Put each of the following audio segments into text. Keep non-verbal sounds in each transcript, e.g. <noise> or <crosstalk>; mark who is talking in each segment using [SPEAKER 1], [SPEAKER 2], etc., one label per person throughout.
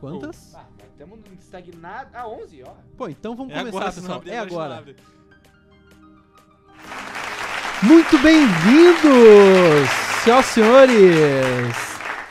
[SPEAKER 1] Quantas?
[SPEAKER 2] Ah, mas estamos estagnados. Ah, 11, ó.
[SPEAKER 1] Pô, então vamos
[SPEAKER 3] É
[SPEAKER 1] começar,
[SPEAKER 3] agora,
[SPEAKER 1] pessoal.
[SPEAKER 3] senão abre
[SPEAKER 1] É
[SPEAKER 3] mais
[SPEAKER 1] agora.
[SPEAKER 3] nave.
[SPEAKER 1] Muito bem-vindos, senhoras e senhores!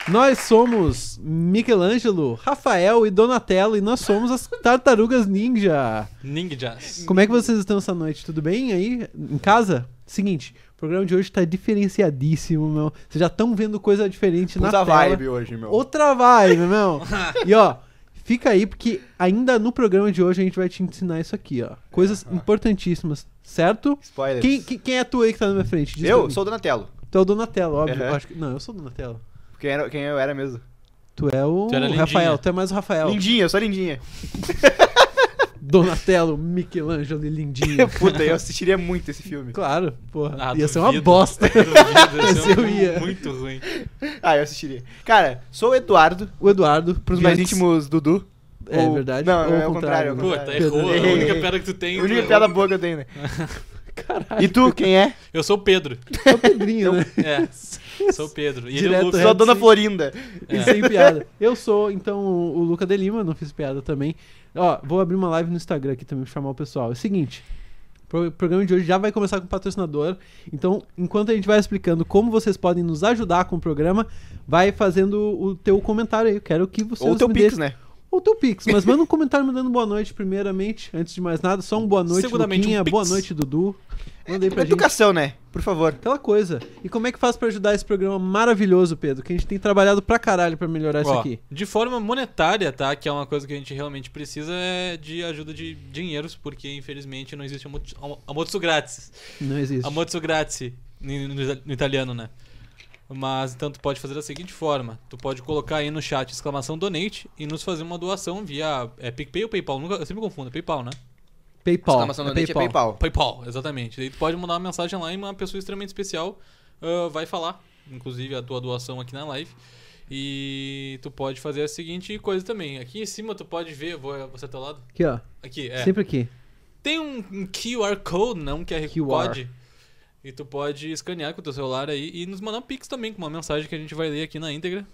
[SPEAKER 1] Nós somos Michelangelo, Rafael e Donatello e nós somos as Tartarugas Ninja.
[SPEAKER 3] Ninjas.
[SPEAKER 1] Como é que vocês estão essa noite? Tudo bem aí? Em casa? Seguinte, o programa de hoje tá diferenciadíssimo, meu. Vocês já estão vendo coisa diferente na tela.
[SPEAKER 4] Puta vibe hoje, meu.
[SPEAKER 1] Outra vibe, meu. E ó, fica aí porque ainda no programa de hoje a gente vai te ensinar isso aqui, ó. Coisas importantíssimas, certo?
[SPEAKER 4] Spoilers.
[SPEAKER 1] Quem, quem, quem é tu aí que tá na minha frente? Diz pra
[SPEAKER 4] Eu
[SPEAKER 1] mim.
[SPEAKER 4] sou o Donatello.
[SPEAKER 1] Tu é o Donatello, óbvio.
[SPEAKER 4] Uhum.
[SPEAKER 1] eu acho que- Não, eu sou o Donatello.
[SPEAKER 4] Quem, era, quem eu era mesmo.
[SPEAKER 1] Tu é o
[SPEAKER 3] Tu era lindinha.
[SPEAKER 1] Rafael, tu é mais o Rafael.
[SPEAKER 4] Lindinha, eu
[SPEAKER 1] <laughs>
[SPEAKER 4] sou lindinha.
[SPEAKER 1] Donatello, Michelangelo e
[SPEAKER 4] <laughs>
[SPEAKER 1] Lindinho.
[SPEAKER 4] Puta, eu assistiria muito esse filme.
[SPEAKER 1] claro, porra.
[SPEAKER 3] Ah,
[SPEAKER 1] Ia ser uma
[SPEAKER 3] duvido.
[SPEAKER 1] bosta. <laughs>
[SPEAKER 3] Duvido, esse é
[SPEAKER 1] Eu
[SPEAKER 3] um
[SPEAKER 1] ia.
[SPEAKER 3] Muito ruim.
[SPEAKER 4] Ah, eu assistiria. Cara, sou o Eduardo,
[SPEAKER 1] O Eduardo, pros
[SPEAKER 4] os
[SPEAKER 1] <laughs>
[SPEAKER 4] mais
[SPEAKER 1] nerds,
[SPEAKER 4] íntimos Dudu.
[SPEAKER 1] É
[SPEAKER 4] Ou-
[SPEAKER 1] verdade.
[SPEAKER 4] Não,
[SPEAKER 1] ou
[SPEAKER 4] é o contrário, é o contrário.
[SPEAKER 3] Puta,
[SPEAKER 1] Pedro.
[SPEAKER 3] errou. A
[SPEAKER 4] Errei,
[SPEAKER 3] única
[SPEAKER 4] errei.
[SPEAKER 3] piada que tu tem.
[SPEAKER 4] A única
[SPEAKER 3] tu-
[SPEAKER 4] piada boa que eu tenho, né?
[SPEAKER 1] <laughs> Caralho,
[SPEAKER 4] E tu, quem é?
[SPEAKER 3] Eu sou
[SPEAKER 1] <laughs>
[SPEAKER 3] o Pedro.
[SPEAKER 1] é o Pedrinho, né?
[SPEAKER 3] É. Sou o Pedro. E ele é
[SPEAKER 1] Direto
[SPEAKER 3] o Luffy.
[SPEAKER 4] Sou a Dona
[SPEAKER 1] sim.
[SPEAKER 4] Florinda.
[SPEAKER 3] É.
[SPEAKER 1] E sem piada. Eu sou, então, o o Luca de Lima, não fiz piada também. Ó, vou abrir uma live no Instagram aqui também pra chamar o pessoal. É o seguinte. O programa de hoje já vai começar com patrocinador. Então, enquanto a gente vai explicando como vocês podem nos ajudar com o programa, vai fazendo o teu comentário aí. Eu quero que vocês
[SPEAKER 4] Ou o teu
[SPEAKER 1] me
[SPEAKER 4] Pix,
[SPEAKER 1] deixem-
[SPEAKER 4] né?
[SPEAKER 1] Ou teu Pix, mas manda um comentário me dando boa noite primeiramente, antes de mais nada, só um boa noite,
[SPEAKER 3] Seguramente
[SPEAKER 1] Luquinha,
[SPEAKER 3] um Pix.
[SPEAKER 1] boa noite, Dudu. Mandei pra gente.
[SPEAKER 4] Educação, né? Por favor.
[SPEAKER 1] Aquela coisa. E como é que faz pra ajudar esse programa maravilhoso, Pedro? Que a gente tem trabalhado pra caralho pra melhorar isso
[SPEAKER 3] Ó,
[SPEAKER 1] aqui.
[SPEAKER 3] De forma monetária, tá? Que é uma coisa que a gente realmente precisa é de ajuda de dinheiros, porque infelizmente não existe almoço- almoço grátis.
[SPEAKER 1] Não existe.
[SPEAKER 3] Amozzo grazie no, no- no italiano, né? Mas então tu pode fazer da seguinte forma: tu pode colocar aí no chat exclamação donate e nos fazer uma doação via é, PicPay ou PayPal. Nunca, eu sempre confundo, é PayPal, né?
[SPEAKER 1] PayPal.
[SPEAKER 4] Exclamação do é PayPal.
[SPEAKER 3] PayPal, exatamente. Daí tu pode mandar uma mensagem lá e uma pessoa extremamente especial ah, vai falar, inclusive a tua doação aqui na live. E tu pode fazer a seguinte coisa também. Aqui em cima tu pode ver, vou você ao teu lado.
[SPEAKER 1] Aqui, ó.
[SPEAKER 3] Aqui, é.
[SPEAKER 1] Sempre aqui.
[SPEAKER 3] Tem um, um QR Code, não? Um QR,
[SPEAKER 1] QR.
[SPEAKER 3] Code. E tu pode escanear com o teu celular aí e nos mandar um pix também, com uma mensagem que a gente vai ler aqui na íntegra.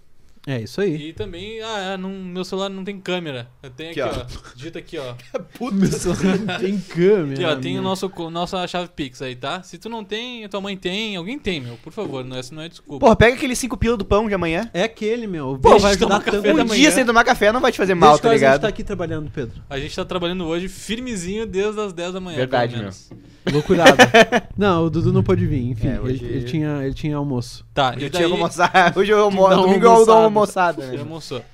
[SPEAKER 1] É isso aí.
[SPEAKER 3] E também, ah, é, não, meu celular não tem câmera. Eu tenho aqui,
[SPEAKER 4] Aqui,
[SPEAKER 3] ó. Digita aqui, ó.
[SPEAKER 1] <laughs> Meu celular tem câmera.
[SPEAKER 3] Aqui, ó, tem o
[SPEAKER 1] minha.
[SPEAKER 3] nosso, co- nossa chave pix aí, tá? Se tu não tem, tua mãe tem, alguém tem, meu. Por favor, não, essa não é desculpa.
[SPEAKER 4] Porra, pega aquele 5 pila do pão de amanhã.
[SPEAKER 1] É aquele, meu.
[SPEAKER 3] Pô,
[SPEAKER 1] Vê,
[SPEAKER 3] a gente toma
[SPEAKER 1] tanto.
[SPEAKER 3] café da
[SPEAKER 4] Um
[SPEAKER 3] manhã.
[SPEAKER 4] dia sem tomar café não vai te fazer
[SPEAKER 1] Desde
[SPEAKER 4] mal,
[SPEAKER 1] que
[SPEAKER 4] tá
[SPEAKER 1] horas a gente tá
[SPEAKER 4] ligado?
[SPEAKER 1] aqui trabalhando, Pedro.
[SPEAKER 3] A gente tá trabalhando hoje firmezinho desde as 10 da manhã,
[SPEAKER 4] Verdade,
[SPEAKER 3] pelo menos.
[SPEAKER 4] <laughs>
[SPEAKER 1] Loucurada. não, o Dudu não pôde vir. Enfim,
[SPEAKER 4] É, hoje-
[SPEAKER 1] ele, ele tinha, ele tinha almoço.
[SPEAKER 3] Tá,
[SPEAKER 4] Hoje
[SPEAKER 3] e daí...
[SPEAKER 4] eu tinha que
[SPEAKER 1] <laughs>
[SPEAKER 4] almoçar. Hoje eu almoço.
[SPEAKER 1] Dá uma
[SPEAKER 4] Domingo eu dou uma
[SPEAKER 1] almoçada.
[SPEAKER 4] almoçada,
[SPEAKER 3] Já
[SPEAKER 4] né?
[SPEAKER 3] almoçou.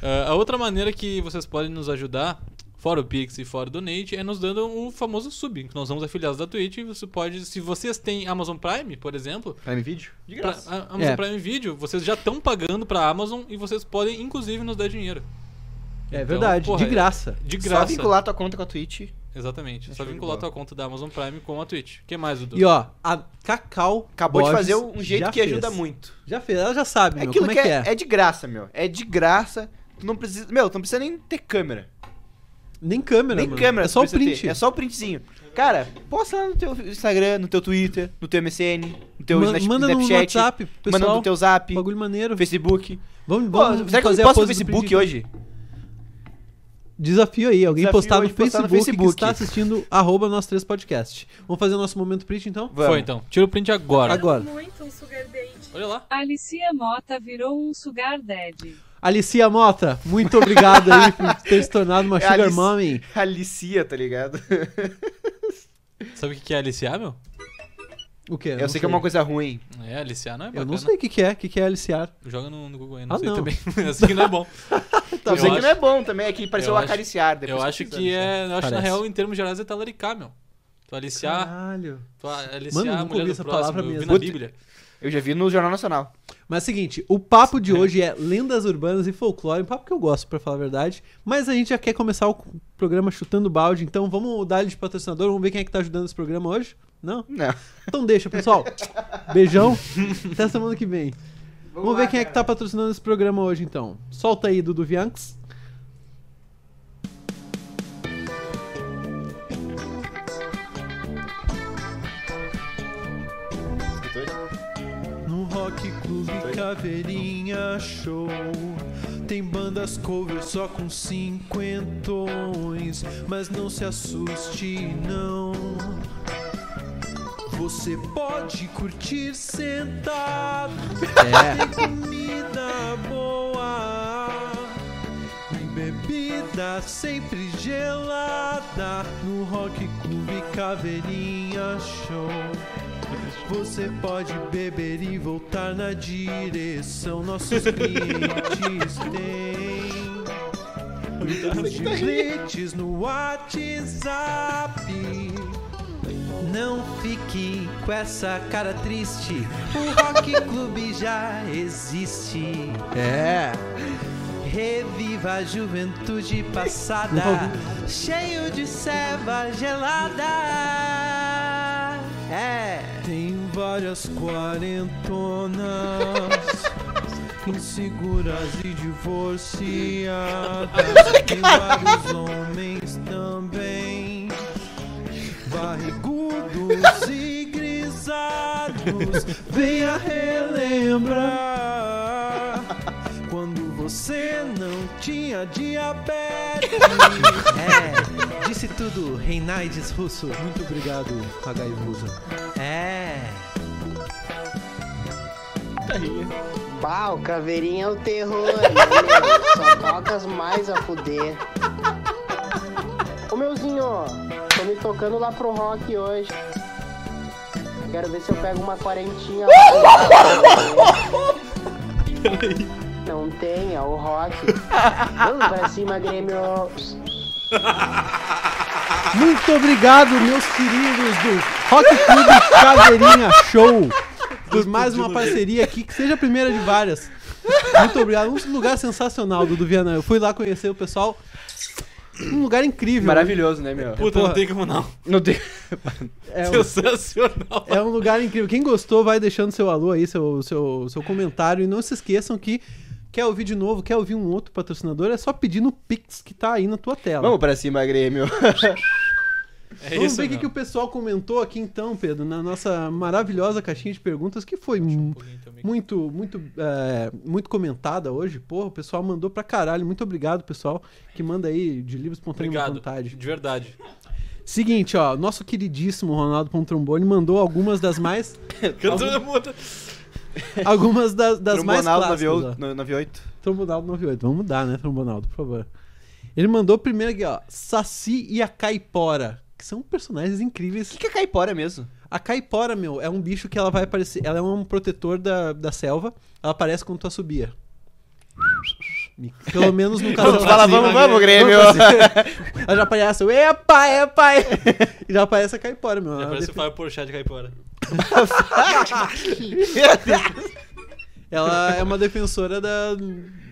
[SPEAKER 3] Ah, a outra maneira que vocês podem nos ajudar, fora o Pix e fora o Donate, é nos dando o famoso sub. que Nós somos afiliados da Twitch e você pode, se vocês têm Amazon Prime, por exemplo,
[SPEAKER 4] Prime Video? De
[SPEAKER 3] pra,
[SPEAKER 4] graça.
[SPEAKER 3] a- Amazon
[SPEAKER 1] É.
[SPEAKER 3] Prime Video, vocês já estão pagando pra Amazon e vocês podem, inclusive, nos dar dinheiro.
[SPEAKER 1] É
[SPEAKER 3] Então,
[SPEAKER 1] verdade,
[SPEAKER 3] porra,
[SPEAKER 1] de
[SPEAKER 3] é-
[SPEAKER 1] graça.
[SPEAKER 3] De
[SPEAKER 4] Só
[SPEAKER 3] graça.
[SPEAKER 4] vincular tua conta com a Twitch.
[SPEAKER 3] Exatamente. Só
[SPEAKER 4] Show de
[SPEAKER 3] vincular
[SPEAKER 4] bola.
[SPEAKER 3] tua conta da Amazon Prime com a Twitch. O que mais, Dudu?
[SPEAKER 1] E ó, a Cacau.
[SPEAKER 4] Acabou de
[SPEAKER 1] Borges
[SPEAKER 4] fazer um jeito
[SPEAKER 1] já
[SPEAKER 4] que ajuda
[SPEAKER 1] fez.
[SPEAKER 4] muito.
[SPEAKER 1] Já fez, ela já sabe,
[SPEAKER 4] É
[SPEAKER 1] meu,
[SPEAKER 4] aquilo
[SPEAKER 1] como
[SPEAKER 4] que
[SPEAKER 1] é que
[SPEAKER 4] é,
[SPEAKER 1] é.
[SPEAKER 4] é de graça, meu. É de graça. Tu não precisa. Meu, tu não precisa nem ter câmera.
[SPEAKER 1] Nem câmera,
[SPEAKER 4] Nem
[SPEAKER 1] mano.
[SPEAKER 4] câmera,
[SPEAKER 1] É só
[SPEAKER 4] tu
[SPEAKER 1] o
[SPEAKER 4] precisa
[SPEAKER 1] print.
[SPEAKER 4] ter, É só o printzinho. Cara, posta lá no teu Instagram, no teu Twitter, no teu MSN, no teu
[SPEAKER 1] Ma-
[SPEAKER 4] Snap-
[SPEAKER 1] manda no
[SPEAKER 4] Snapchat.
[SPEAKER 1] WhatsApp,
[SPEAKER 4] manda
[SPEAKER 1] pessoal.
[SPEAKER 4] no teu zap,
[SPEAKER 1] Bagulho maneiro.
[SPEAKER 4] Facebook.
[SPEAKER 1] Vamos,
[SPEAKER 4] Pô,
[SPEAKER 1] vamos
[SPEAKER 4] será que eu
[SPEAKER 1] fazer
[SPEAKER 4] não
[SPEAKER 1] a
[SPEAKER 4] posto no
[SPEAKER 1] pose do
[SPEAKER 4] Facebook
[SPEAKER 1] print. né?
[SPEAKER 4] hoje? <laughs>
[SPEAKER 1] Desafio aí, alguém
[SPEAKER 4] Desafio
[SPEAKER 1] postar, no
[SPEAKER 4] hoje,
[SPEAKER 1] Facebook
[SPEAKER 4] postar no
[SPEAKER 1] que
[SPEAKER 4] Facebook.
[SPEAKER 1] está assistindo arroba nós três podcast. Vamos fazer o nosso momento print então?
[SPEAKER 4] Vamos.
[SPEAKER 3] Foi então. Tira o print agora.
[SPEAKER 1] Agora.
[SPEAKER 5] muito um sugar daddy.
[SPEAKER 3] Olha lá.
[SPEAKER 5] Alicia Mota virou um sugar daddy.
[SPEAKER 1] Alicia Mota, muito obrigado
[SPEAKER 4] <laughs>
[SPEAKER 1] aí por ter se tornado uma
[SPEAKER 4] É
[SPEAKER 1] sugar
[SPEAKER 4] Alice.
[SPEAKER 1] mommy.
[SPEAKER 4] Alicia, tá ligado?
[SPEAKER 3] Sabe o que que é aliciar, meu?
[SPEAKER 1] O quê?
[SPEAKER 4] eu
[SPEAKER 1] Não
[SPEAKER 4] sei, que é uma coisa ruim.
[SPEAKER 3] É, aliciar não é
[SPEAKER 1] Eu
[SPEAKER 3] bacana.
[SPEAKER 1] não sei o que, que é, o que, que é aliciar.
[SPEAKER 3] Joga no, no Google aí, não
[SPEAKER 1] Ah,
[SPEAKER 3] sei
[SPEAKER 1] não.
[SPEAKER 3] também. <laughs> eu sei que não é bom.
[SPEAKER 4] eu sei que
[SPEAKER 3] acho-
[SPEAKER 4] não é bom também, é que pareceu
[SPEAKER 3] eu acho-
[SPEAKER 4] acariciar. Depois
[SPEAKER 3] Eu
[SPEAKER 4] que
[SPEAKER 3] acho que
[SPEAKER 4] pesquisando, sabe?
[SPEAKER 3] é. Eu acho que na
[SPEAKER 1] Parece.
[SPEAKER 3] real, em termos gerais, é talaricar, meu. Tu aliciar,
[SPEAKER 1] Caralho.
[SPEAKER 3] tu aliciar
[SPEAKER 1] Mano, eu
[SPEAKER 3] a
[SPEAKER 1] nunca
[SPEAKER 3] mulher
[SPEAKER 1] ouvi
[SPEAKER 3] do
[SPEAKER 1] essa
[SPEAKER 3] próximo.
[SPEAKER 1] palavra
[SPEAKER 3] eu vi
[SPEAKER 1] mesmo.
[SPEAKER 3] na Bíblia.
[SPEAKER 4] Eu já vi no Jornal Nacional.
[SPEAKER 1] Mas é o seguinte, o papo de hoje é lendas urbanas e folclore, um papo que eu gosto, pra falar a verdade. Mas a gente já quer começar o programa chutando balde, então vamos dar ele de patrocinador, vamos ver quem é que tá ajudando esse programa hoje. Não?
[SPEAKER 4] Não.
[SPEAKER 1] Então deixa, pessoal.
[SPEAKER 4] <laughs>
[SPEAKER 1] Beijão. Até semana que vem. Vamos,
[SPEAKER 4] lá,
[SPEAKER 1] ver quem é que tá
[SPEAKER 4] cara.
[SPEAKER 1] patrocinando esse programa hoje, então. Solta aí, Dudu Vianks. No Rock Clube Caveirinha Show Tem bandas cover só com cinquentões, mas não se assuste não. Você pode curtir sentado, tem comida boa. E bebida sempre gelada no Rock Clube Caveirinha Show. Você pode beber e voltar na direção nossos clientes têm. Grupos de clientes no WhatsApp. Não fique com essa cara triste. O <laughs> Rock Clube já existe. É. Reviva a juventude passada, cheio de ceva gelada. É. Tem várias quarentonas. Inseguras e divorciadas. Tem vários homens também. Barrigudos e grisados. Venha relembrar quando você não tinha diabetes. é, disse tudo, Reinaides Russo. Muito obrigado, Haivusa. É.
[SPEAKER 6] Pau, caveirinha é o terror, né, meu? Só tocas mais a fuder. Ô meuzinho, tô me tocando lá pro rock hoje. Quero ver se eu pego uma quarentinha lá. Não tem, é o rock. Vamos pra cima, Grêmio.
[SPEAKER 1] Muito obrigado, meus queridos do Rock Club Caveirinha Show, por mais uma parceria aqui, que seja a primeira de várias. Muito obrigado. Um lugar sensacional, Dudu Viana. Eu fui lá conhecer o pessoal. Um lugar incrível.
[SPEAKER 4] <laughs> Maravilhoso, né, meu?
[SPEAKER 3] Puta,
[SPEAKER 1] Porra.
[SPEAKER 3] não tem como não.
[SPEAKER 4] Não tem...
[SPEAKER 1] É um-
[SPEAKER 3] Sensacional.
[SPEAKER 1] É um lugar incrível. Quem gostou, vai deixando seu alô aí, seu, seu, seu comentário. E não se esqueçam que quer ouvir de novo, quer ouvir um outro patrocinador, é só pedir no Pix que tá aí na tua tela.
[SPEAKER 4] Vamos pra cima, <laughs> Grêmio.
[SPEAKER 3] É
[SPEAKER 1] Vamos
[SPEAKER 3] isso,
[SPEAKER 1] ver o que,
[SPEAKER 3] meu.
[SPEAKER 1] que o pessoal comentou aqui então, Pedro, na nossa maravilhosa caixinha de perguntas, que foi mu- muito, muito, é, muito comentada hoje. Porra, o pessoal mandou pra caralho. Muito obrigado, pessoal, que manda aí de livro espontâneo à
[SPEAKER 3] Obrigado,
[SPEAKER 1] vontade.
[SPEAKER 3] tá de verdade.
[SPEAKER 1] Seguinte, ó, nosso queridíssimo Ronaldo Pontrombone mandou algumas das mais...
[SPEAKER 3] Cantora muda.
[SPEAKER 1] algumas das, das mais
[SPEAKER 4] Trombonaldo
[SPEAKER 1] clássicas. ó.
[SPEAKER 4] 98.
[SPEAKER 1] Trombonaldo 98. Vamos mudar, né, Trombonaldo, por favor. Ele mandou primeiro aqui, ó. Saci e a Caipora. Que são personagens incríveis.
[SPEAKER 4] O que é caipora mesmo?
[SPEAKER 1] A Caipora, meu, é um bicho que ela vai aparecer. Ela é um protetor da, da selva. Ela aparece quando tu assobia. <laughs> Pelo menos no caso.
[SPEAKER 4] Vamos, <laughs> fala, vamos, vamos, Grêmio. <laughs>
[SPEAKER 1] Ela já aparece. Epa, epa! e- <laughs> E já aparece a Caipora, meu.
[SPEAKER 3] Já
[SPEAKER 1] Ela
[SPEAKER 3] parece o
[SPEAKER 1] defi-
[SPEAKER 3] Fábio Porchat de Caipora.
[SPEAKER 1] Ela é uma defensora da,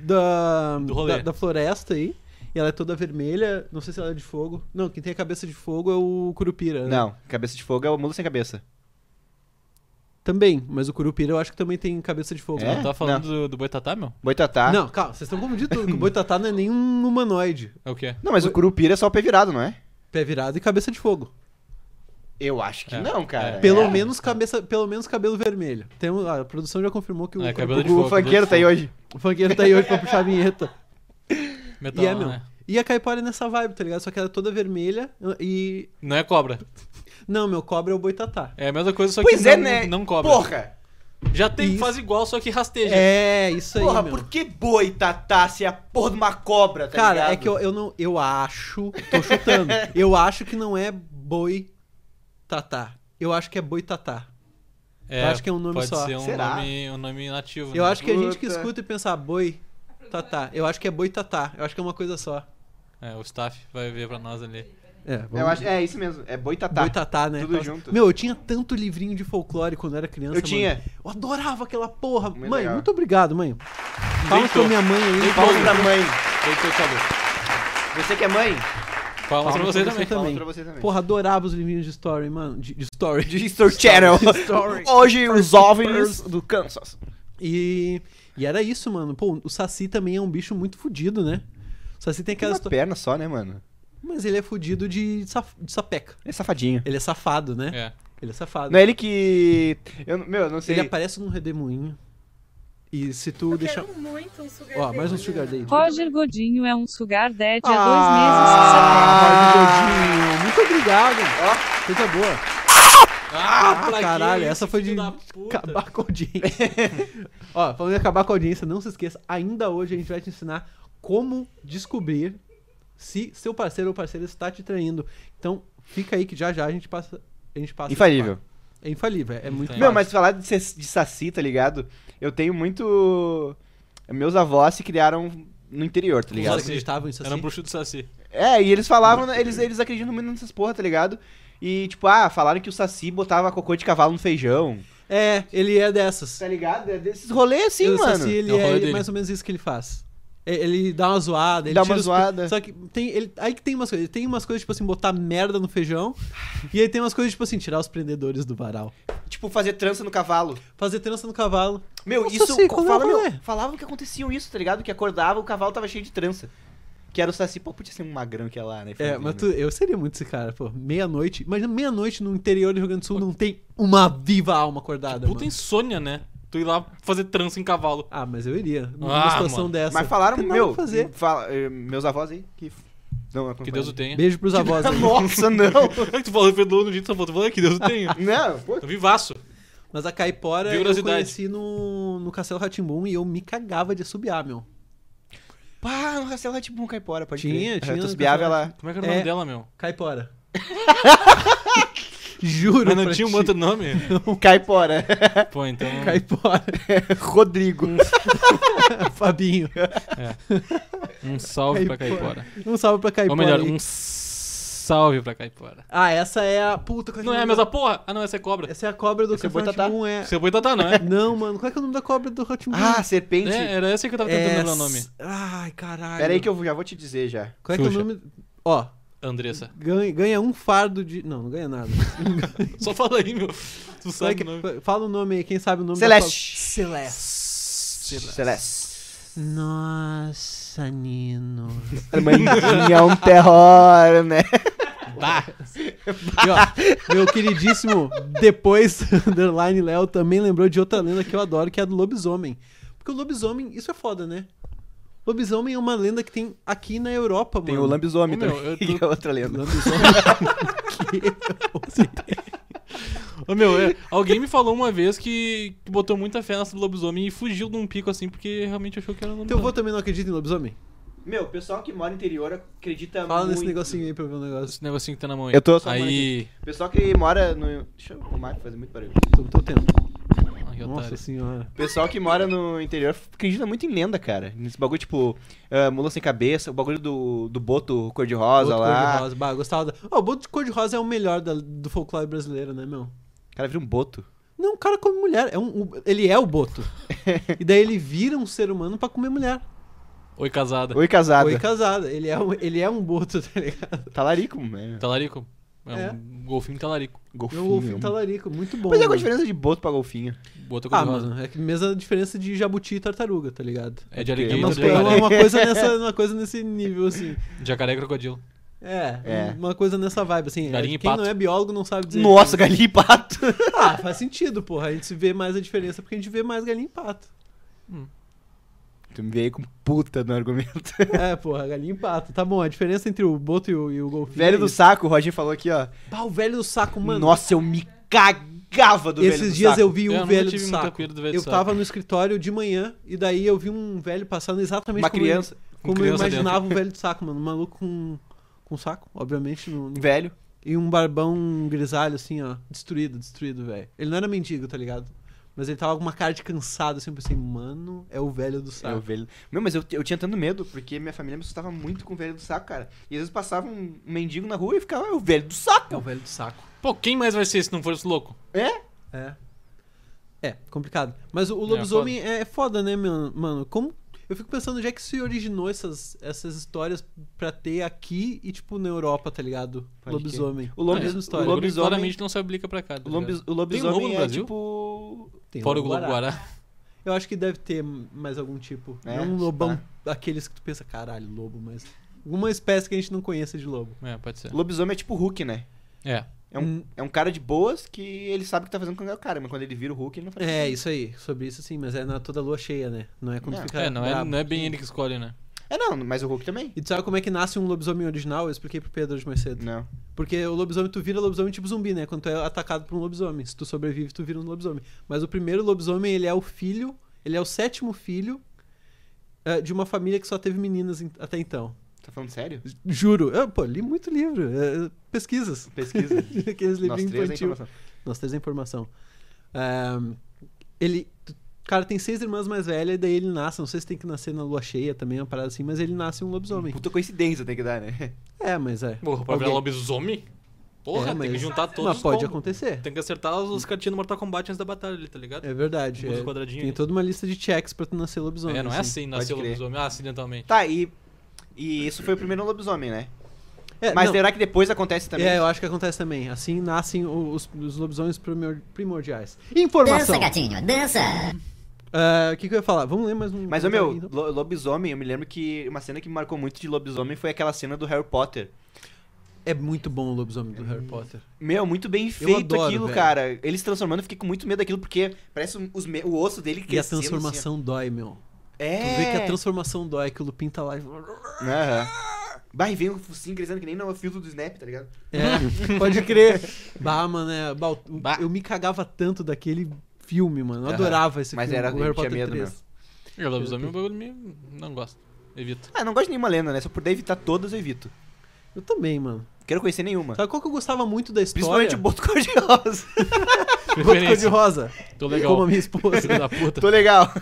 [SPEAKER 1] da,
[SPEAKER 3] Do rolê.
[SPEAKER 1] da, da floresta aí. E ela é toda vermelha. Não sei se ela é de fogo. Não, quem tem a cabeça de fogo é o Curupira. né?
[SPEAKER 4] Não, cabeça de fogo é o mulo sem cabeça.
[SPEAKER 1] Também, mas o Curupira eu acho que também tem cabeça de fogo.
[SPEAKER 4] É?
[SPEAKER 1] né?
[SPEAKER 3] Tá falando
[SPEAKER 4] Não.
[SPEAKER 3] do, do Boitatá, meu?
[SPEAKER 4] Boitatá.
[SPEAKER 1] Não, calma, vocês estão confundindo tudo. que O
[SPEAKER 4] <laughs>
[SPEAKER 1] Boitatá não é nenhum humanoide.
[SPEAKER 3] É o quê?
[SPEAKER 4] Não, mas o curupira é só o pé virado, não é?
[SPEAKER 1] Pé virado e cabeça de fogo.
[SPEAKER 4] Eu acho que
[SPEAKER 3] É.
[SPEAKER 4] não, cara.
[SPEAKER 1] Pelo,
[SPEAKER 4] É.
[SPEAKER 1] menos cabeça, pelo menos cabelo vermelho. Tem, um- a produção já confirmou que o,
[SPEAKER 3] É, cabelo
[SPEAKER 1] cabelo...
[SPEAKER 3] de fogo.
[SPEAKER 4] O funkeiro tá aí hoje.
[SPEAKER 1] o <laughs> funkeiro tá aí hoje pra puxar a vinheta.
[SPEAKER 3] Metal,
[SPEAKER 1] E é, meu.
[SPEAKER 3] né?
[SPEAKER 1] E a Caipora é nessa vibe, tá ligado? Só que ela é toda vermelha e...
[SPEAKER 3] Não é cobra.
[SPEAKER 1] Não, meu, cobra é o Boitatá.
[SPEAKER 3] É a mesma coisa, só
[SPEAKER 4] Pois
[SPEAKER 3] que
[SPEAKER 4] é,
[SPEAKER 3] não,
[SPEAKER 4] né?
[SPEAKER 3] não cobra.
[SPEAKER 4] Porra!
[SPEAKER 3] Já tem,
[SPEAKER 1] Isso.
[SPEAKER 3] faz igual, só que rasteja.
[SPEAKER 1] É, isso aí,
[SPEAKER 4] Porra,
[SPEAKER 1] meu.
[SPEAKER 4] por que boitatá se é a porra de uma cobra, tá
[SPEAKER 1] Cara,
[SPEAKER 4] ligado?
[SPEAKER 1] é que eu, eu não... Eu acho... Tô
[SPEAKER 4] <laughs>
[SPEAKER 1] chutando. eu acho que não é Boitatá. Eu acho que é Boitatá.
[SPEAKER 3] É,
[SPEAKER 1] eu acho que é um nome
[SPEAKER 3] pode
[SPEAKER 1] só.
[SPEAKER 3] ser um
[SPEAKER 4] Será?
[SPEAKER 3] nome, um nome nativo.
[SPEAKER 1] Eu
[SPEAKER 3] né?
[SPEAKER 1] acho que a gente que
[SPEAKER 4] Puta.
[SPEAKER 1] escuta e pensa "Ah, boi, tatá. Eu acho que é boi tatá. Eu acho que é uma coisa só.
[SPEAKER 3] É, o staff vai ver pra nós ali.
[SPEAKER 1] É,
[SPEAKER 4] Eu acho- é isso mesmo, é boitatá.
[SPEAKER 1] Boi tatá, né?
[SPEAKER 4] Tudo
[SPEAKER 1] Aquelas-
[SPEAKER 4] junto.
[SPEAKER 1] Meu, eu tinha tanto livrinho de folclore quando eu era criança.
[SPEAKER 4] Eu tinha.
[SPEAKER 1] mano. Eu adorava aquela porra.
[SPEAKER 4] Muito
[SPEAKER 1] mãe,
[SPEAKER 4] legal.
[SPEAKER 1] muito obrigado, mãe. Palmas pra
[SPEAKER 3] Deitou.
[SPEAKER 1] minha mãe aí.
[SPEAKER 3] Deitou.
[SPEAKER 4] Palmas pra mãe.
[SPEAKER 3] Deitou, acabou.
[SPEAKER 4] Você que é mãe,
[SPEAKER 3] Palmas pra você
[SPEAKER 1] pra
[SPEAKER 3] também.
[SPEAKER 1] você
[SPEAKER 4] palmas
[SPEAKER 1] Também.
[SPEAKER 4] pra você também.
[SPEAKER 1] Porra, adorava os livrinhos de story, mano. De, de story.
[SPEAKER 4] de History Channel.
[SPEAKER 1] <laughs> Story.
[SPEAKER 4] Hoje os OVNIs do Kansas.
[SPEAKER 1] E, e era isso, mano. Pô, o Saci também é um bicho muito fudido, né? O Saci tem
[SPEAKER 4] Tem
[SPEAKER 1] aquela
[SPEAKER 4] uma
[SPEAKER 1] história.
[SPEAKER 4] perna só, né, mano?
[SPEAKER 1] Mas ele é fudido de, saf- de sapeca.
[SPEAKER 4] Ele é safadinho.
[SPEAKER 1] Ele é safado, né?
[SPEAKER 3] É.
[SPEAKER 1] Ele é safado.
[SPEAKER 4] Não é ele que... Eu, meu, eu não sei...
[SPEAKER 1] Ele aparece num redemoinho. E se tu deixar.
[SPEAKER 7] Quero muito um sugar
[SPEAKER 1] Ó, mais um
[SPEAKER 7] daddy.
[SPEAKER 1] sugar date.
[SPEAKER 5] Roger Godinho é um sugar daddy há
[SPEAKER 1] Ah, Rodrigo, muito obrigado. Coisa boa.
[SPEAKER 3] Ah, pra quê?
[SPEAKER 1] caralho, essa foi
[SPEAKER 3] Filho
[SPEAKER 1] de
[SPEAKER 3] da puta.
[SPEAKER 1] Acabar com a audiência. Ó, falando em acabar com a audiência, não se esqueça, ainda hoje a gente vai te ensinar como descobrir se seu parceiro ou parceira está te traindo. Então, fica aí que já já a gente passa. A gente passa
[SPEAKER 4] Infalível.
[SPEAKER 1] É infalível, é, é muito
[SPEAKER 3] Infalível.
[SPEAKER 4] Meu,
[SPEAKER 1] fácil.
[SPEAKER 4] mas falar de, ses- de saci, tá ligado? Eu tenho muito. Meus avós se criaram no interior, tá
[SPEAKER 1] Eles
[SPEAKER 4] ligado?
[SPEAKER 3] Saci.
[SPEAKER 1] acreditavam nisso
[SPEAKER 3] Era um
[SPEAKER 1] assim.
[SPEAKER 3] bruxo do Saci.
[SPEAKER 4] É, e eles falavam, né, eles, eles acreditam muito nessas porra, tá ligado? E, tipo, ah, falaram que o Saci botava cocô de cavalo no feijão.
[SPEAKER 1] É, ele é dessas.
[SPEAKER 4] Tá ligado? É desses rolês assim,
[SPEAKER 1] Eu
[SPEAKER 4] mano.
[SPEAKER 1] Saci, ele
[SPEAKER 3] É o rolê
[SPEAKER 1] é
[SPEAKER 3] dele.
[SPEAKER 1] mais ou menos isso que ele faz. E- Ele dá uma zoada, ele
[SPEAKER 4] Dá
[SPEAKER 1] tira
[SPEAKER 4] uma
[SPEAKER 1] os-
[SPEAKER 4] zoada.
[SPEAKER 1] Só que tem. Ele, aí que tem umas coisas. Tem umas coisas, tipo assim, botar merda no feijão. <laughs> e aí tem umas coisas, tipo assim, tirar os prendedores do varal.
[SPEAKER 4] Tipo, fazer trança no cavalo.
[SPEAKER 1] Fazer trança no cavalo.
[SPEAKER 4] Meu,
[SPEAKER 1] Nossa,
[SPEAKER 4] isso.
[SPEAKER 1] sei,
[SPEAKER 4] co-
[SPEAKER 1] qual é o
[SPEAKER 4] fala, meu,
[SPEAKER 1] rolê?
[SPEAKER 4] falavam que aconteciam isso, tá ligado? Que acordava, o cavalo tava cheio de trança. Que era o Saci, pô, podia ser um magrão que é lá, né?
[SPEAKER 1] É,
[SPEAKER 4] Fernando?
[SPEAKER 1] mas tu- eu seria muito esse cara, pô. Meia-noite. Imagina, meia-noite no interior do Rio Grande do Sul não tem uma viva alma acordada.
[SPEAKER 3] Puta
[SPEAKER 1] mano.
[SPEAKER 3] insônia, né? Tu ir lá fazer trança em cavalo.
[SPEAKER 1] Ah, mas eu iria. Numa
[SPEAKER 3] Ah,
[SPEAKER 1] situação
[SPEAKER 3] mano.
[SPEAKER 1] dessa.
[SPEAKER 4] Mas falaram,
[SPEAKER 1] Tem nada
[SPEAKER 4] meu,
[SPEAKER 1] pra fazer.
[SPEAKER 4] fala- eh, meus avós aí, que. f- Não,
[SPEAKER 3] Que Deus o tenha. É
[SPEAKER 1] Beijo pros avós aí.
[SPEAKER 4] <laughs>
[SPEAKER 3] <laughs>
[SPEAKER 4] Nossa, não!
[SPEAKER 3] tu falou, falou no jeito que tu falou, tu falou, que Deus o
[SPEAKER 1] <laughs>
[SPEAKER 3] tenha.
[SPEAKER 4] Não, pô.
[SPEAKER 3] Tô vivaço.
[SPEAKER 1] Mas a caipora eu
[SPEAKER 3] Curiosidade.
[SPEAKER 1] conheci no, no Castelo Ratimbum e eu me cagava de assobiar, meu.
[SPEAKER 4] Pá, no castelo é tipo um caipora, pode
[SPEAKER 1] Tinha,
[SPEAKER 4] crer.
[SPEAKER 1] tinha
[SPEAKER 4] Tu
[SPEAKER 1] no
[SPEAKER 4] subiava
[SPEAKER 1] Castelo
[SPEAKER 4] ela.
[SPEAKER 3] Como é que era o nome
[SPEAKER 1] É.
[SPEAKER 3] dela, meu? <laughs>
[SPEAKER 1] Caipora. Juro,
[SPEAKER 3] Mas não
[SPEAKER 1] pra
[SPEAKER 3] tinha um
[SPEAKER 1] ti.
[SPEAKER 3] outro
[SPEAKER 1] <laughs>
[SPEAKER 3] nome?
[SPEAKER 4] <laughs> Caipora.
[SPEAKER 3] Pô, então.
[SPEAKER 1] Caipora. <laughs>
[SPEAKER 4] Rodrigo.
[SPEAKER 1] Hum. Fabinho.
[SPEAKER 3] Um salve pra
[SPEAKER 1] Caipora.
[SPEAKER 3] Caipora.
[SPEAKER 1] Um salve pra Caipora.
[SPEAKER 3] Ou melhor,
[SPEAKER 1] aí.
[SPEAKER 3] um salve pra Caipora.
[SPEAKER 1] Ah, essa é a. Puta, qual é que
[SPEAKER 3] Não é a
[SPEAKER 1] o nome
[SPEAKER 3] mesma porra? Ah, não, essa é cobra.
[SPEAKER 1] Essa é a cobra do
[SPEAKER 4] Essa é
[SPEAKER 1] Castelo
[SPEAKER 4] Boitatá?
[SPEAKER 1] Ratimbum, é.
[SPEAKER 3] Seu boitatá,
[SPEAKER 1] <laughs>
[SPEAKER 3] não é?
[SPEAKER 1] Não, mano, qual é, que é o nome da cobra do Ratimbum?
[SPEAKER 4] Ah, serpente.
[SPEAKER 3] É, era essa que eu tava tentando lembrar o nome.
[SPEAKER 1] s- Ai, caralho.
[SPEAKER 4] Pera aí que eu já vou te dizer já.
[SPEAKER 1] Qual é que é o
[SPEAKER 3] Xuxa.
[SPEAKER 1] nome? Ó,
[SPEAKER 3] Andressa.
[SPEAKER 1] ganha, ganha um fardo de. Não, não ganha
[SPEAKER 3] <laughs>
[SPEAKER 1] nada.
[SPEAKER 3] Só fala aí, meu. Tu
[SPEAKER 1] Qual é
[SPEAKER 3] sabe
[SPEAKER 1] que-
[SPEAKER 3] o nome.
[SPEAKER 1] Fala o nome aí, quem sabe o nome
[SPEAKER 4] Celeste.
[SPEAKER 1] da cobra. Celeste.
[SPEAKER 4] Celeste.
[SPEAKER 1] Nossa, Nino.
[SPEAKER 4] Mandinha é um terror, né?
[SPEAKER 1] E ó, meu queridíssimo, depois, <laughs> underline Léo também lembrou de outra lenda que eu adoro, que é a do lobisomem. Porque o lobisomem, isso é foda, né? Lobisomem é uma lenda que tem aqui na Europa,
[SPEAKER 4] Tem o
[SPEAKER 1] mano. é
[SPEAKER 4] lambisomem
[SPEAKER 3] Ô, meu,
[SPEAKER 4] também, <laughs>
[SPEAKER 3] eu tô-
[SPEAKER 4] que é outra lenda.
[SPEAKER 1] Lobisomem.
[SPEAKER 3] Ô, meu, é, alguém me falou uma vez que, que botou muita fé nessa do lobisomem e fugiu de um pico assim porque realmente achou que era um
[SPEAKER 1] Teu
[SPEAKER 3] lobisomem.
[SPEAKER 1] avô Então, também não acredita em lobisomem?
[SPEAKER 4] Meu, o pessoal que mora no interior acredita
[SPEAKER 1] Fala
[SPEAKER 4] muito.
[SPEAKER 1] nesse negocinho aí pra eu ver o negócio.
[SPEAKER 3] Esse negocinho que tá na mão aí.
[SPEAKER 4] Eu tô só
[SPEAKER 3] Aí.
[SPEAKER 4] O pessoal que mora no... Deixa eu arrumar que faz muito barulho.
[SPEAKER 1] Tô no teu tempo.
[SPEAKER 3] Ai, que
[SPEAKER 1] Nossa
[SPEAKER 3] otário.
[SPEAKER 1] senhora.
[SPEAKER 4] O pessoal que mora no interior acredita muito em lenda, cara. Nesse bagulho, tipo, ah, mula sem cabeça, o bagulho do, do boto cor-de-rosa
[SPEAKER 1] Boto
[SPEAKER 4] lá.
[SPEAKER 1] cor-de-rosa. Bah, gostava da... Ó, o boto de cor-de-rosa é o melhor da- do folclore brasileiro, né, meu?
[SPEAKER 4] O cara vira um boto.
[SPEAKER 1] Não, o cara come mulher. É um, o- ele é o
[SPEAKER 4] <laughs>
[SPEAKER 1] boto. e daí ele vira um ser humano pra comer mulher.
[SPEAKER 3] Oi, casada.
[SPEAKER 4] Oi, casado.
[SPEAKER 1] Foi casado. Ele é, um, ele é um boto, <laughs> tá ligado?
[SPEAKER 4] Talarico, né?
[SPEAKER 3] Talarico. É um
[SPEAKER 1] É.
[SPEAKER 3] golfinho talarico.
[SPEAKER 1] É um
[SPEAKER 4] Golfinho.
[SPEAKER 1] golfinho talarico. Muito bom.
[SPEAKER 4] Mas é qual a
[SPEAKER 1] mano.
[SPEAKER 4] diferença de boto pra golfinho?
[SPEAKER 3] Botou
[SPEAKER 1] Ah,
[SPEAKER 3] cor-de-rosa.
[SPEAKER 1] mano, é que mesma diferença de jabuti e tartaruga, tá ligado?
[SPEAKER 3] É de
[SPEAKER 1] É uma,
[SPEAKER 3] alligator,
[SPEAKER 4] Mas
[SPEAKER 1] co-
[SPEAKER 3] jacaré.
[SPEAKER 1] é uma coisa
[SPEAKER 4] <laughs>
[SPEAKER 1] nessa, uma coisa nesse nível, assim.
[SPEAKER 3] Jacaré e crocodilo.
[SPEAKER 1] É,
[SPEAKER 4] É.
[SPEAKER 1] uma coisa nessa vibe, assim.
[SPEAKER 3] Galinha e
[SPEAKER 1] quem
[SPEAKER 3] pato.
[SPEAKER 1] não é biólogo não sabe dizer.
[SPEAKER 4] Nossa, galinha e pato.
[SPEAKER 1] Ah, faz sentido, porra. A gente se vê mais a diferença porque a gente vê mais galinha e
[SPEAKER 4] <laughs>
[SPEAKER 1] pato.
[SPEAKER 4] Tu me veio com puta no argumento.
[SPEAKER 1] É, porra, galinha e pato. Tá bom, a diferença entre o boto e o, e o golfinho.
[SPEAKER 4] <laughs> Velho
[SPEAKER 1] é
[SPEAKER 4] do
[SPEAKER 1] isso.
[SPEAKER 4] saco, o Roger falou aqui, ó.
[SPEAKER 1] Pá, o velho do saco, mano.
[SPEAKER 4] Nossa, eu me cagava do velho
[SPEAKER 1] Esses
[SPEAKER 4] do
[SPEAKER 1] dias
[SPEAKER 4] saco.
[SPEAKER 1] eu vi
[SPEAKER 3] Eu
[SPEAKER 1] um
[SPEAKER 3] nunca
[SPEAKER 1] velho do
[SPEAKER 3] tive muita
[SPEAKER 1] saco.
[SPEAKER 3] cuida do velho
[SPEAKER 1] eu
[SPEAKER 3] do saco.
[SPEAKER 1] tava no escritório de manhã e daí eu vi um velho passando exatamente
[SPEAKER 4] Uma
[SPEAKER 1] como
[SPEAKER 4] criança.
[SPEAKER 1] eu,
[SPEAKER 3] Com
[SPEAKER 1] como
[SPEAKER 3] criança
[SPEAKER 1] eu imaginava o velho do saco, mano. Um maluco com, com saco, obviamente, no- no-
[SPEAKER 4] Velho.
[SPEAKER 1] e um barbão grisalho assim, ó, destruído, destruído, velho. Ele não era mendigo, tá ligado? Mas ele tava com uma cara de cansado, assim, eu pensei, mano, é o velho do
[SPEAKER 4] É o
[SPEAKER 1] saco.
[SPEAKER 4] velho. Meu, mas eu, eu tinha tanto medo, porque minha família me assustava muito com o velho do saco, cara. E às vezes passava um mendigo na rua e ficava, é o velho do saco.
[SPEAKER 1] É o velho do saco.
[SPEAKER 3] Pô, quem mais vai ser se não for esse louco?
[SPEAKER 4] É?
[SPEAKER 1] É. É, complicado. Mas o, o lobisomem é, é foda, né, meu- mano? Como. Eu fico pensando onde é que se originou essas, essas histórias pra ter aqui e, tipo, na Europa, tá ligado?
[SPEAKER 4] Pode
[SPEAKER 1] lobisomem.
[SPEAKER 4] O lobis-
[SPEAKER 1] É a mesma história.
[SPEAKER 4] o
[SPEAKER 3] Lobisomem...
[SPEAKER 4] lobi- lobisomem-
[SPEAKER 3] Claramente não se aplica pra cá. tá
[SPEAKER 4] O, lobis,
[SPEAKER 3] ligado?
[SPEAKER 4] o
[SPEAKER 3] Tem lobo
[SPEAKER 4] lobisomem
[SPEAKER 3] no
[SPEAKER 4] é
[SPEAKER 3] Brasil?
[SPEAKER 4] tipo.
[SPEAKER 1] Tem
[SPEAKER 3] Fora o
[SPEAKER 1] lobo-guará.
[SPEAKER 3] Globo-Guará.
[SPEAKER 1] Eu acho que deve ter mais algum tipo.
[SPEAKER 4] É,
[SPEAKER 1] não um lobão daqueles que tu pensa, caralho, lobo, mas. Alguma espécie que a gente não conheça de lobo.
[SPEAKER 3] É, pode ser.
[SPEAKER 4] Lobisomem é tipo Hulk, né?
[SPEAKER 3] É.
[SPEAKER 4] É um, é um cara de boas que ele sabe que tá fazendo com o cara, mas quando ele vira o Hulk, ele não faz
[SPEAKER 1] É, isso aí. Sobre isso sim, mas é na toda lua cheia, né? Não é quando
[SPEAKER 4] É,
[SPEAKER 1] fica.
[SPEAKER 3] É, não é,
[SPEAKER 1] brabo.
[SPEAKER 3] não é bem ele que escolhe, né?
[SPEAKER 4] É, não, mas o Hulk também.
[SPEAKER 1] E tu sabe como é que nasce um lobisomem original? Eu expliquei pro Pedro hoje mais cedo.
[SPEAKER 4] Não.
[SPEAKER 1] Porque o lobisomem, tu vira lobisomem tipo zumbi, né? Quando tu é atacado por um lobisomem. Se tu sobrevive, tu vira um lobisomem. Mas o primeiro lobisomem, ele é o filho, ele é o sétimo filho eh, de uma família que só teve meninas em- até então.
[SPEAKER 4] Tá falando sério?
[SPEAKER 1] Juro. Eu, pô, li muito livro. eh, pesquisas. <laughs>
[SPEAKER 4] Pesquisa.
[SPEAKER 1] Aqueles
[SPEAKER 4] Nós
[SPEAKER 1] livrinhos
[SPEAKER 4] três é
[SPEAKER 1] infantil.
[SPEAKER 4] informação.
[SPEAKER 1] Nós três a informação. Ahn, ele. t- O cara tem seis irmãs mais velhas, e daí ele nasce. Não sei se tem que nascer na lua cheia também, uma parada assim, mas ele nasce um lobisomem.
[SPEAKER 4] Puta coincidência tem que dar, né? <laughs>
[SPEAKER 1] É, mas é.
[SPEAKER 3] Porra, pra
[SPEAKER 1] Alguém-
[SPEAKER 3] virar lobisomem? Porra,
[SPEAKER 1] É,
[SPEAKER 3] tem que
[SPEAKER 1] mas-
[SPEAKER 3] juntar todos
[SPEAKER 1] Mas
[SPEAKER 3] os
[SPEAKER 1] pode
[SPEAKER 3] combos.
[SPEAKER 1] acontecer.
[SPEAKER 3] Tem que acertar os cartinhas do Mortal Kombat antes da batalha ali, tá ligado?
[SPEAKER 1] É verdade. é.
[SPEAKER 3] Usa o quadradinho
[SPEAKER 1] tem
[SPEAKER 3] aí.
[SPEAKER 1] toda uma lista de checks pra tu nascer lobisomem.
[SPEAKER 3] É, não é assim, nasceu
[SPEAKER 4] crer.
[SPEAKER 3] lobisomem, ah, acidentalmente.
[SPEAKER 4] Tá, e. E isso foi o primeiro lobisomem, né?
[SPEAKER 1] É,
[SPEAKER 4] Mas
[SPEAKER 1] não,
[SPEAKER 4] será que depois acontece também?
[SPEAKER 1] é, eu acho que acontece também. Assim nascem o- os, os lobisomens primor- primordiais. Informação!
[SPEAKER 7] Dança, gatinho, dança!
[SPEAKER 1] Ah, O que, que eu ia falar? Vamos ler mais um.
[SPEAKER 4] Mas, ô meu,
[SPEAKER 1] então.
[SPEAKER 4] lo- lobisomem, eu me lembro que uma cena que me marcou muito de lobisomem foi aquela cena do Harry Potter.
[SPEAKER 1] É muito bom o lobisomem do Harry Potter.
[SPEAKER 4] Meu, muito bem feito
[SPEAKER 1] adoro,
[SPEAKER 4] aquilo,
[SPEAKER 1] velho.
[SPEAKER 4] cara. Eles transformando, eu fiquei com muito medo daquilo, porque parece um- os me- o osso dele
[SPEAKER 1] E a
[SPEAKER 4] crescendo.
[SPEAKER 1] transformação dói, meu.
[SPEAKER 4] assim, ó. é.
[SPEAKER 1] Tu vê que a transformação dói, que o Lupin tá lá
[SPEAKER 4] <laughs>
[SPEAKER 1] e...
[SPEAKER 4] Aham. Bah, e vem o focinho crescendo que nem no filtro do Snap, tá ligado?
[SPEAKER 1] É, pode crer. Bah, mano, é, bah, o-
[SPEAKER 3] Bah.
[SPEAKER 1] eu me cagava tanto daquele filme, mano. Eu
[SPEAKER 4] Aham.
[SPEAKER 1] adorava esse
[SPEAKER 4] Mas
[SPEAKER 1] filme,
[SPEAKER 4] era-
[SPEAKER 1] o Harry
[SPEAKER 4] eu tinha
[SPEAKER 1] Potter
[SPEAKER 4] medo
[SPEAKER 1] 3.
[SPEAKER 4] mesmo.
[SPEAKER 3] É, lobisomem é um bagulho meio... não gosto.
[SPEAKER 4] <laughs>
[SPEAKER 3] Evito.
[SPEAKER 4] Ah, não gosto de nenhuma lenda, né? Se eu puder evitar todas, eu evito.
[SPEAKER 1] Eu também, mano.
[SPEAKER 4] Quero conhecer nenhuma.
[SPEAKER 1] Sabe qual que eu gostava muito da história?
[SPEAKER 4] Principalmente o Boto Cor-de-Rosa.
[SPEAKER 1] <laughs> Boto
[SPEAKER 3] Preferência.
[SPEAKER 1] Cor-de-Rosa.
[SPEAKER 3] Tô
[SPEAKER 1] Como a
[SPEAKER 3] legal.
[SPEAKER 1] minha esposa. <laughs>
[SPEAKER 3] Filho da puta.
[SPEAKER 4] assim. Tô legal.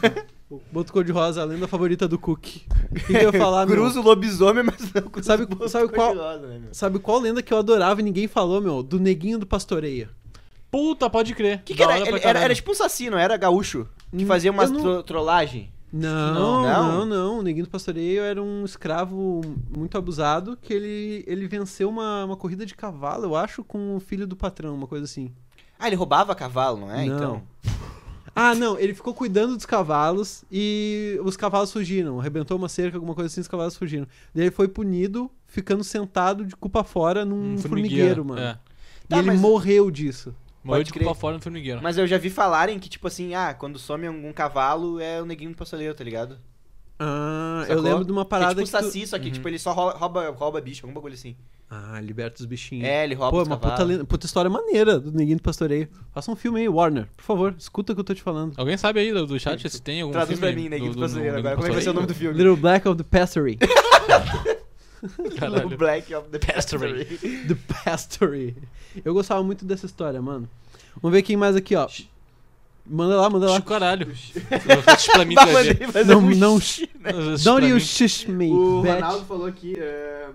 [SPEAKER 1] Boto Cor-de-Rosa, a lenda favorita do Cook. O que, que eu ia falar, meu?
[SPEAKER 4] Cruzo o lobisomem, mas não cruzo
[SPEAKER 1] Sabe-
[SPEAKER 4] o Boto
[SPEAKER 1] sabe qual-
[SPEAKER 4] Cor-de-Rosa, né, meu?
[SPEAKER 1] Sabe qual lenda que eu adorava e ninguém falou, meu? Do Neguinho do Pastoreio.
[SPEAKER 3] Puta, pode crer.
[SPEAKER 4] Que
[SPEAKER 3] Da
[SPEAKER 4] que era?
[SPEAKER 3] hora pra
[SPEAKER 4] Ele- era,
[SPEAKER 3] caralho.
[SPEAKER 4] era tipo um saci, não era gaúcho? Que
[SPEAKER 1] Hum,
[SPEAKER 4] fazia umas
[SPEAKER 1] eu não-
[SPEAKER 4] tro- trollagem.
[SPEAKER 1] Não,
[SPEAKER 4] Não,
[SPEAKER 1] não,
[SPEAKER 4] não?
[SPEAKER 1] não. O Neguinho do Pastoreio era um escravo muito abusado que ele, ele venceu uma, uma corrida de cavalo, eu acho, com o filho do patrão, uma coisa assim.
[SPEAKER 4] Ah, ele roubava cavalo, não é?
[SPEAKER 1] Não.
[SPEAKER 4] Então.
[SPEAKER 1] Ah, não, ele ficou cuidando dos cavalos e os cavalos fugiram. Arrebentou uma cerca, alguma coisa assim, os cavalos fugiram. Daí ele foi punido ficando sentado de culpa fora num
[SPEAKER 4] Hum,
[SPEAKER 3] Um
[SPEAKER 1] formigueiro, mano.
[SPEAKER 3] É.
[SPEAKER 1] E
[SPEAKER 4] Tá,
[SPEAKER 1] ele
[SPEAKER 4] mas-
[SPEAKER 1] morreu disso.
[SPEAKER 3] Morreu
[SPEAKER 4] Pode
[SPEAKER 3] de
[SPEAKER 4] crer.
[SPEAKER 3] culpa fora no formigueiro.
[SPEAKER 4] Mas eu já vi falarem que, tipo assim, ah, quando some algum cavalo é o neguinho do pastoreiro, tá ligado?
[SPEAKER 1] Ah, eu
[SPEAKER 4] Sacou?
[SPEAKER 1] lembro de uma
[SPEAKER 4] que
[SPEAKER 1] parada
[SPEAKER 4] é
[SPEAKER 1] que
[SPEAKER 4] tipo
[SPEAKER 1] tu- Uhum.
[SPEAKER 4] saci, só que tipo, ele só rouba, rouba, rouba bicho, algum bagulho assim.
[SPEAKER 1] Ah, liberta os bichinhos.
[SPEAKER 4] É, ele rouba
[SPEAKER 1] Pô, é
[SPEAKER 4] os
[SPEAKER 1] uma
[SPEAKER 4] cavalos.
[SPEAKER 1] puta, lenda- puta história maneira do Neguinho do Pastoreio. Faça um filme aí, Warner. Por favor, escuta o que eu tô te falando.
[SPEAKER 3] Alguém sabe aí do, do chat se tem algum
[SPEAKER 4] Traduz
[SPEAKER 3] filme
[SPEAKER 4] pra mim, neguinho do,
[SPEAKER 3] do
[SPEAKER 4] pastoreiro agora.
[SPEAKER 3] Neguinho
[SPEAKER 4] Como é que vai ser o nome
[SPEAKER 1] <laughs>
[SPEAKER 4] do filme? <laughs>
[SPEAKER 1] Little Black of the Pastory.
[SPEAKER 3] <laughs> Caralho.
[SPEAKER 4] Black of the
[SPEAKER 3] Pastoreiro.
[SPEAKER 4] Pastoreiro. <laughs>
[SPEAKER 1] the Pastory. Eu gostava muito dessa história, mano. Vamos ver quem mais aqui, ó. Manda lá, manda lá.
[SPEAKER 3] Chico,
[SPEAKER 4] <laughs>
[SPEAKER 3] Caralho. Assiste pra mim, tu
[SPEAKER 4] Bah,
[SPEAKER 3] vai ver.
[SPEAKER 4] mandei fazer
[SPEAKER 1] Não-
[SPEAKER 4] um
[SPEAKER 1] não-
[SPEAKER 4] xixi, né?
[SPEAKER 3] Assiste pra
[SPEAKER 1] Don't
[SPEAKER 3] mim.
[SPEAKER 1] you shish me,
[SPEAKER 4] O
[SPEAKER 1] bitch.
[SPEAKER 4] Ronaldo falou aqui, é,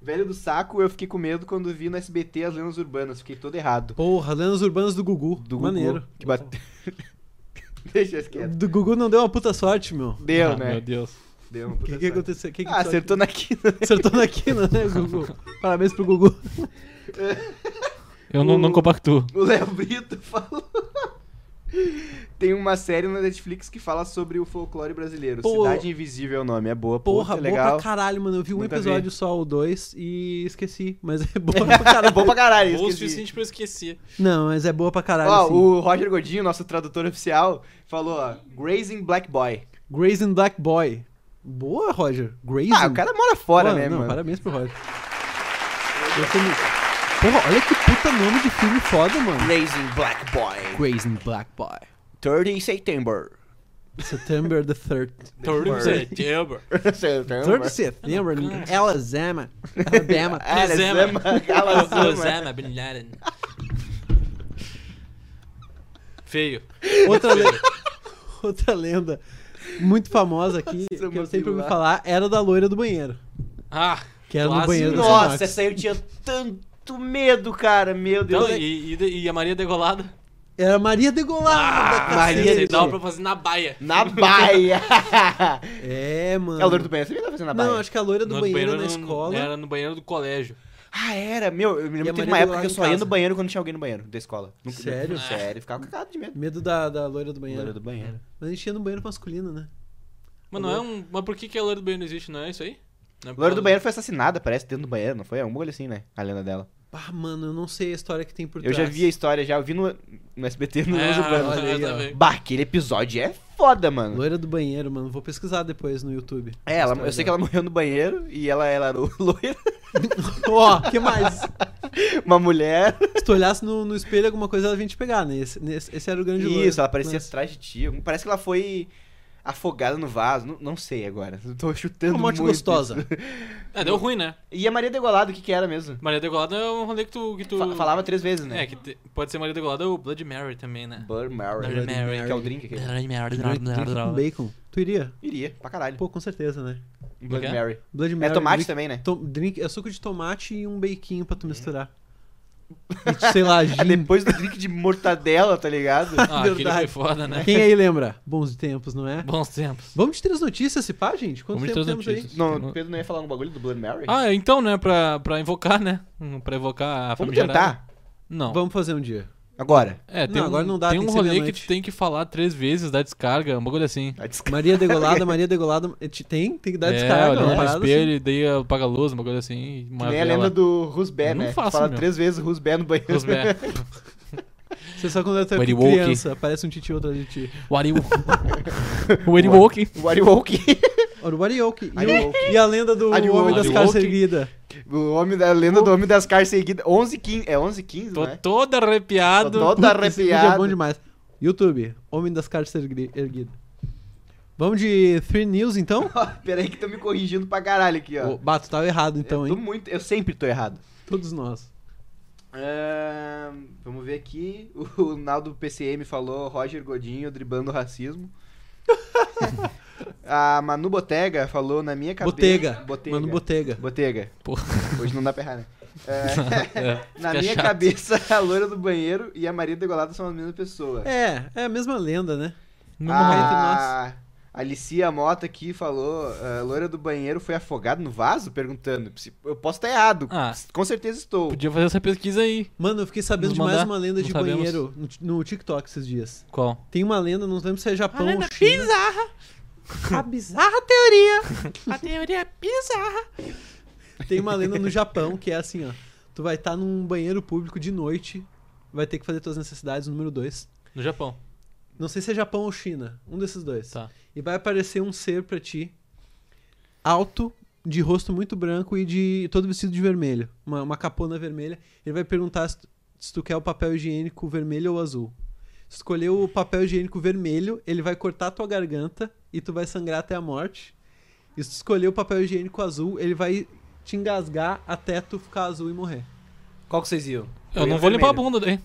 [SPEAKER 4] velho do saco, eu fiquei com medo quando vi no SBT as lendas urbanas, fiquei todo errado.
[SPEAKER 1] Porra, lendas urbanas do Gugu.
[SPEAKER 4] Do Gugu, É.
[SPEAKER 1] Maneiro.
[SPEAKER 4] que bate- <laughs> Deixa eu quieto.
[SPEAKER 1] Do Gugu não deu uma puta sorte, meu.
[SPEAKER 4] Deu,
[SPEAKER 3] Ah,
[SPEAKER 4] né?
[SPEAKER 3] Meu Deus.
[SPEAKER 4] Deu. um
[SPEAKER 1] O que,
[SPEAKER 4] puta
[SPEAKER 1] que
[SPEAKER 4] sorte.
[SPEAKER 1] aconteceu? Que que
[SPEAKER 4] Ah, acertou na quina.
[SPEAKER 1] acertou na quina, né, Gugu? Parabéns pro Gugu.
[SPEAKER 3] Eu não, não compactuo.
[SPEAKER 4] O <laughs> Léo Brito falou. Tem uma série na Netflix que fala sobre o folclore brasileiro.
[SPEAKER 1] Pô.
[SPEAKER 4] Cidade Invisível é o nome, é boa.
[SPEAKER 1] Porra,
[SPEAKER 4] Porra,
[SPEAKER 1] boa
[SPEAKER 4] legal.
[SPEAKER 1] pra caralho, mano. Eu vi um
[SPEAKER 4] Nunca vi.
[SPEAKER 1] episódio só, o dois, e esqueci. Mas é
[SPEAKER 4] <laughs>
[SPEAKER 1] boa pra caralho.
[SPEAKER 4] É bom pra caralho,
[SPEAKER 3] Ou o
[SPEAKER 4] esqueci.
[SPEAKER 3] suficiente pra eu esquecer.
[SPEAKER 1] Não, mas é boa pra caralho,
[SPEAKER 4] Ó,
[SPEAKER 1] sim.
[SPEAKER 4] o Roger Godinho, nosso tradutor oficial, falou, ó, Grazing Black Boy.
[SPEAKER 1] Grazing Black Boy. Boa, Roger. Grazing.
[SPEAKER 4] Ah, o cara mora fora,
[SPEAKER 1] Mano,
[SPEAKER 4] né,
[SPEAKER 1] não,
[SPEAKER 4] mano?
[SPEAKER 1] Parabéns pro Roger. Gostei muito. Porra, olha que puta nome de filme foda, mano.
[SPEAKER 4] Grazing Black Boy.
[SPEAKER 1] Grazing Black Boy.
[SPEAKER 4] 30 September. <laughs>
[SPEAKER 1] September the 3rd.
[SPEAKER 3] 30 de
[SPEAKER 4] <laughs>
[SPEAKER 3] setembro.
[SPEAKER 4] September.
[SPEAKER 1] 30 September, em Alabama.
[SPEAKER 4] <laughs>
[SPEAKER 1] Alabama.
[SPEAKER 4] Ah, É, Alabama. Alabama.
[SPEAKER 3] Osama Bin Laden. Feio.
[SPEAKER 1] Outra, le- <laughs> outra lenda muito famosa aqui,
[SPEAKER 4] Nossa,
[SPEAKER 1] que eu
[SPEAKER 4] meu
[SPEAKER 1] sempre ouvi
[SPEAKER 4] Deus.
[SPEAKER 1] falar, era da loira do banheiro.
[SPEAKER 3] Ah,
[SPEAKER 1] Que era no
[SPEAKER 3] clássico.
[SPEAKER 1] banheiro.
[SPEAKER 4] Nossa, essa aí eu tinha tanto medo, cara. Meu Deus.
[SPEAKER 3] Então, e, e- e a Maria Degolada?
[SPEAKER 1] Era Maria Degolada. cacete.
[SPEAKER 4] Ah, Maria
[SPEAKER 3] Você dava pra fazer na baia.
[SPEAKER 1] <laughs>
[SPEAKER 4] Na baia.
[SPEAKER 1] É, mano.
[SPEAKER 4] é o loiro do banheiro. Você também tá fazendo na baia?
[SPEAKER 1] Não, acho que é a loira do
[SPEAKER 3] No
[SPEAKER 1] banheiro, era na
[SPEAKER 3] no-
[SPEAKER 1] escola.
[SPEAKER 3] Era no banheiro do colégio.
[SPEAKER 4] Ah, era. Meu, eu me
[SPEAKER 1] E a
[SPEAKER 4] lembro que
[SPEAKER 1] Maria
[SPEAKER 4] teve uma época
[SPEAKER 1] lá
[SPEAKER 4] que eu
[SPEAKER 1] em
[SPEAKER 4] só ia
[SPEAKER 1] casa.
[SPEAKER 4] no banheiro quando tinha alguém no banheiro da escola. Nunca-
[SPEAKER 1] Sério?
[SPEAKER 4] Sério. Ficava cagado
[SPEAKER 1] <laughs>
[SPEAKER 4] de medo.
[SPEAKER 1] Medo da, da loira do banheiro. É.
[SPEAKER 4] Loira do banheiro.
[SPEAKER 1] Mas a gente ia no banheiro masculino, né?
[SPEAKER 3] Mas não é
[SPEAKER 1] Uhum.
[SPEAKER 3] um. Mas por que, que a loira do banheiro não existe? Não é isso aí? Não é por
[SPEAKER 4] Loira do
[SPEAKER 3] causa-
[SPEAKER 4] banheiro foi assassinada, parece, dentro do banheiro, não foi? É um bagulho assim, né? A lenda dela.
[SPEAKER 1] Ah, mano, eu não sei a história que tem por
[SPEAKER 4] Eu
[SPEAKER 1] trás.
[SPEAKER 4] já vi a história, já eu vi no, no SBT no
[SPEAKER 3] É,
[SPEAKER 4] Uso Urbano.
[SPEAKER 3] olha aí,
[SPEAKER 4] Olha aí,
[SPEAKER 3] ó.
[SPEAKER 4] ó. Bah, aquele episódio é foda, mano.
[SPEAKER 1] Loira do banheiro, mano. Vou pesquisar depois no YouTube.
[SPEAKER 4] É, ela, eu sei que ela morreu no banheiro e ela, ela <laughs> era loira,
[SPEAKER 1] Ó,
[SPEAKER 4] <laughs>
[SPEAKER 1] que mais?
[SPEAKER 4] uma mulher.
[SPEAKER 1] Se tu olhasse no, no espelho alguma coisa, ela vinha te pegar, né? Esse, nesse- esse era o grande loiro.
[SPEAKER 4] Isso, ela parecia
[SPEAKER 1] Nossa.
[SPEAKER 4] atrás de ti. Parece que ela foi afogada no vaso. Não, não sei agora. Eu tô chutando
[SPEAKER 1] Uma morte
[SPEAKER 4] muito
[SPEAKER 1] gostosa.
[SPEAKER 4] isso.
[SPEAKER 3] É, deu ruim, né?
[SPEAKER 4] E a Maria Degolada, o que que era mesmo?
[SPEAKER 3] Maria Degolada é um rolê que tu. Que tu...
[SPEAKER 4] Fa- Falava três vezes, né?
[SPEAKER 3] É, que te- pode ser Maria Degolada ou Blood Mary também, né?
[SPEAKER 4] Bloody Mary.
[SPEAKER 3] Bloody Mary.
[SPEAKER 4] Que é o drink aquele.
[SPEAKER 1] Drink- drink com bacon. Tu iria?
[SPEAKER 4] Iria, pra caralho.
[SPEAKER 1] Pô, com certeza, né?
[SPEAKER 4] Bloody
[SPEAKER 3] é?
[SPEAKER 4] Mary.
[SPEAKER 1] Blood
[SPEAKER 4] É
[SPEAKER 1] Mary,
[SPEAKER 4] tomate
[SPEAKER 1] drink-
[SPEAKER 4] também, né?
[SPEAKER 1] to- drink, é suco de tomate e um beiquinho
[SPEAKER 3] É.
[SPEAKER 1] pra tu misturar. E, sei
[SPEAKER 4] <laughs>
[SPEAKER 1] lá,
[SPEAKER 4] Ah,
[SPEAKER 1] gin.
[SPEAKER 4] Depois do drink de mortadela, tá ligado?
[SPEAKER 1] <laughs>
[SPEAKER 3] Ah, aquele
[SPEAKER 1] Verdade.
[SPEAKER 3] foi foda, né?
[SPEAKER 1] Quem aí lembra? Bons tempos, não é?
[SPEAKER 3] Bons tempos.
[SPEAKER 1] Vamos de três notícias, se pá, gente? Quanto
[SPEAKER 3] Vamos de
[SPEAKER 1] tempo
[SPEAKER 3] três
[SPEAKER 1] temos aí?
[SPEAKER 3] notícias.
[SPEAKER 4] Não, o Pedro não ia falar um bagulho do Bloody Mary?
[SPEAKER 3] Ah, então, né? Pra, pra invocar, né? Hum, Pra evocar a
[SPEAKER 4] Vamos
[SPEAKER 3] famigerada.
[SPEAKER 4] tentar?
[SPEAKER 3] Não.
[SPEAKER 1] Vamos fazer um dia.
[SPEAKER 4] Agora.
[SPEAKER 3] É, tem
[SPEAKER 1] Não,
[SPEAKER 3] um,
[SPEAKER 1] agora não dá,
[SPEAKER 3] tem
[SPEAKER 1] tem
[SPEAKER 3] um
[SPEAKER 1] que ser
[SPEAKER 3] rolê que
[SPEAKER 1] meia-noite.
[SPEAKER 3] tu tem que falar três vezes, dar descarga, um bagulho assim.
[SPEAKER 4] A descarga.
[SPEAKER 1] Maria
[SPEAKER 4] <laughs>
[SPEAKER 1] Degolada, Maria Degolada. eh, te- Tem? Tem que dar
[SPEAKER 3] é,
[SPEAKER 1] descarga.
[SPEAKER 3] olhar
[SPEAKER 1] uma
[SPEAKER 3] no
[SPEAKER 1] parada assim.
[SPEAKER 3] espelho e daí apaga a luz, um bagulho assim. Uma
[SPEAKER 4] Nem a
[SPEAKER 3] vela.
[SPEAKER 4] lenda do Rusbé,
[SPEAKER 3] Eu não
[SPEAKER 4] né?
[SPEAKER 3] faço,
[SPEAKER 4] Fala
[SPEAKER 3] meu.
[SPEAKER 4] três vezes Rusbé no banheiro.
[SPEAKER 3] Os bé.
[SPEAKER 1] assim. Você só quando é
[SPEAKER 3] When you walk.
[SPEAKER 1] criança, aparece um titi e outra de ti.
[SPEAKER 3] What
[SPEAKER 4] <laughs>
[SPEAKER 3] you... When you walk.
[SPEAKER 4] <laughs> What you walk?
[SPEAKER 1] Olha o Warioki. E, o-
[SPEAKER 4] Arioki.
[SPEAKER 1] e a lenda do
[SPEAKER 4] Arioki.
[SPEAKER 1] Homem das Caras
[SPEAKER 3] Arioki.
[SPEAKER 1] Erguidas.
[SPEAKER 4] o homem da a lenda do homem das caras seguidas. 11 15, é 11 15,
[SPEAKER 3] Tô
[SPEAKER 4] né?
[SPEAKER 3] todo arrepiado.
[SPEAKER 4] Tô todo
[SPEAKER 1] Puta, esse vídeo é bom
[SPEAKER 4] tá arrepiado.
[SPEAKER 1] demais. YouTube, Homem das Caras Ergui- Erguidas. Vamos de 3 News, então?
[SPEAKER 4] <laughs> Peraí que tô me corrigindo pra caralho aqui, ó.
[SPEAKER 1] Ô, Bato, tava errado, então,
[SPEAKER 4] eu, tô
[SPEAKER 1] hein?
[SPEAKER 4] muito, eu sempre tô errado.
[SPEAKER 1] Todos nós.
[SPEAKER 4] Ahn, vamos ver aqui. <laughs> O Naldo PCM falou Roger Godinho driblando o racismo. A Manu Botega falou na minha cabeça.
[SPEAKER 1] Botega.
[SPEAKER 4] Botega.
[SPEAKER 1] Mano, Botega.
[SPEAKER 4] Botega.
[SPEAKER 3] Pô.
[SPEAKER 4] Hoje não dá pra errar, né?
[SPEAKER 3] <laughs> <laughs>
[SPEAKER 4] É,
[SPEAKER 3] É,
[SPEAKER 4] <laughs> na
[SPEAKER 3] fica
[SPEAKER 4] minha
[SPEAKER 3] chato.
[SPEAKER 4] cabeça, <laughs> a loira do banheiro e a Maria Degolada são a mesma pessoa.
[SPEAKER 1] É, é a mesma lenda, né?
[SPEAKER 3] Não,
[SPEAKER 4] Ah,
[SPEAKER 3] não.
[SPEAKER 4] a... Alicia Mota aqui falou: "Ah, a loira do banheiro foi afogada no vaso? Perguntando. Se- Eu posso estar errado.
[SPEAKER 3] Ah.
[SPEAKER 4] Com certeza estou.
[SPEAKER 3] Podia fazer essa pesquisa aí.
[SPEAKER 1] Mano, eu fiquei sabendo
[SPEAKER 3] Nos
[SPEAKER 1] de mais
[SPEAKER 3] mandar?
[SPEAKER 1] uma lenda
[SPEAKER 3] Não
[SPEAKER 1] de
[SPEAKER 3] sabemos.
[SPEAKER 1] banheiro no, ti- no TikTok esses dias.
[SPEAKER 3] Qual?
[SPEAKER 1] Tem uma lenda, não lembro se é Japão ou China.
[SPEAKER 3] bizarra.
[SPEAKER 1] A bizarra teoria.
[SPEAKER 3] A teoria é bizarra.
[SPEAKER 1] Tem uma lenda no Japão que é assim, ó. Tu vai estar num banheiro público de noite, vai ter que fazer tuas necessidades, número 2.
[SPEAKER 3] No Japão.
[SPEAKER 1] Não sei se é Japão ou China, um desses dois.
[SPEAKER 3] Tá.
[SPEAKER 1] E vai aparecer um ser pra ti, alto, de rosto muito branco e de todo vestido de vermelho, uma, uma capona vermelha. Ele vai perguntar se tu, se tu quer o papel higiênico vermelho ou azul. Se tu escolher o papel higiênico vermelho, ele vai cortar tua garganta e tu vai sangrar até a morte. E se tu escolher o papel higiênico azul, ele vai te engasgar até tu ficar azul e morrer.
[SPEAKER 4] Qual que vocês iam?
[SPEAKER 3] Eu não vou limpar a bunda daí.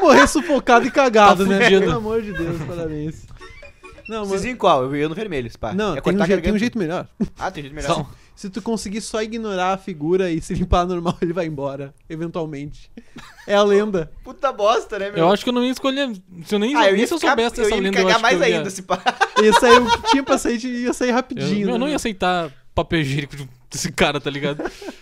[SPEAKER 1] Morrer sufocado e cagado,
[SPEAKER 3] Tá
[SPEAKER 1] né?
[SPEAKER 3] fudido.
[SPEAKER 1] Pelo amor de Deus, parabéns. Não,
[SPEAKER 4] Vocês iam em qual? Eu ia no vermelho, <laughs> spa.
[SPEAKER 1] Não,
[SPEAKER 4] é
[SPEAKER 1] tem, um
[SPEAKER 4] cortar
[SPEAKER 1] jeito, tem um
[SPEAKER 4] garganta.
[SPEAKER 1] jeito melhor.
[SPEAKER 4] Ah, tem jeito melhor.
[SPEAKER 3] Só-
[SPEAKER 1] Se tu conseguir só ignorar a figura e se limpar normal, ele vai embora, eventualmente. É a lenda.
[SPEAKER 4] Puta bosta, né, meu?
[SPEAKER 3] Eu acho que eu não ia escolher. Se eu nem,
[SPEAKER 4] ah, eu
[SPEAKER 3] nem
[SPEAKER 4] ia
[SPEAKER 3] se eu
[SPEAKER 4] ficar-
[SPEAKER 3] soubesse
[SPEAKER 4] eu
[SPEAKER 3] essa
[SPEAKER 4] ia me
[SPEAKER 3] lenda, eu
[SPEAKER 4] cagar
[SPEAKER 3] acho
[SPEAKER 4] mais
[SPEAKER 3] que eu ia,
[SPEAKER 4] ainda, se pá. <laughs>
[SPEAKER 1] Esse aí o que tinha pra sair de- ia sair
[SPEAKER 3] Eu,
[SPEAKER 1] rapidinho.
[SPEAKER 3] eu não
[SPEAKER 1] né?
[SPEAKER 3] ia aceitar papel higiênico de- desse cara, tá ligado?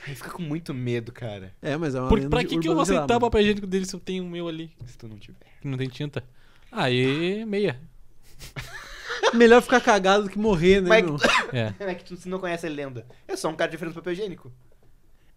[SPEAKER 4] Ai, fica com muito medo, cara,
[SPEAKER 1] É, mas é uma
[SPEAKER 3] Por,
[SPEAKER 1] lenda.
[SPEAKER 3] pra
[SPEAKER 1] de
[SPEAKER 3] que, que eu vou
[SPEAKER 1] urbanizada.
[SPEAKER 3] aceitar o papel higiênico dele se eu tenho o meu ali,
[SPEAKER 4] se tu não tiver.
[SPEAKER 3] que não tem tinta? Aí, meia.
[SPEAKER 1] <laughs> Melhor ficar cagado do que morrer, né,
[SPEAKER 4] Mas-
[SPEAKER 1] meu?
[SPEAKER 3] É.
[SPEAKER 4] É que tu tu não conhece a lenda. É só um cara diferente do papel higiênico.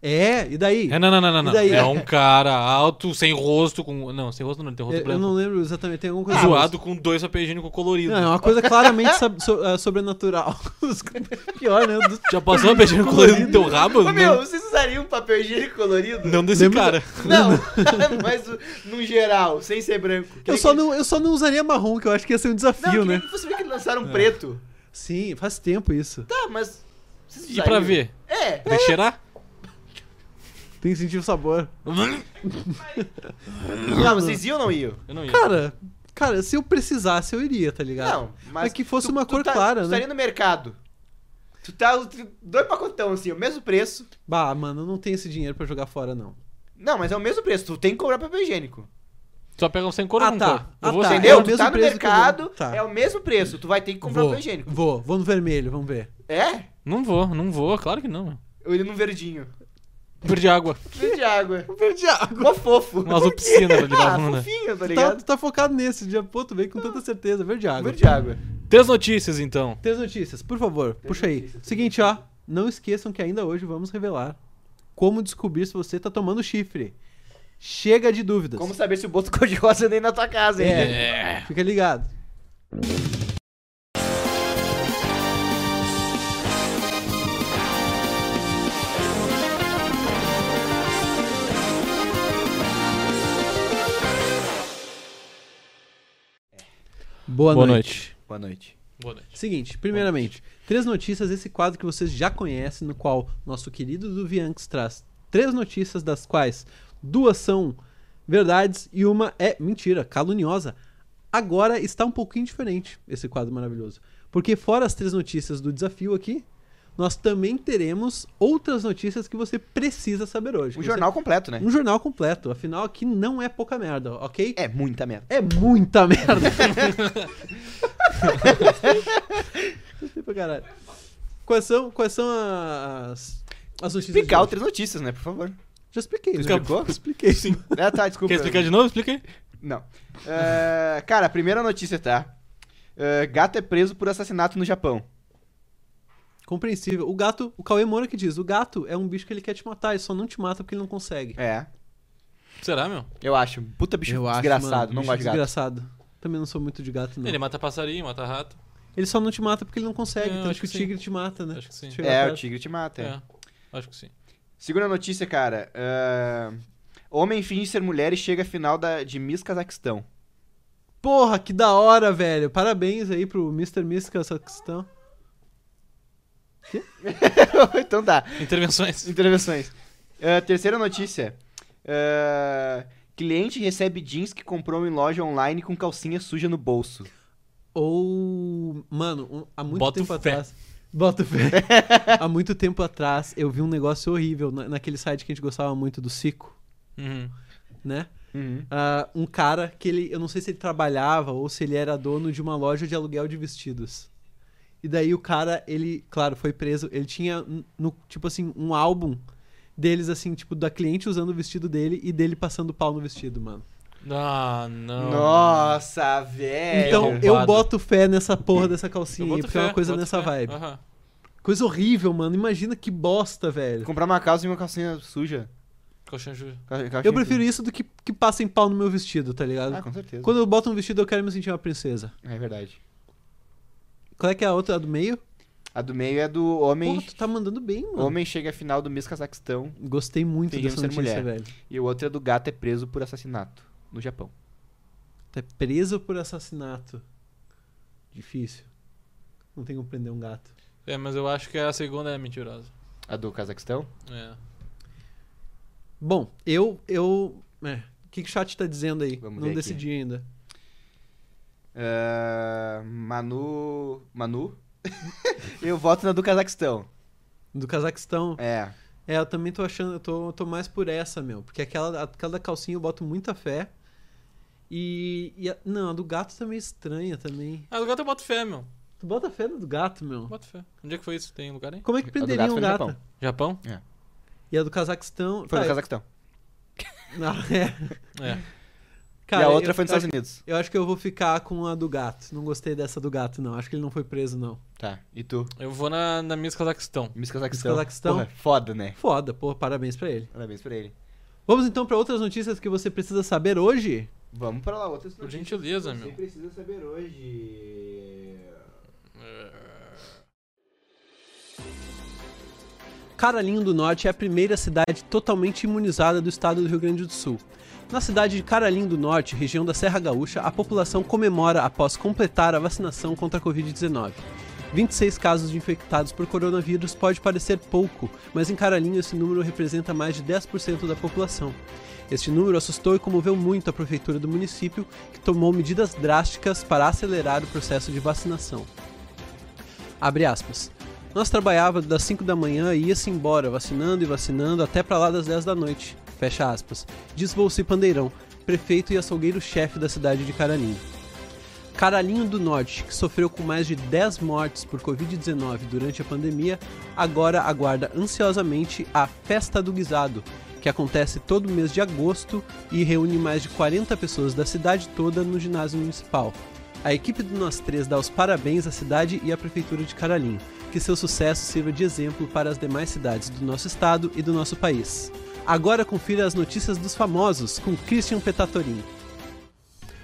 [SPEAKER 1] É, e daí?
[SPEAKER 3] É, não, não, não, não.
[SPEAKER 1] E
[SPEAKER 3] não.
[SPEAKER 1] daí?
[SPEAKER 3] É um cara alto, sem rosto, com. Não, sem rosto não, ele tem rosto
[SPEAKER 1] eu, eu
[SPEAKER 3] branco.
[SPEAKER 1] não lembro exatamente, tem alguma coisa.
[SPEAKER 3] Ah, Zoado com dois papel higiênico colorido.
[SPEAKER 1] Não, é uma coisa claramente sab- so- ah, sobrenatural. <laughs> Pior, né? Do-
[SPEAKER 3] Já passou papel higiênico colorido no teu rabo?
[SPEAKER 4] Ô,
[SPEAKER 3] Não,
[SPEAKER 4] meu, vocês usariam um papel higiênico colorido?
[SPEAKER 3] não desse
[SPEAKER 1] Lembra-
[SPEAKER 3] cara.
[SPEAKER 4] Não, <laughs> mas o- num geral, sem ser branco. Que
[SPEAKER 1] Eu
[SPEAKER 4] nem
[SPEAKER 1] só,
[SPEAKER 4] que-
[SPEAKER 1] não, eu só não usaria marrom, que eu acho que ia ser um
[SPEAKER 4] Não,
[SPEAKER 1] desafio,
[SPEAKER 4] que nem
[SPEAKER 1] né?
[SPEAKER 4] que Você vê que lançaram
[SPEAKER 3] É.
[SPEAKER 4] um preto.
[SPEAKER 1] Sim, faz tempo isso.
[SPEAKER 4] Tá, mas... vocês
[SPEAKER 3] E pra
[SPEAKER 4] usariam?
[SPEAKER 3] ver?
[SPEAKER 4] É.
[SPEAKER 3] Tem que cheirar?
[SPEAKER 1] Tem que sentir o sabor.
[SPEAKER 4] Não, vocês iam ou não iam?
[SPEAKER 3] Eu não ia.
[SPEAKER 1] Cara, cara, se eu precisasse, eu iria, tá ligado?
[SPEAKER 4] Não, mas...
[SPEAKER 1] Mas que fosse
[SPEAKER 4] tu-
[SPEAKER 1] uma
[SPEAKER 4] tu
[SPEAKER 1] cor
[SPEAKER 4] tá-
[SPEAKER 1] clara,
[SPEAKER 4] tu
[SPEAKER 1] né?
[SPEAKER 4] estaria no mercado. Tu tá... tu- Dois pacotão, assim, o mesmo preço.
[SPEAKER 1] Bah, mano, eu não tenho esse dinheiro pra jogar fora, não.
[SPEAKER 4] Não, mas é o mesmo preço. Tu tem que cobrar papel higiênico.
[SPEAKER 3] Só pega um sem cor ou
[SPEAKER 1] Ah,
[SPEAKER 3] com
[SPEAKER 1] tá.
[SPEAKER 3] cor?
[SPEAKER 1] Ah,
[SPEAKER 3] Eu vou
[SPEAKER 1] tá.
[SPEAKER 3] sem
[SPEAKER 1] É
[SPEAKER 4] Entendeu?
[SPEAKER 1] o
[SPEAKER 4] tu
[SPEAKER 1] mesmo
[SPEAKER 4] tá no
[SPEAKER 1] preço que eu vou-
[SPEAKER 4] mercado,
[SPEAKER 1] tá.
[SPEAKER 4] é o mesmo preço. Tu vai ter que comprar um
[SPEAKER 1] vou,
[SPEAKER 4] papel higiênico.
[SPEAKER 1] Vou, vou no vermelho, vamos ver.
[SPEAKER 4] É?
[SPEAKER 3] Não vou, não vou, claro que não, meu.
[SPEAKER 4] Ou ele num verdinho?
[SPEAKER 3] Perdi água.
[SPEAKER 4] Verde água.
[SPEAKER 1] Perdi Um água.
[SPEAKER 4] Mó fofo.
[SPEAKER 3] Um azul piscina pra limpar a
[SPEAKER 4] Ah,
[SPEAKER 3] bunda.
[SPEAKER 4] fofinho, tá
[SPEAKER 1] Tu tá, um
[SPEAKER 4] ligado?
[SPEAKER 1] tu tá focado nesse dia, pô, tu veio com tanta certeza. Verde água.
[SPEAKER 4] Verde água.
[SPEAKER 3] Três notícias, então.
[SPEAKER 1] Três notícias, por favor, puxa aí. Seguinte, ó. Não esqueçam que ainda hoje vamos revelar como descobrir se você tá tomando chifre. Chega de dúvidas.
[SPEAKER 4] Como saber se o <laughs> boto cor-de-rosa nem na tua casa, hein?
[SPEAKER 1] É. Fica ligado. É. Boa,
[SPEAKER 3] Boa
[SPEAKER 1] noite.
[SPEAKER 3] noite.
[SPEAKER 4] Boa noite.
[SPEAKER 3] Boa noite.
[SPEAKER 1] Seguinte, primeiramente, três notícias, esse quadro que vocês já conhecem, no qual nosso querido Duvianx traz três notícias, das quais duas são verdades e uma é mentira, caluniosa. Agora está um pouquinho diferente esse quadro maravilhoso. Porque fora as três notícias do desafio aqui, nós também teremos outras notícias que você precisa saber hoje.
[SPEAKER 4] Um
[SPEAKER 1] que
[SPEAKER 4] jornal completo, né?
[SPEAKER 1] Você... Um jornal completo. Afinal, aqui não é pouca merda, ok?
[SPEAKER 4] É muita merda.
[SPEAKER 1] É muita
[SPEAKER 4] <laughs>
[SPEAKER 1] merda. Gostei pra caralho. Quais são, quais são as, as notícias? de
[SPEAKER 4] Explicar
[SPEAKER 1] hoje?
[SPEAKER 4] o Três Notícias, né?
[SPEAKER 1] <laughs>
[SPEAKER 4] Por favor.
[SPEAKER 1] Já expliquei. né?
[SPEAKER 4] explicou?
[SPEAKER 1] Expliquei. Sim.
[SPEAKER 4] Ah, tá, desculpa.
[SPEAKER 3] Quer
[SPEAKER 1] né?
[SPEAKER 3] explicar de novo? Explica aí.
[SPEAKER 4] Não. Ah, cara, a primeira notícia, tá? Ah, gato é preso por assassinato no Japão.
[SPEAKER 1] Compreensível. O gato, o Cauê Moura que diz, o gato é um bicho que ele quer te matar, ele só não te mata porque ele não consegue.
[SPEAKER 4] É,
[SPEAKER 3] Será, meu?
[SPEAKER 4] eu acho. Puta bicho desgraçado, não
[SPEAKER 1] bicho
[SPEAKER 4] gosto de gato.
[SPEAKER 1] Desgraçado. Também não sou muito de gato, não.
[SPEAKER 3] Ele é-
[SPEAKER 1] Ele,
[SPEAKER 3] mata passarinho, mata rato.
[SPEAKER 1] só não te mata porque ele não consegue,
[SPEAKER 3] É, eu
[SPEAKER 1] tanto
[SPEAKER 3] acho
[SPEAKER 1] que o
[SPEAKER 3] que sim.
[SPEAKER 1] tigre te mata, né?
[SPEAKER 3] Acho que sim.
[SPEAKER 1] Se tiver
[SPEAKER 4] É,
[SPEAKER 1] perto.
[SPEAKER 4] o tigre te mata. é.
[SPEAKER 3] É. Acho que sim.
[SPEAKER 4] Segunda notícia, cara. Ah, homem finge ser mulher e chega à final da, de Miss Cazaquistão.
[SPEAKER 1] Porra, que da hora, velho. Parabéns aí pro Mr. Miss Cazaquistão.
[SPEAKER 4] <laughs> então tá.
[SPEAKER 3] Intervenções.
[SPEAKER 4] Intervenções. Ah, terceira notícia. Ah, cliente recebe jeans que comprou em loja online com calcinha suja no bolso.
[SPEAKER 1] Ou. Mano, um- há muito
[SPEAKER 3] Boto
[SPEAKER 1] tempo
[SPEAKER 3] fé.
[SPEAKER 1] atrás. Bota fé. há muito tempo atrás eu vi um negócio horrível na- naquele site que a gente gostava muito do Cico,
[SPEAKER 3] <laughs> Uhum.
[SPEAKER 1] né?
[SPEAKER 4] Uhum.
[SPEAKER 1] Ah, um cara que ele. Eu não sei se ele trabalhava ou se ele era dono de uma loja de aluguel de vestidos. E daí o cara, ele, claro, foi preso. Ele tinha, um- no, tipo assim, um álbum deles, assim, tipo, da cliente usando o vestido dele e dele passando pau no vestido, mano.
[SPEAKER 3] Ah, não.
[SPEAKER 4] Nossa, velho.
[SPEAKER 1] então,
[SPEAKER 3] arrombado.
[SPEAKER 1] eu boto fé nessa porra dessa
[SPEAKER 3] Eu
[SPEAKER 1] calcinha aí,
[SPEAKER 3] boto
[SPEAKER 1] porque é
[SPEAKER 3] fé,
[SPEAKER 1] uma coisa
[SPEAKER 3] boto
[SPEAKER 1] nessa
[SPEAKER 3] fé.
[SPEAKER 1] vibe.
[SPEAKER 3] Aham.
[SPEAKER 1] Coisa horrível, mano. Imagina que bosta, velho.
[SPEAKER 4] Comprar uma calça e uma calcinha suja.
[SPEAKER 3] Colchão ju-
[SPEAKER 4] Cal- calcinha
[SPEAKER 1] Eu prefiro isso do que que passem pau no meu vestido, tá ligado?
[SPEAKER 4] é Ah, com certeza.
[SPEAKER 1] Quando eu boto um vestido, eu quero me sentir uma princesa.
[SPEAKER 4] É verdade.
[SPEAKER 1] Qual é que é a outra? A do meio?
[SPEAKER 4] A do meio é do homem.
[SPEAKER 1] Porra, tu tá mandando bem, mano.
[SPEAKER 4] Homem chega à final do Miss Cazaquistão
[SPEAKER 1] Gostei muito
[SPEAKER 4] Fingindo
[SPEAKER 1] dessa
[SPEAKER 4] um ser
[SPEAKER 1] notícia,
[SPEAKER 4] mulher.
[SPEAKER 1] velho.
[SPEAKER 4] e o outro é do gato é preso por assassinato no Japão.
[SPEAKER 1] Tu é preso por assassinato. Difícil. Não tem como prender um gato.
[SPEAKER 3] É, mas eu acho que a segunda é mentirosa.
[SPEAKER 4] A do Cazaquistão?
[SPEAKER 3] É.
[SPEAKER 1] Bom, eu. eu é. O que, que o chat tá dizendo aí?
[SPEAKER 4] Vamos ver
[SPEAKER 1] Não
[SPEAKER 4] aqui.
[SPEAKER 1] decidi ainda.
[SPEAKER 4] Ah, Manu. Manu? <laughs> eu voto na do Cazaquistão.
[SPEAKER 1] Do Cazaquistão.
[SPEAKER 4] É.
[SPEAKER 1] É, eu também tô achando, eu tô, eu tô mais por essa, meu. Porque aquela, aquela da calcinha eu boto muita fé. E. e a- não, a do gato tá meio estranha também.
[SPEAKER 3] Ah, do gato eu boto fé, meu.
[SPEAKER 1] Tu bota fé na do gato, meu?
[SPEAKER 3] Boto fé. Onde é que foi isso? Tem lugar aí?
[SPEAKER 1] Como é que
[SPEAKER 4] do gato
[SPEAKER 1] prenderia um
[SPEAKER 4] foi no
[SPEAKER 1] gato?
[SPEAKER 4] Japão.
[SPEAKER 3] Japão?
[SPEAKER 1] E a do Cazaquistão.
[SPEAKER 4] Foi
[SPEAKER 1] tá,
[SPEAKER 4] no Cazaquistão.
[SPEAKER 1] <laughs> não, é.
[SPEAKER 3] É.
[SPEAKER 1] Cara,
[SPEAKER 4] e a outra
[SPEAKER 1] eu,
[SPEAKER 4] foi nos
[SPEAKER 1] eu,
[SPEAKER 4] Estados Unidos.
[SPEAKER 1] eu acho que eu vou ficar com a do gato. Não gostei dessa do gato, não. Acho que ele não foi preso, não.
[SPEAKER 4] Tá. E tu?
[SPEAKER 3] Eu vou na, na Miss Cazaquistão.
[SPEAKER 4] Miss Cazaquistão.
[SPEAKER 1] Miss Cazaquistão.
[SPEAKER 4] Porra, foda, né?
[SPEAKER 1] Foda, pô, parabéns pra ele.
[SPEAKER 4] Parabéns pra ele.
[SPEAKER 1] Vamos então pra outras notícias que você precisa saber hoje?
[SPEAKER 4] Vamos pra lá, outras
[SPEAKER 3] Por gentileza,
[SPEAKER 4] que
[SPEAKER 3] meu.
[SPEAKER 4] precisa saber hoje.
[SPEAKER 1] Caralinho do Norte é a primeira cidade totalmente imunizada do estado do Rio Grande do Sul. Na cidade de Caralinho do Norte, região da Serra Gaúcha, a população comemora após completar a vacinação contra a Covid-19. 26 casos de infectados por coronavírus pode parecer pouco, mas em Caralinho esse número representa mais de 10% da população. Este número assustou e comoveu muito a prefeitura do município, que tomou medidas drásticas para acelerar o processo de vacinação. Abre aspas. Nós trabalhava das 5 da manhã e ia-se embora, vacinando e vacinando até pra lá das 10 da noite. Fecha aspas. Diz Volci Pandeirão, prefeito e açougueiro-chefe da cidade de Caralinho. Caralinho do Norte, que sofreu com mais de 10 mortes por Covid-19 durante a pandemia, agora aguarda ansiosamente a Festa do Guisado, que acontece todo mês de agosto e reúne mais de 40 pessoas da cidade toda no ginásio municipal. A equipe do Nós Três dá os parabéns à cidade e à Prefeitura de Caralinho. que seu sucesso sirva de exemplo para as demais cidades do nosso estado e do nosso país. Agora confira as notícias dos famosos com Christian Petatorin.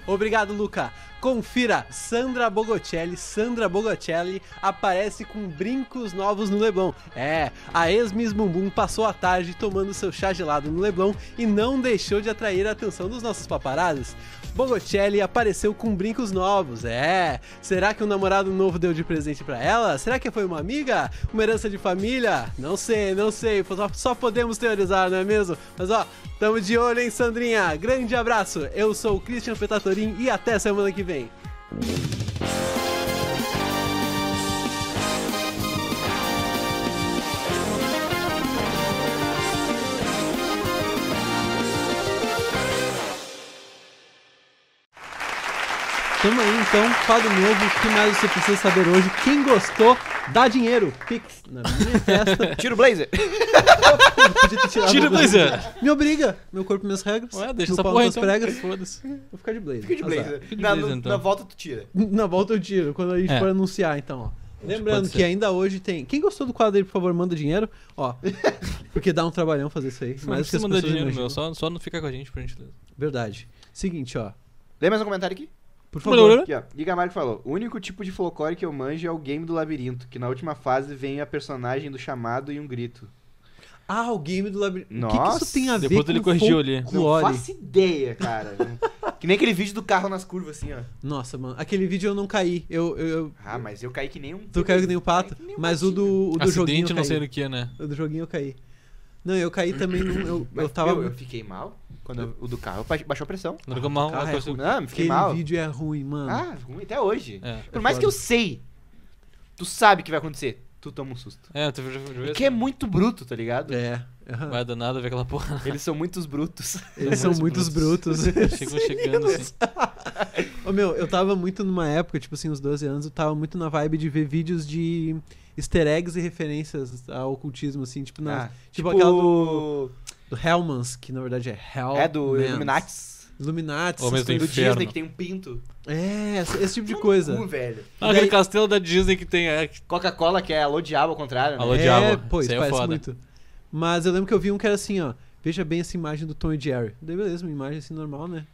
[SPEAKER 1] Obrigado, Luca. Confira, Sandra Bogocelli, Sandra Bogocelli aparece com brincos novos no Leblon. É, a ex-Miss Bumbum passou a tarde tomando seu chá gelado no Leblon e não deixou de atrair a atenção dos nossos paparazes. Bogocelli apareceu com brincos novos, é. Será que um namorado novo deu de presente pra ela? Será que foi uma amiga? Uma herança de família? Não sei, não sei, só, só podemos teorizar, não é mesmo? Mas ó, tamo de olho, hein, Sandrinha? Grande abraço, eu sou o Christian Petatorin e até semana que vem. Tamo aí então, quadro novo, o que mais você precisa saber hoje? Quem gostou, dá dinheiro, pix, na minha
[SPEAKER 3] <laughs>
[SPEAKER 1] festa,
[SPEAKER 4] Tira o blazer.
[SPEAKER 1] podia ter tirado
[SPEAKER 3] Tira o
[SPEAKER 1] alguma coisa.
[SPEAKER 3] blazer.
[SPEAKER 1] Me obriga, meu corpo, minhas regras,
[SPEAKER 3] Ué, deixa
[SPEAKER 1] meu
[SPEAKER 3] essa
[SPEAKER 1] pau,
[SPEAKER 3] porra
[SPEAKER 1] minhas
[SPEAKER 3] então.
[SPEAKER 1] pregas,
[SPEAKER 3] Foda-se.
[SPEAKER 1] vou ficar de blazer.
[SPEAKER 4] Fica de
[SPEAKER 1] azar.
[SPEAKER 4] blazer.
[SPEAKER 3] Fica de
[SPEAKER 4] na,
[SPEAKER 3] blazer,
[SPEAKER 4] na
[SPEAKER 3] então.
[SPEAKER 4] volta tu tira.
[SPEAKER 1] Na volta eu tiro, quando a gente
[SPEAKER 3] É.
[SPEAKER 1] for anunciar, então, ó. Lembrando
[SPEAKER 3] pode
[SPEAKER 1] que
[SPEAKER 3] ser.
[SPEAKER 1] ainda hoje tem. Quem gostou do quadro aí, por favor, manda dinheiro. Ó. <laughs> Porque dá um trabalhão fazer isso aí. mais do
[SPEAKER 3] Não
[SPEAKER 1] que
[SPEAKER 3] precisa
[SPEAKER 1] as
[SPEAKER 3] mandar
[SPEAKER 1] pessoas
[SPEAKER 3] dinheiro,
[SPEAKER 1] imaginam.
[SPEAKER 3] meu. Só, só não fica com a gente, por gentileza.
[SPEAKER 1] Verdade. Seguinte, ó.
[SPEAKER 4] Lê mais um comentário aqui?
[SPEAKER 1] Por
[SPEAKER 3] né?
[SPEAKER 1] favor.
[SPEAKER 4] Aqui, ó. Giga Marco falou: O único tipo de folclore que eu manjo é o game do labirinto, que na última fase vem a personagem do chamado e um grito.
[SPEAKER 1] Ah, o game do labirinto. O que, que
[SPEAKER 4] Nossa,
[SPEAKER 1] isso tem a ver
[SPEAKER 3] depois
[SPEAKER 1] com
[SPEAKER 3] ele corrigiu ali.
[SPEAKER 4] Não
[SPEAKER 1] folclore?
[SPEAKER 4] faço ideia, cara. <laughs> que nem aquele vídeo do carro nas curvas, assim, ó.
[SPEAKER 1] Nossa, mano. Aquele vídeo eu não caí. Eu. eu, eu-
[SPEAKER 4] Ah, mas eu caí que nem um.
[SPEAKER 1] tu caiu que nem o pato.
[SPEAKER 4] Caí que nem um
[SPEAKER 1] Mas o do, o do joguinho.
[SPEAKER 3] Acidente,
[SPEAKER 1] Eu
[SPEAKER 3] não
[SPEAKER 1] caí.
[SPEAKER 3] sei do que, né?
[SPEAKER 1] O do joguinho eu caí. Não, eu caí também. num- eu,
[SPEAKER 4] Mas,
[SPEAKER 1] eu tava.
[SPEAKER 4] meu, eu fiquei mal quando eu- o do carro ba- baixou a pressão.
[SPEAKER 3] Largou mal.
[SPEAKER 1] cara,
[SPEAKER 3] largou-
[SPEAKER 4] Não, me fiquei
[SPEAKER 1] Aquele
[SPEAKER 4] mal.
[SPEAKER 1] vídeo é ruim, mano.
[SPEAKER 4] Ah, ruim até hoje.
[SPEAKER 3] É.
[SPEAKER 4] Por mais que eu sei, tu sabe o que vai acontecer, tu toma um susto.
[SPEAKER 3] É, tu já viu
[SPEAKER 4] Porque é muito bruto, tá
[SPEAKER 1] <laughs>
[SPEAKER 4] ligado?
[SPEAKER 1] É. aham.
[SPEAKER 3] Vai danado ver
[SPEAKER 1] <laughs>
[SPEAKER 3] aquela porra.
[SPEAKER 4] Eles são muitos brutos.
[SPEAKER 1] Eles são muitos brutos.
[SPEAKER 3] <laughs> Chegou chegando assim.
[SPEAKER 1] Ô meu, eu tava muito numa época, tipo assim, uns 12 anos, eu tava muito na vibe de ver vídeos de easter eggs e referências ao ocultismo, assim, tipo, na,
[SPEAKER 4] Ah,
[SPEAKER 1] tipo, aquela do,
[SPEAKER 4] do.
[SPEAKER 1] do Hellmans, que na verdade é Hell.
[SPEAKER 4] É do Illuminatis.
[SPEAKER 1] Illuminati.
[SPEAKER 3] Homens
[SPEAKER 1] essas
[SPEAKER 3] do
[SPEAKER 4] Do
[SPEAKER 1] coisas.
[SPEAKER 3] Inferno.
[SPEAKER 4] Disney que tem um pinto.
[SPEAKER 1] É, esse, esse tipo de
[SPEAKER 4] Cu,
[SPEAKER 1] coisa.
[SPEAKER 4] velho.
[SPEAKER 3] Ah, aquele castelo da Disney que tem. É,
[SPEAKER 4] Coca-Cola, que é alô diabo ao contrário, né?
[SPEAKER 3] Alô,
[SPEAKER 1] é,
[SPEAKER 3] diabo.
[SPEAKER 1] Pois,
[SPEAKER 3] Isso aí é
[SPEAKER 1] parece
[SPEAKER 3] foda.
[SPEAKER 1] muito. Mas eu lembro que eu vi um que era assim, ó. Veja bem essa imagem do Tom e Jerry. Daí beleza, uma imagem assim normal, né?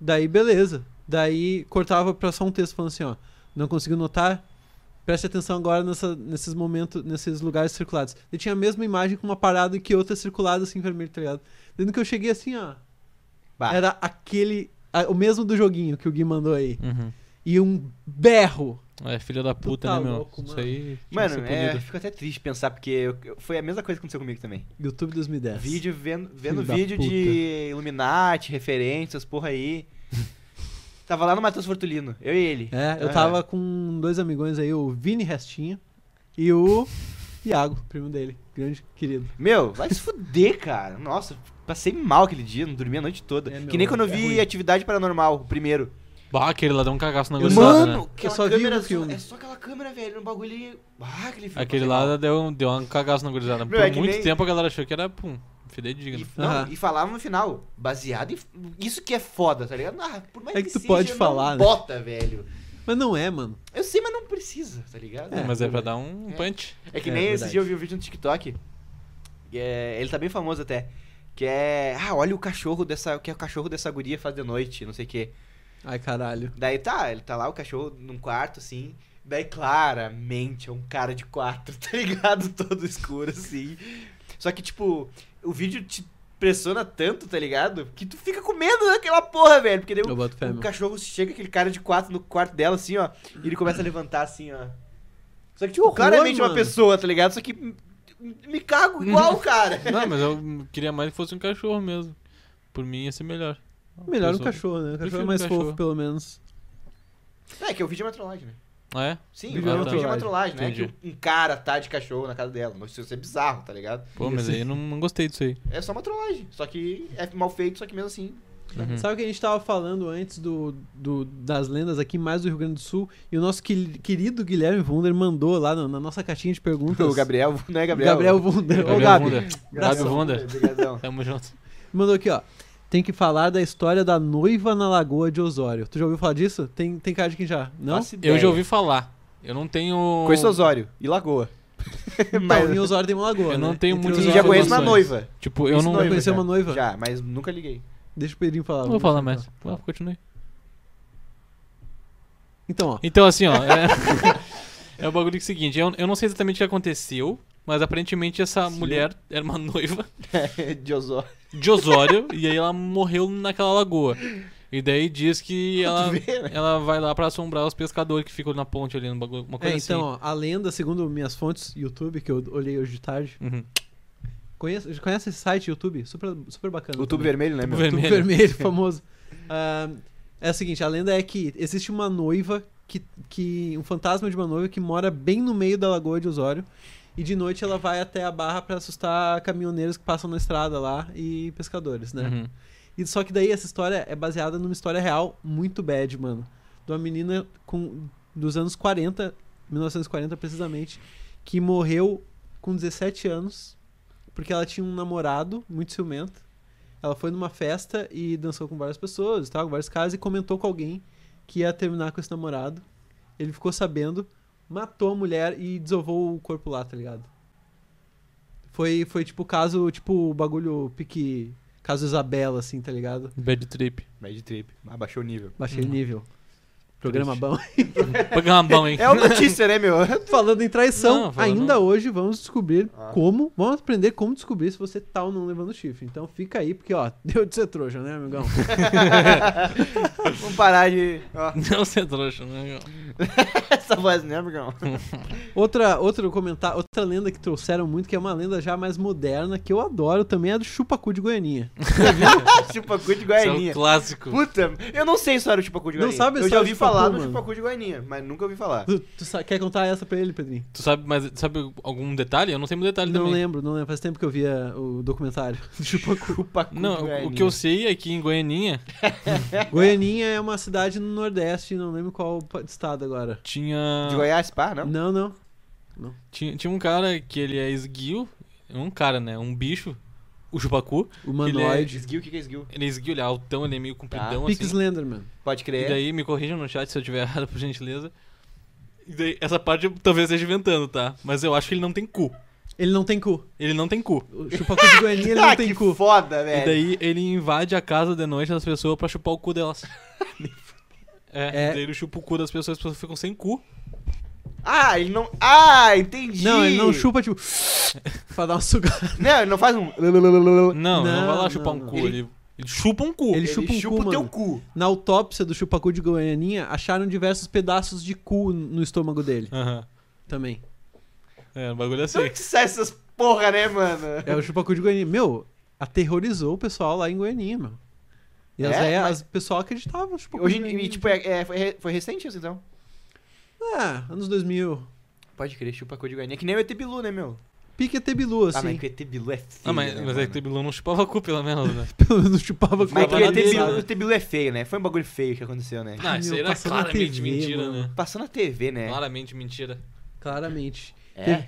[SPEAKER 1] Daí beleza. Daí cortava pra só um texto falando assim, ó. Não conseguiu notar? Preste atenção agora nessa- nesses momentos, nesses lugares circulados. Ele tinha a mesma imagem com uma parada e que outra circulada assim em vermelho, tá ligado? Dentro que eu cheguei assim, ó.
[SPEAKER 4] Bah.
[SPEAKER 1] Era aquele. a- o mesmo do joguinho que o Gui mandou aí.
[SPEAKER 3] Uhum.
[SPEAKER 1] E um berro.
[SPEAKER 3] É, filha da puta,
[SPEAKER 1] tá
[SPEAKER 3] né, meu?
[SPEAKER 1] louco,
[SPEAKER 3] Isso
[SPEAKER 1] mano.
[SPEAKER 3] aí. tinha que
[SPEAKER 4] Mano,
[SPEAKER 3] ser
[SPEAKER 4] é,
[SPEAKER 3] punido.
[SPEAKER 4] fico até triste pensar, porque eu- eu- foi a mesma coisa que aconteceu comigo também.
[SPEAKER 1] YouTube 2010.
[SPEAKER 4] Vídeo vendo, vendo
[SPEAKER 1] da
[SPEAKER 4] vídeo
[SPEAKER 1] puta.
[SPEAKER 4] de Illuminati, referências, porra aí. Tava lá no Matheus Fortulino, eu e ele.
[SPEAKER 1] É, eu
[SPEAKER 4] Ah,
[SPEAKER 1] tava com dois amigões aí, o Vini Restinha e o Iago, primo dele, grande querido.
[SPEAKER 4] Meu, vai se fuder, cara. Nossa, passei mal aquele dia, não dormi a noite toda.
[SPEAKER 1] É, meu,
[SPEAKER 4] que nem quando eu
[SPEAKER 1] é
[SPEAKER 4] vi
[SPEAKER 1] ruim.
[SPEAKER 4] Atividade Paranormal, o primeiro.
[SPEAKER 3] Bah, aquele lá deu um cagaço na
[SPEAKER 1] Eu
[SPEAKER 3] gurizada, né?
[SPEAKER 1] Eu só vi um
[SPEAKER 4] só-
[SPEAKER 1] filme.
[SPEAKER 4] É só aquela câmera, velho, no bagulho. ali. Ah, aquele filme.
[SPEAKER 3] Aquele
[SPEAKER 4] passei mal.
[SPEAKER 3] lá deu, um- deu um cagaço na gurizada.
[SPEAKER 4] Meu,
[SPEAKER 3] Por
[SPEAKER 4] é que
[SPEAKER 3] muito
[SPEAKER 4] nem-
[SPEAKER 3] tempo a galera achou que era, pum, fidedigno.
[SPEAKER 4] E, não,
[SPEAKER 1] Aham.
[SPEAKER 4] e falava no final, baseado em. Isso que é foda, tá ligado? Ah, por mais
[SPEAKER 1] É que tu pode
[SPEAKER 4] não
[SPEAKER 1] falar, né?
[SPEAKER 4] Bota, velho.
[SPEAKER 1] Mas não é, mano.
[SPEAKER 4] Eu sei, mas não precisa, tá ligado?
[SPEAKER 1] É,
[SPEAKER 3] Mas é pra
[SPEAKER 1] verdade.
[SPEAKER 3] dar um
[SPEAKER 4] É. <laughs>
[SPEAKER 3] punch.
[SPEAKER 4] É que
[SPEAKER 1] É,
[SPEAKER 4] nem esse
[SPEAKER 1] verdade.
[SPEAKER 4] dia eu vi um vídeo no TikTok. que é- ele tá bem famoso até. Que é. Ah, olha o cachorro dessa. O que o cachorro dessa guria faz de noite, não sei o quê.
[SPEAKER 1] Ai, caralho.
[SPEAKER 4] Daí tá, ele tá lá, o cachorro num quarto, assim. Daí, claramente, é um cara de quatro, <laughs> tá ligado? Todo escuro, assim. Só que, tipo, o vídeo te pressiona tanto, tá ligado? Que tu fica com medo daquela porra, velho. Porque daí
[SPEAKER 1] Eu
[SPEAKER 4] o,
[SPEAKER 1] boto fé,
[SPEAKER 3] um
[SPEAKER 4] o
[SPEAKER 1] meu.
[SPEAKER 4] cachorro chega, aquele cara de quatro no quarto dela, assim, ó. E ele começa a levantar, assim, ó. Só que, tipo,
[SPEAKER 1] horror,
[SPEAKER 4] claramente uma
[SPEAKER 1] mano.
[SPEAKER 4] pessoa, tá ligado? Só que m- me cago igual,
[SPEAKER 1] <laughs>
[SPEAKER 4] cara.
[SPEAKER 3] Não, mas eu queria mais que fosse um cachorro mesmo. Por mim ia ser melhor.
[SPEAKER 1] Melhor um
[SPEAKER 3] Pessoa-
[SPEAKER 1] cachorro, né? O cachorro
[SPEAKER 3] Prefiro
[SPEAKER 1] é
[SPEAKER 3] um
[SPEAKER 1] mais
[SPEAKER 3] cachorro.
[SPEAKER 1] fofo, pelo menos.
[SPEAKER 4] É, que o vídeo é uma trollagem, né?
[SPEAKER 3] Ah, é?
[SPEAKER 4] Sim,
[SPEAKER 1] Vídeo
[SPEAKER 4] o
[SPEAKER 1] é uma
[SPEAKER 4] vídeo é uma
[SPEAKER 1] trollagem.
[SPEAKER 4] trollagem, né?
[SPEAKER 3] Entendi.
[SPEAKER 4] Que um cara tá de cachorro na casa dela. Isso é bizarro, tá ligado?
[SPEAKER 3] Pô, mas
[SPEAKER 1] Isso.
[SPEAKER 3] aí eu não, não gostei disso aí.
[SPEAKER 4] É só uma trollagem. Só que é mal feito, só que mesmo assim.
[SPEAKER 3] Uhum.
[SPEAKER 1] Sabe o que a gente tava falando antes do, do- das lendas aqui, mais do Rio Grande do Sul? E o nosso que- querido Guilherme Wunder mandou lá na, na nossa caixinha de
[SPEAKER 3] <laughs>
[SPEAKER 1] perguntas.
[SPEAKER 4] O Gabriel, não é Gabriel?
[SPEAKER 1] Gabriel, Wunder. Ô,
[SPEAKER 3] Gabriel
[SPEAKER 1] Gabi,
[SPEAKER 3] Wunder. Gabi
[SPEAKER 1] abração.
[SPEAKER 3] Wonder.
[SPEAKER 4] Obrigadão.
[SPEAKER 3] Tamo junto.
[SPEAKER 1] Mandou aqui, ó. Tem que falar da história da noiva na Lagoa de Osório. Tu já ouviu falar disso? Tem, tem cara de quem já? Não?
[SPEAKER 4] Faço
[SPEAKER 3] Eu
[SPEAKER 4] ideia.
[SPEAKER 3] já ouvi falar. Eu não tenho.
[SPEAKER 4] Conheço Osório e Lagoa.
[SPEAKER 1] Mas... Em Osório tem uma lagoa.
[SPEAKER 3] Eu
[SPEAKER 1] né?
[SPEAKER 3] não tenho
[SPEAKER 1] Entre
[SPEAKER 3] muitas
[SPEAKER 4] E
[SPEAKER 1] Osório
[SPEAKER 4] já
[SPEAKER 1] e
[SPEAKER 4] conheço uma
[SPEAKER 1] Lagoa.
[SPEAKER 4] noiva.
[SPEAKER 3] Tipo, eu
[SPEAKER 4] Conheço né?
[SPEAKER 3] não.
[SPEAKER 1] noiva. conheceu
[SPEAKER 4] já.
[SPEAKER 1] uma noiva?
[SPEAKER 4] Já, mas nunca liguei.
[SPEAKER 1] Deixa o Pedrinho falar.
[SPEAKER 3] Não vou
[SPEAKER 1] vamos
[SPEAKER 3] falar
[SPEAKER 1] lá,
[SPEAKER 3] mais.
[SPEAKER 1] então.
[SPEAKER 3] Ah, continue.
[SPEAKER 1] Então, ó.
[SPEAKER 3] Então, assim, ó. <laughs> É, é o bagulho que é o seguinte: eu, eu não sei exatamente o que aconteceu, mas aparentemente essa mulher era uma noiva.
[SPEAKER 4] <laughs> de Osório.
[SPEAKER 3] de Osório e aí ela morreu naquela lagoa. E daí diz que ela,
[SPEAKER 4] vê, né?
[SPEAKER 3] ela vai lá pra assombrar os pescadores que ficam na ponte ali, no bagulho, uma
[SPEAKER 1] É,
[SPEAKER 3] coisa
[SPEAKER 1] então,
[SPEAKER 3] assim.
[SPEAKER 1] ó, a lenda, segundo minhas fontes YouTube, que eu olhei hoje de tarde.
[SPEAKER 3] Uhum.
[SPEAKER 1] Conhece, conhece esse site YouTube? Super, super bacana.
[SPEAKER 4] O tubo
[SPEAKER 1] também.
[SPEAKER 4] vermelho, né, meu?
[SPEAKER 3] Ver-
[SPEAKER 1] YouTube
[SPEAKER 3] Vermelho.
[SPEAKER 1] vermelho, <laughs> famoso. Ah, é o seguinte, a lenda é que existe uma noiva que, que. um fantasma de uma noiva que mora bem no meio da lagoa de Osório. E de noite ela vai até a barra pra assustar caminhoneiros que passam na estrada lá e pescadores, né?
[SPEAKER 3] Uhum.
[SPEAKER 1] E só que daí essa história é baseada numa história real muito bad, mano. De uma menina com, dos anos 40, 1940 precisamente, que morreu com 17 anos porque ela tinha um namorado muito ciumento. Ela foi numa festa e dançou com várias pessoas, e tal, com vários caras, e comentou com alguém que ia terminar com esse namorado. Ele ficou sabendo, matou a mulher e desovou o corpo lá, tá ligado? Foi, foi tipo caso, tipo, bagulho pique Caso Isabela, assim, tá ligado?
[SPEAKER 3] Bad trip.
[SPEAKER 4] Bad Trip. Abaixou
[SPEAKER 3] <laughs>
[SPEAKER 4] o nível.
[SPEAKER 1] Baixei
[SPEAKER 3] Uhum.
[SPEAKER 1] o nível. Programa bom. <laughs>
[SPEAKER 3] Pagar uma mão, hein?
[SPEAKER 4] É o notícia, né, meu?
[SPEAKER 1] falando em traição,
[SPEAKER 3] Não, falando-
[SPEAKER 1] ainda hoje vamos descobrir
[SPEAKER 4] Ah.
[SPEAKER 1] como. Vamos aprender como descobrir se você tá ou não levando chifre. Então fica aí, porque, ó, <laughs> deu de ser trouxa, né,
[SPEAKER 3] <laughs>
[SPEAKER 1] amigão?
[SPEAKER 4] Vamos parar de... Ó,
[SPEAKER 3] <laughs> Não, você é trouxa, né?
[SPEAKER 4] <laughs> essa voz, né, <laughs> amigão?
[SPEAKER 1] outra, outro comentário, outra lenda que trouxeram muito, que é uma lenda já mais moderna, que eu adoro também, é a do chupacu de Goianinha.
[SPEAKER 4] Chupacu de
[SPEAKER 3] Isso é o
[SPEAKER 4] Guaianinha.
[SPEAKER 3] clássico.
[SPEAKER 4] Puta, eu não sei a história do Chupacu de
[SPEAKER 1] Não
[SPEAKER 4] Guaianinha.
[SPEAKER 1] sabe a
[SPEAKER 4] Eu já
[SPEAKER 1] história
[SPEAKER 4] ouvi
[SPEAKER 1] do Chupacu,
[SPEAKER 4] falar do
[SPEAKER 1] mano.
[SPEAKER 4] Chupacu de Guaianinha, mas nunca ouvi falar.
[SPEAKER 1] Tu, tu sa- quer contar essa pra ele, Pedrinho?
[SPEAKER 3] Tu sabe, mas sabe algum detalhe? Eu não sei muito detalhe
[SPEAKER 1] não
[SPEAKER 3] também.
[SPEAKER 1] lembro, não lembro. Faz tempo que eu via o documentário <laughs> do chupacu.
[SPEAKER 4] Chupacu de
[SPEAKER 3] Não, o-
[SPEAKER 4] Guaianinha.
[SPEAKER 3] o que eu sei é que em Goianinha
[SPEAKER 1] Goianinha é uma cidade no Nordeste, não lembro qual pa- estado agora.
[SPEAKER 3] tinha,
[SPEAKER 4] De Goiás, pá, não?
[SPEAKER 1] Não, não.
[SPEAKER 3] tinha. Tinha um cara que ele é esguio. Um cara, né? Um bicho. O Chupacu.
[SPEAKER 1] Humanoide.
[SPEAKER 4] Esguio, o que que é esguio? Ele
[SPEAKER 3] Ele é esguio, ele é altão, ele é meio compridão
[SPEAKER 4] Então,
[SPEAKER 1] Ah, Pix
[SPEAKER 3] assim.
[SPEAKER 1] Slenderman.
[SPEAKER 4] Pode
[SPEAKER 3] E
[SPEAKER 4] crer.
[SPEAKER 3] daí me corrijam no chat se eu tiver <laughs> errado, por gentileza. E daí, essa parte eu talvez esteja inventando, tá? Mas eu acho que ele não tem cu.
[SPEAKER 1] Ele não tem cu.
[SPEAKER 3] Ele não tem cu.
[SPEAKER 1] O chupacu
[SPEAKER 4] <laughs>
[SPEAKER 1] de Goianinha, ele
[SPEAKER 4] ah,
[SPEAKER 1] não tem
[SPEAKER 4] que
[SPEAKER 1] cu.
[SPEAKER 4] foda,
[SPEAKER 1] É.
[SPEAKER 3] E
[SPEAKER 4] velho.
[SPEAKER 3] daí ele invade a casa de noite das pessoas pra chupar o cu
[SPEAKER 1] <laughs>
[SPEAKER 3] delas. É,
[SPEAKER 1] É.
[SPEAKER 3] daí ele chupa o cu das pessoas, as pessoas ficam sem cu.
[SPEAKER 4] Ah, ele não... Ah, entendi.
[SPEAKER 1] Não, ele não chupa, tipo. <laughs> pra dar um uma sugada.
[SPEAKER 4] Não, ele não faz um...
[SPEAKER 3] Não, ele não
[SPEAKER 1] Não,
[SPEAKER 3] vai lá chupar
[SPEAKER 1] não,
[SPEAKER 3] um
[SPEAKER 1] não.
[SPEAKER 3] cu.
[SPEAKER 4] Ele-
[SPEAKER 3] Ele, ele chupa um cu.
[SPEAKER 1] Ele chupa um
[SPEAKER 4] chupa
[SPEAKER 1] cu,
[SPEAKER 4] o teu
[SPEAKER 1] mano.
[SPEAKER 4] cu.
[SPEAKER 1] Na autópsia do chupacu de Goianinha, acharam diversos pedaços de cu no estômago dele.
[SPEAKER 3] Aham.
[SPEAKER 1] Também.
[SPEAKER 3] É, o bagulho é
[SPEAKER 4] Só
[SPEAKER 3] assim.
[SPEAKER 4] que sai essas porra, né, mano?
[SPEAKER 1] É o chupacu de Goianinha. Meu, aterrorizou o pessoal lá em Goianinha, meu. E as
[SPEAKER 4] É?
[SPEAKER 1] véias-
[SPEAKER 4] Mas-
[SPEAKER 1] as- o pessoal acreditava no chupacu
[SPEAKER 4] Hoje,
[SPEAKER 1] de
[SPEAKER 4] em-
[SPEAKER 1] Goianinha.
[SPEAKER 4] e, tipo, é, é, foi, re- foi recente isso, então?
[SPEAKER 1] Ah, anos 2000.
[SPEAKER 4] Pode crer, chupa cu de Guaianinha. Que nem o ET Bilu, né, meu?
[SPEAKER 1] Pique até Bilu, <laughs>
[SPEAKER 4] Ah,
[SPEAKER 1] assim.
[SPEAKER 4] mas que o ET Bilu é feio,
[SPEAKER 3] Ah, mas,
[SPEAKER 4] né,
[SPEAKER 3] mas
[SPEAKER 4] mano?
[SPEAKER 3] é que o Bilu não chupava cu, pelo menos, né?
[SPEAKER 1] Pelo menos chupava cu.
[SPEAKER 4] Mas é que o
[SPEAKER 3] Tava na
[SPEAKER 4] ET
[SPEAKER 3] mesa,
[SPEAKER 4] Bilu-
[SPEAKER 3] né?
[SPEAKER 4] o ET Bilu é feio, né? Foi um bagulho feio que aconteceu, né?
[SPEAKER 3] Ah, isso
[SPEAKER 1] meu,
[SPEAKER 3] aí era
[SPEAKER 1] passou na
[SPEAKER 3] claramente
[SPEAKER 1] TV,
[SPEAKER 3] mentira,
[SPEAKER 1] mano. É.
[SPEAKER 3] né?
[SPEAKER 4] Passou na TV, né?
[SPEAKER 3] Claramente mentira.
[SPEAKER 1] Claramente.
[SPEAKER 4] É.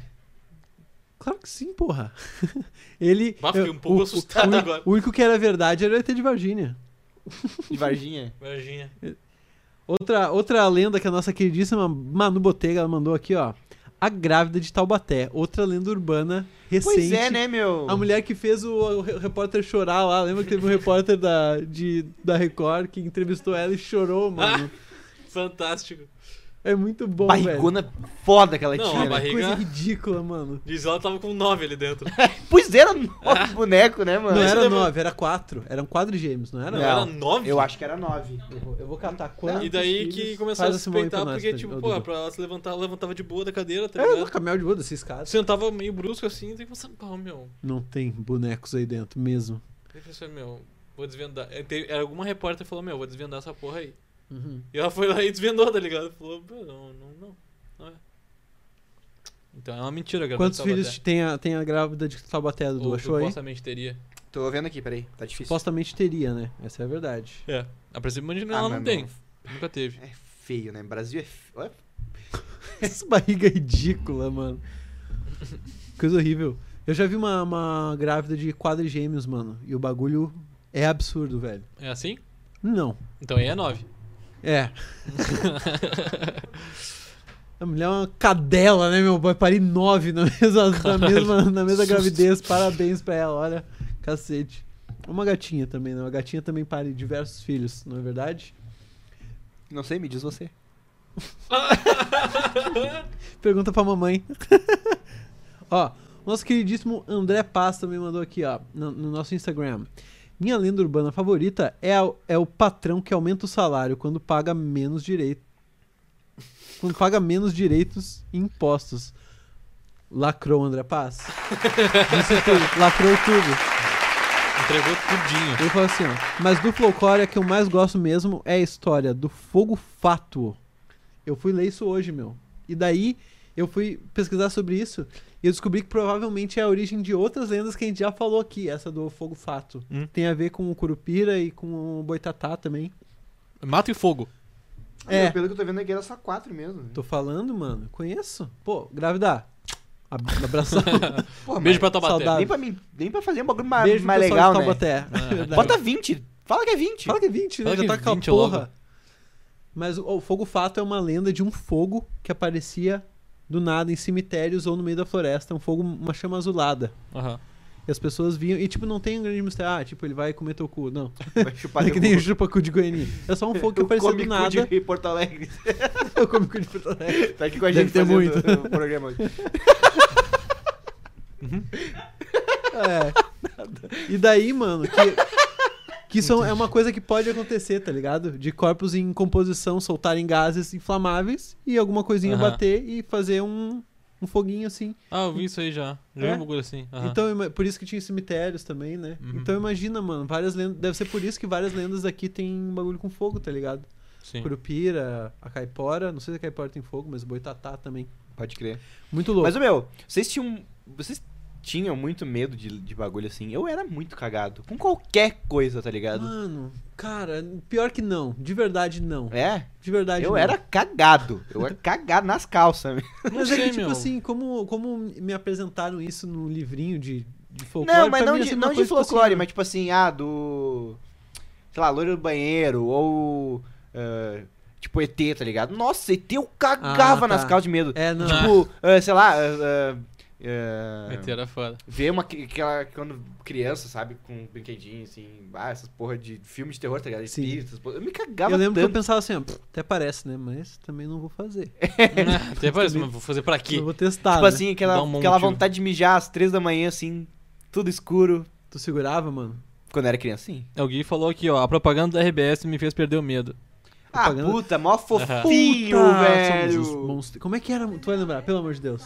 [SPEAKER 1] Claro que sim, porra. <laughs> Ele.
[SPEAKER 3] Bah, fiquei um pouco assustado
[SPEAKER 1] o-
[SPEAKER 3] agora.
[SPEAKER 1] O único que era verdade era o ET de Varginha.
[SPEAKER 4] De Varginha.
[SPEAKER 3] Imagina.
[SPEAKER 1] Outra, outra lenda que a nossa queridíssima Manu Botega ela mandou aqui, ó. A grávida de Taubaté. Outra lenda urbana recente.
[SPEAKER 4] Pois é, né, meu?
[SPEAKER 1] A mulher que fez o, o re- repórter chorar lá. Lembra que teve um repórter da, de, da Record que entrevistou ela e
[SPEAKER 3] <laughs>
[SPEAKER 1] chorou, mano?
[SPEAKER 3] Fantástico.
[SPEAKER 1] É muito bom, velho.
[SPEAKER 4] Barrigona foda que ela
[SPEAKER 3] Não,
[SPEAKER 4] tinha.
[SPEAKER 3] a
[SPEAKER 4] né?
[SPEAKER 3] barriga-
[SPEAKER 1] Coisa ridícula, mano.
[SPEAKER 3] Diz ela tava com 9 ali dentro.
[SPEAKER 4] Pois era <laughs> nove boneco, né, mano?
[SPEAKER 1] É. Não
[SPEAKER 4] Isso
[SPEAKER 1] era
[SPEAKER 4] deve-
[SPEAKER 1] nove, era quatro. Eram quadrigêmeos, Ah, não era?
[SPEAKER 3] Não,
[SPEAKER 4] Não.
[SPEAKER 3] era 9?
[SPEAKER 4] Eu acho que era nove.
[SPEAKER 1] Eu vou- Eu vou catar quantos
[SPEAKER 3] E daí que
[SPEAKER 1] filhos-
[SPEAKER 3] começou
[SPEAKER 1] Faz
[SPEAKER 3] a
[SPEAKER 1] esse molho
[SPEAKER 3] suspeitar,
[SPEAKER 1] pra nós,
[SPEAKER 3] porque,
[SPEAKER 1] Pedro.
[SPEAKER 3] tipo,
[SPEAKER 1] Ô,
[SPEAKER 3] porra,
[SPEAKER 1] Dudu.
[SPEAKER 3] pra ela se levantar, ela levantava de boa da cadeira, tá
[SPEAKER 1] É, no
[SPEAKER 3] ligado?
[SPEAKER 1] camel de boa esses caras.
[SPEAKER 3] Sentava meio brusco assim, tem que pensar, pau, meu.
[SPEAKER 1] Não tem bonecos aí dentro mesmo.
[SPEAKER 3] Daí pensou, meu, vou desvendar. É, teve- era alguma repórter que falou, meu, vou desvendar essa porra aí.
[SPEAKER 1] Uhum.
[SPEAKER 3] E ela foi lá e desvendou, tá ligado? Falou, "Pô, não, não, não, não é. Então é uma mentira, cara.
[SPEAKER 1] Quantos filhos tem a, tem a grávida de Taubaté, Dudu?
[SPEAKER 3] Ou,
[SPEAKER 1] Achou aí?
[SPEAKER 3] supostamente teria.
[SPEAKER 4] Tô vendo aqui, peraí. Tá difícil.
[SPEAKER 1] Supostamente teria, né? Essa é a verdade. <laughs>
[SPEAKER 3] É. A princípio, imagina,
[SPEAKER 4] Ah,
[SPEAKER 3] ela não
[SPEAKER 4] mas
[SPEAKER 3] tem.
[SPEAKER 4] não.
[SPEAKER 3] Nunca teve.
[SPEAKER 4] É feio, né? Brasil é feio. Olha,
[SPEAKER 1] Essa barriga é ridícula, mano. Coisa horrível. Eu já vi uma, uma grávida de quadrigêmeos, mano. E o bagulho é absurdo, velho.
[SPEAKER 3] É assim? é
[SPEAKER 1] Não.
[SPEAKER 3] <laughs> Então aí é 9.
[SPEAKER 1] É. A mulher é uma cadela, né, meu? Vai parir nove na <laughs> mesma, na mesma, na mesma
[SPEAKER 3] susto.
[SPEAKER 1] gravidez. Parabéns pra ela, olha. Cacete. Uma gatinha também, né? Uma gatinha também pare diversos filhos, não é verdade?
[SPEAKER 4] Não sei, me diz você.
[SPEAKER 1] Pergunta pra mamãe. <laughs> ó, nosso queridíssimo André Paz também mandou aqui, ó, no, no nosso Instagram. Minha lenda urbana favorita é, a- é o patrão que aumenta o salário quando paga menos direito. Quando paga menos direitos e impostos. Lacrou, André Paz. Disse tudo, lacrou tudo.
[SPEAKER 3] Entregou tudinho.
[SPEAKER 1] Ele falou assim, ó. Mas do Flowcore, a que eu mais gosto mesmo é a história do fogo fátuo. Eu fui ler isso hoje, meu. E daí eu fui pesquisar sobre isso e eu descobri que provavelmente é a origem de outras lendas que a gente já falou aqui, essa do fogo fato.
[SPEAKER 3] Hum.
[SPEAKER 1] Tem a ver com o Curupira e com o Boitatá também.
[SPEAKER 3] Mato e fogo.
[SPEAKER 1] É.
[SPEAKER 4] Ah, Pelo que eu tô vendo aqui, era só quatro mesmo. né?
[SPEAKER 1] Tô falando, mano, conheço. Pô, grávida. ab-
[SPEAKER 4] <laughs>
[SPEAKER 1] Abração.
[SPEAKER 4] Porra,
[SPEAKER 3] Beijo pra
[SPEAKER 4] mas
[SPEAKER 3] Tabaté.
[SPEAKER 1] saudade.
[SPEAKER 4] Nem pra, mim, nem pra fazer um bagulho ma- mais,
[SPEAKER 1] Beijo pro pessoal tá
[SPEAKER 4] legal,
[SPEAKER 1] de
[SPEAKER 4] né?
[SPEAKER 1] Taubaté. É Verdade.
[SPEAKER 4] Bota 20. Fala que é 20.
[SPEAKER 1] né? Fala que é 20, né?
[SPEAKER 3] Fala
[SPEAKER 1] Já
[SPEAKER 3] que
[SPEAKER 1] tá com a
[SPEAKER 3] 20
[SPEAKER 1] porra.
[SPEAKER 3] logo.
[SPEAKER 1] Mas o, o fogo fato é uma lenda de um fogo que aparecia do nada em cemitérios ou no meio da floresta. Um fogo, uma chama azulada.
[SPEAKER 3] Aham.
[SPEAKER 1] E as pessoas vinham. E, tipo, não tem um grande mistério. Ah, tipo, ele vai comer teu cu. Não.
[SPEAKER 4] Vai chupar
[SPEAKER 1] é <laughs>
[SPEAKER 4] teu
[SPEAKER 1] que nem o
[SPEAKER 4] cu.
[SPEAKER 1] chupacu de Goiânia. É só um fogo que
[SPEAKER 4] Eu
[SPEAKER 1] apareceu
[SPEAKER 4] come
[SPEAKER 1] do
[SPEAKER 4] cu
[SPEAKER 1] nada.
[SPEAKER 4] de Porto Alegre.
[SPEAKER 1] <laughs> Eu come cu de Porto Alegre.
[SPEAKER 4] Tá aqui com a
[SPEAKER 1] Deve
[SPEAKER 4] gente
[SPEAKER 1] ter
[SPEAKER 4] fazendo
[SPEAKER 1] muito.
[SPEAKER 4] o programa hoje.
[SPEAKER 1] É. E daí, mano, que. Que isso é uma coisa que pode acontecer, tá ligado? De corpos em composição soltarem gases inflamáveis e alguma coisinha
[SPEAKER 3] Aham.
[SPEAKER 1] bater e fazer um, um foguinho assim.
[SPEAKER 3] Ah, eu vi isso aí já. Já vi
[SPEAKER 1] É?
[SPEAKER 3] um bagulho assim. Aham. Uhum.
[SPEAKER 1] Então, ima- por isso que tinha cemitérios também, né? Então imagina, mano, várias lendas. Deve ser por isso que várias lendas aqui tem um bagulho com fogo, tá ligado?
[SPEAKER 3] Sim.
[SPEAKER 1] Curupira, a caipora, não sei se a caipora tem fogo, mas boitatá também.
[SPEAKER 4] Pode crer.
[SPEAKER 1] Muito louco.
[SPEAKER 4] Mas, ô, meu, vocês tinham. Vocês tinham muito medo de, de bagulho assim. Eu era muito cagado. Com qualquer coisa, tá ligado?
[SPEAKER 1] Mano, cara, pior que não. De verdade, não.
[SPEAKER 4] É?
[SPEAKER 1] De Ah, verdade, né?
[SPEAKER 4] Eu
[SPEAKER 1] não.
[SPEAKER 4] era cagado. Eu era cagado nas calças. meu.
[SPEAKER 1] Mas é que,
[SPEAKER 3] sei,
[SPEAKER 1] tipo
[SPEAKER 3] meu.
[SPEAKER 1] assim, como, como me apresentaram isso num livrinho de, de folclore.
[SPEAKER 4] Não, mas
[SPEAKER 1] pra
[SPEAKER 4] não
[SPEAKER 1] mim,
[SPEAKER 4] de,
[SPEAKER 1] assim,
[SPEAKER 4] não
[SPEAKER 1] uma
[SPEAKER 4] de
[SPEAKER 1] coisa, tipo
[SPEAKER 4] folclore,
[SPEAKER 1] assim,
[SPEAKER 4] mas tipo assim, ah, do. Sei lá, loira do banheiro, ou. ah, tipo ET, tá ligado? Nossa, ET eu cagava
[SPEAKER 1] Ah, tá.
[SPEAKER 4] nas calças de medo.
[SPEAKER 1] É, não.
[SPEAKER 3] Ah.
[SPEAKER 4] Tipo, ah, sei lá. ah, ah, ah,
[SPEAKER 3] Meter era é foda.
[SPEAKER 4] Ver uma cri- aquela quando criança, sabe, com um brinquedinho, assim, ah, essas porra de filme de terror, tá ligado?
[SPEAKER 1] Sim.
[SPEAKER 4] Espírito, essas porra. Eu me cagava
[SPEAKER 1] Eu lembro que eu
[SPEAKER 4] tanto.
[SPEAKER 1] pensava assim, ó, "Pff, até parece, né? Mas também não vou fazer.
[SPEAKER 3] Até parece, é mas vou fazer pra quê?
[SPEAKER 1] Eu vou testar.
[SPEAKER 4] Tipo
[SPEAKER 1] né?
[SPEAKER 4] assim, aquela,
[SPEAKER 3] Dá um
[SPEAKER 4] aquela
[SPEAKER 3] monte.
[SPEAKER 4] vontade de mijar às três da manhã, assim, tudo escuro.
[SPEAKER 1] Tu segurava, mano?
[SPEAKER 4] Quando eu era criança, sim.
[SPEAKER 3] Alguém É, falou aqui, ó. A propaganda da RBS me fez perder o medo.
[SPEAKER 4] Ah,
[SPEAKER 1] Propaganda.
[SPEAKER 4] puta, mó fofinho,
[SPEAKER 1] Puta,
[SPEAKER 4] velho.
[SPEAKER 1] somos os monstros. Como é que era? Tu vai lembrar, pelo amor de Deus.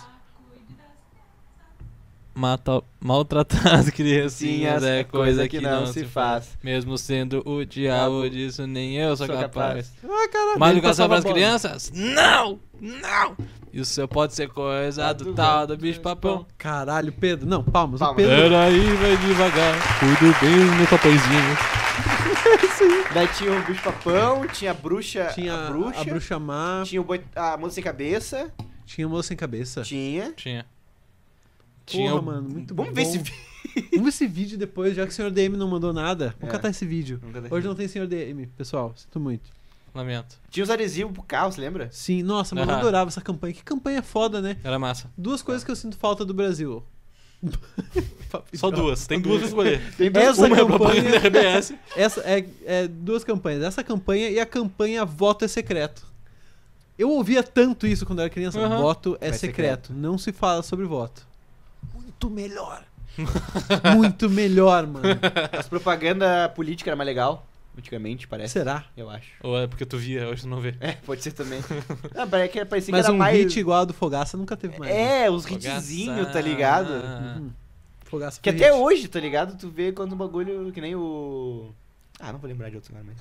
[SPEAKER 3] Mata, maltratar as <laughs> criancinhas
[SPEAKER 4] Criancinhas
[SPEAKER 3] é coisa que, não, se faz. Mesmo sendo o diabo
[SPEAKER 4] Diabo.
[SPEAKER 3] disso, nem eu sou,
[SPEAKER 4] Sou
[SPEAKER 3] capaz.
[SPEAKER 4] capaz.
[SPEAKER 1] Ah, caralho.
[SPEAKER 3] Mas
[SPEAKER 1] ele
[SPEAKER 3] educação
[SPEAKER 1] passava
[SPEAKER 3] para
[SPEAKER 1] a
[SPEAKER 3] as
[SPEAKER 1] bola.
[SPEAKER 3] crianças? Não! Não! Isso pode ser
[SPEAKER 1] Tá
[SPEAKER 3] coisa do tal do
[SPEAKER 1] né?
[SPEAKER 3] bicho papão.
[SPEAKER 1] Caralho, Pedro. Não, palmas. O
[SPEAKER 4] Palmas.
[SPEAKER 1] Pedro.
[SPEAKER 3] Peraí, vai devagar. Tudo bem, meu papãozinho.
[SPEAKER 4] Daí tinha o bicho papão, tinha a bruxa,
[SPEAKER 1] Tinha
[SPEAKER 4] a bruxa,
[SPEAKER 1] a bruxa má,
[SPEAKER 4] tinha o boi, a moça sem cabeça,
[SPEAKER 1] tinha o moço sem cabeça.
[SPEAKER 4] tinha.
[SPEAKER 3] Tinha.
[SPEAKER 1] Porra,
[SPEAKER 3] Tinha. um- o-
[SPEAKER 1] mano, muito
[SPEAKER 4] Vamos
[SPEAKER 1] bom.
[SPEAKER 4] ver esse vídeo.
[SPEAKER 1] Vamos ver esse vídeo depois, já que o senhor DM não mandou nada. Vamos
[SPEAKER 4] É.
[SPEAKER 1] catar esse vídeo.
[SPEAKER 4] Vamos catar esse
[SPEAKER 1] Hoje não tem senhor DM, pessoal. Sinto muito.
[SPEAKER 3] Lamento.
[SPEAKER 4] Tinha os adesivos pro carro, você lembra?
[SPEAKER 1] Sim, nossa, mano, eu
[SPEAKER 3] Ah.
[SPEAKER 1] adorava essa campanha. Que campanha foda, né?
[SPEAKER 3] Era massa.
[SPEAKER 1] Duas coisas que eu sinto falta do
[SPEAKER 4] <laughs>
[SPEAKER 1] Brasil.
[SPEAKER 3] Só duas. Tem duas pra
[SPEAKER 1] <laughs>
[SPEAKER 3] escolher.
[SPEAKER 4] Tem
[SPEAKER 1] Essa
[SPEAKER 3] Uma é a propaganda da
[SPEAKER 1] campanha.
[SPEAKER 3] RBS.
[SPEAKER 1] Essa é, é duas campanhas. Essa campanha e a campanha Voto é Secreto. Eu ouvia tanto isso quando eu era criança.
[SPEAKER 3] Aham.
[SPEAKER 1] Voto é
[SPEAKER 4] É
[SPEAKER 1] secreto.
[SPEAKER 4] secreto.
[SPEAKER 1] Não se fala sobre voto. Muito melhor. <laughs> Muito melhor, mano.
[SPEAKER 4] As propaganda política era mais legal, antigamente, parece.
[SPEAKER 1] Será?
[SPEAKER 4] Eu acho.
[SPEAKER 3] Ou é porque tu via, hoje tu não vê.
[SPEAKER 4] É, pode ser também. Ah, pare- que- parecia que
[SPEAKER 1] Mas
[SPEAKER 4] era
[SPEAKER 1] um
[SPEAKER 4] mais...
[SPEAKER 1] hit igual ao do Fogaça nunca teve mais. né?
[SPEAKER 4] É, os hitzinhos, tá ligado?
[SPEAKER 1] Uhum.
[SPEAKER 3] Fogaça.
[SPEAKER 1] Fogaça
[SPEAKER 4] Que
[SPEAKER 1] foi
[SPEAKER 4] até
[SPEAKER 1] hit.
[SPEAKER 4] hoje, tá ligado? Tu vê quando o bagulho, que nem o... Ah, não vou lembrar de outro agora, mas...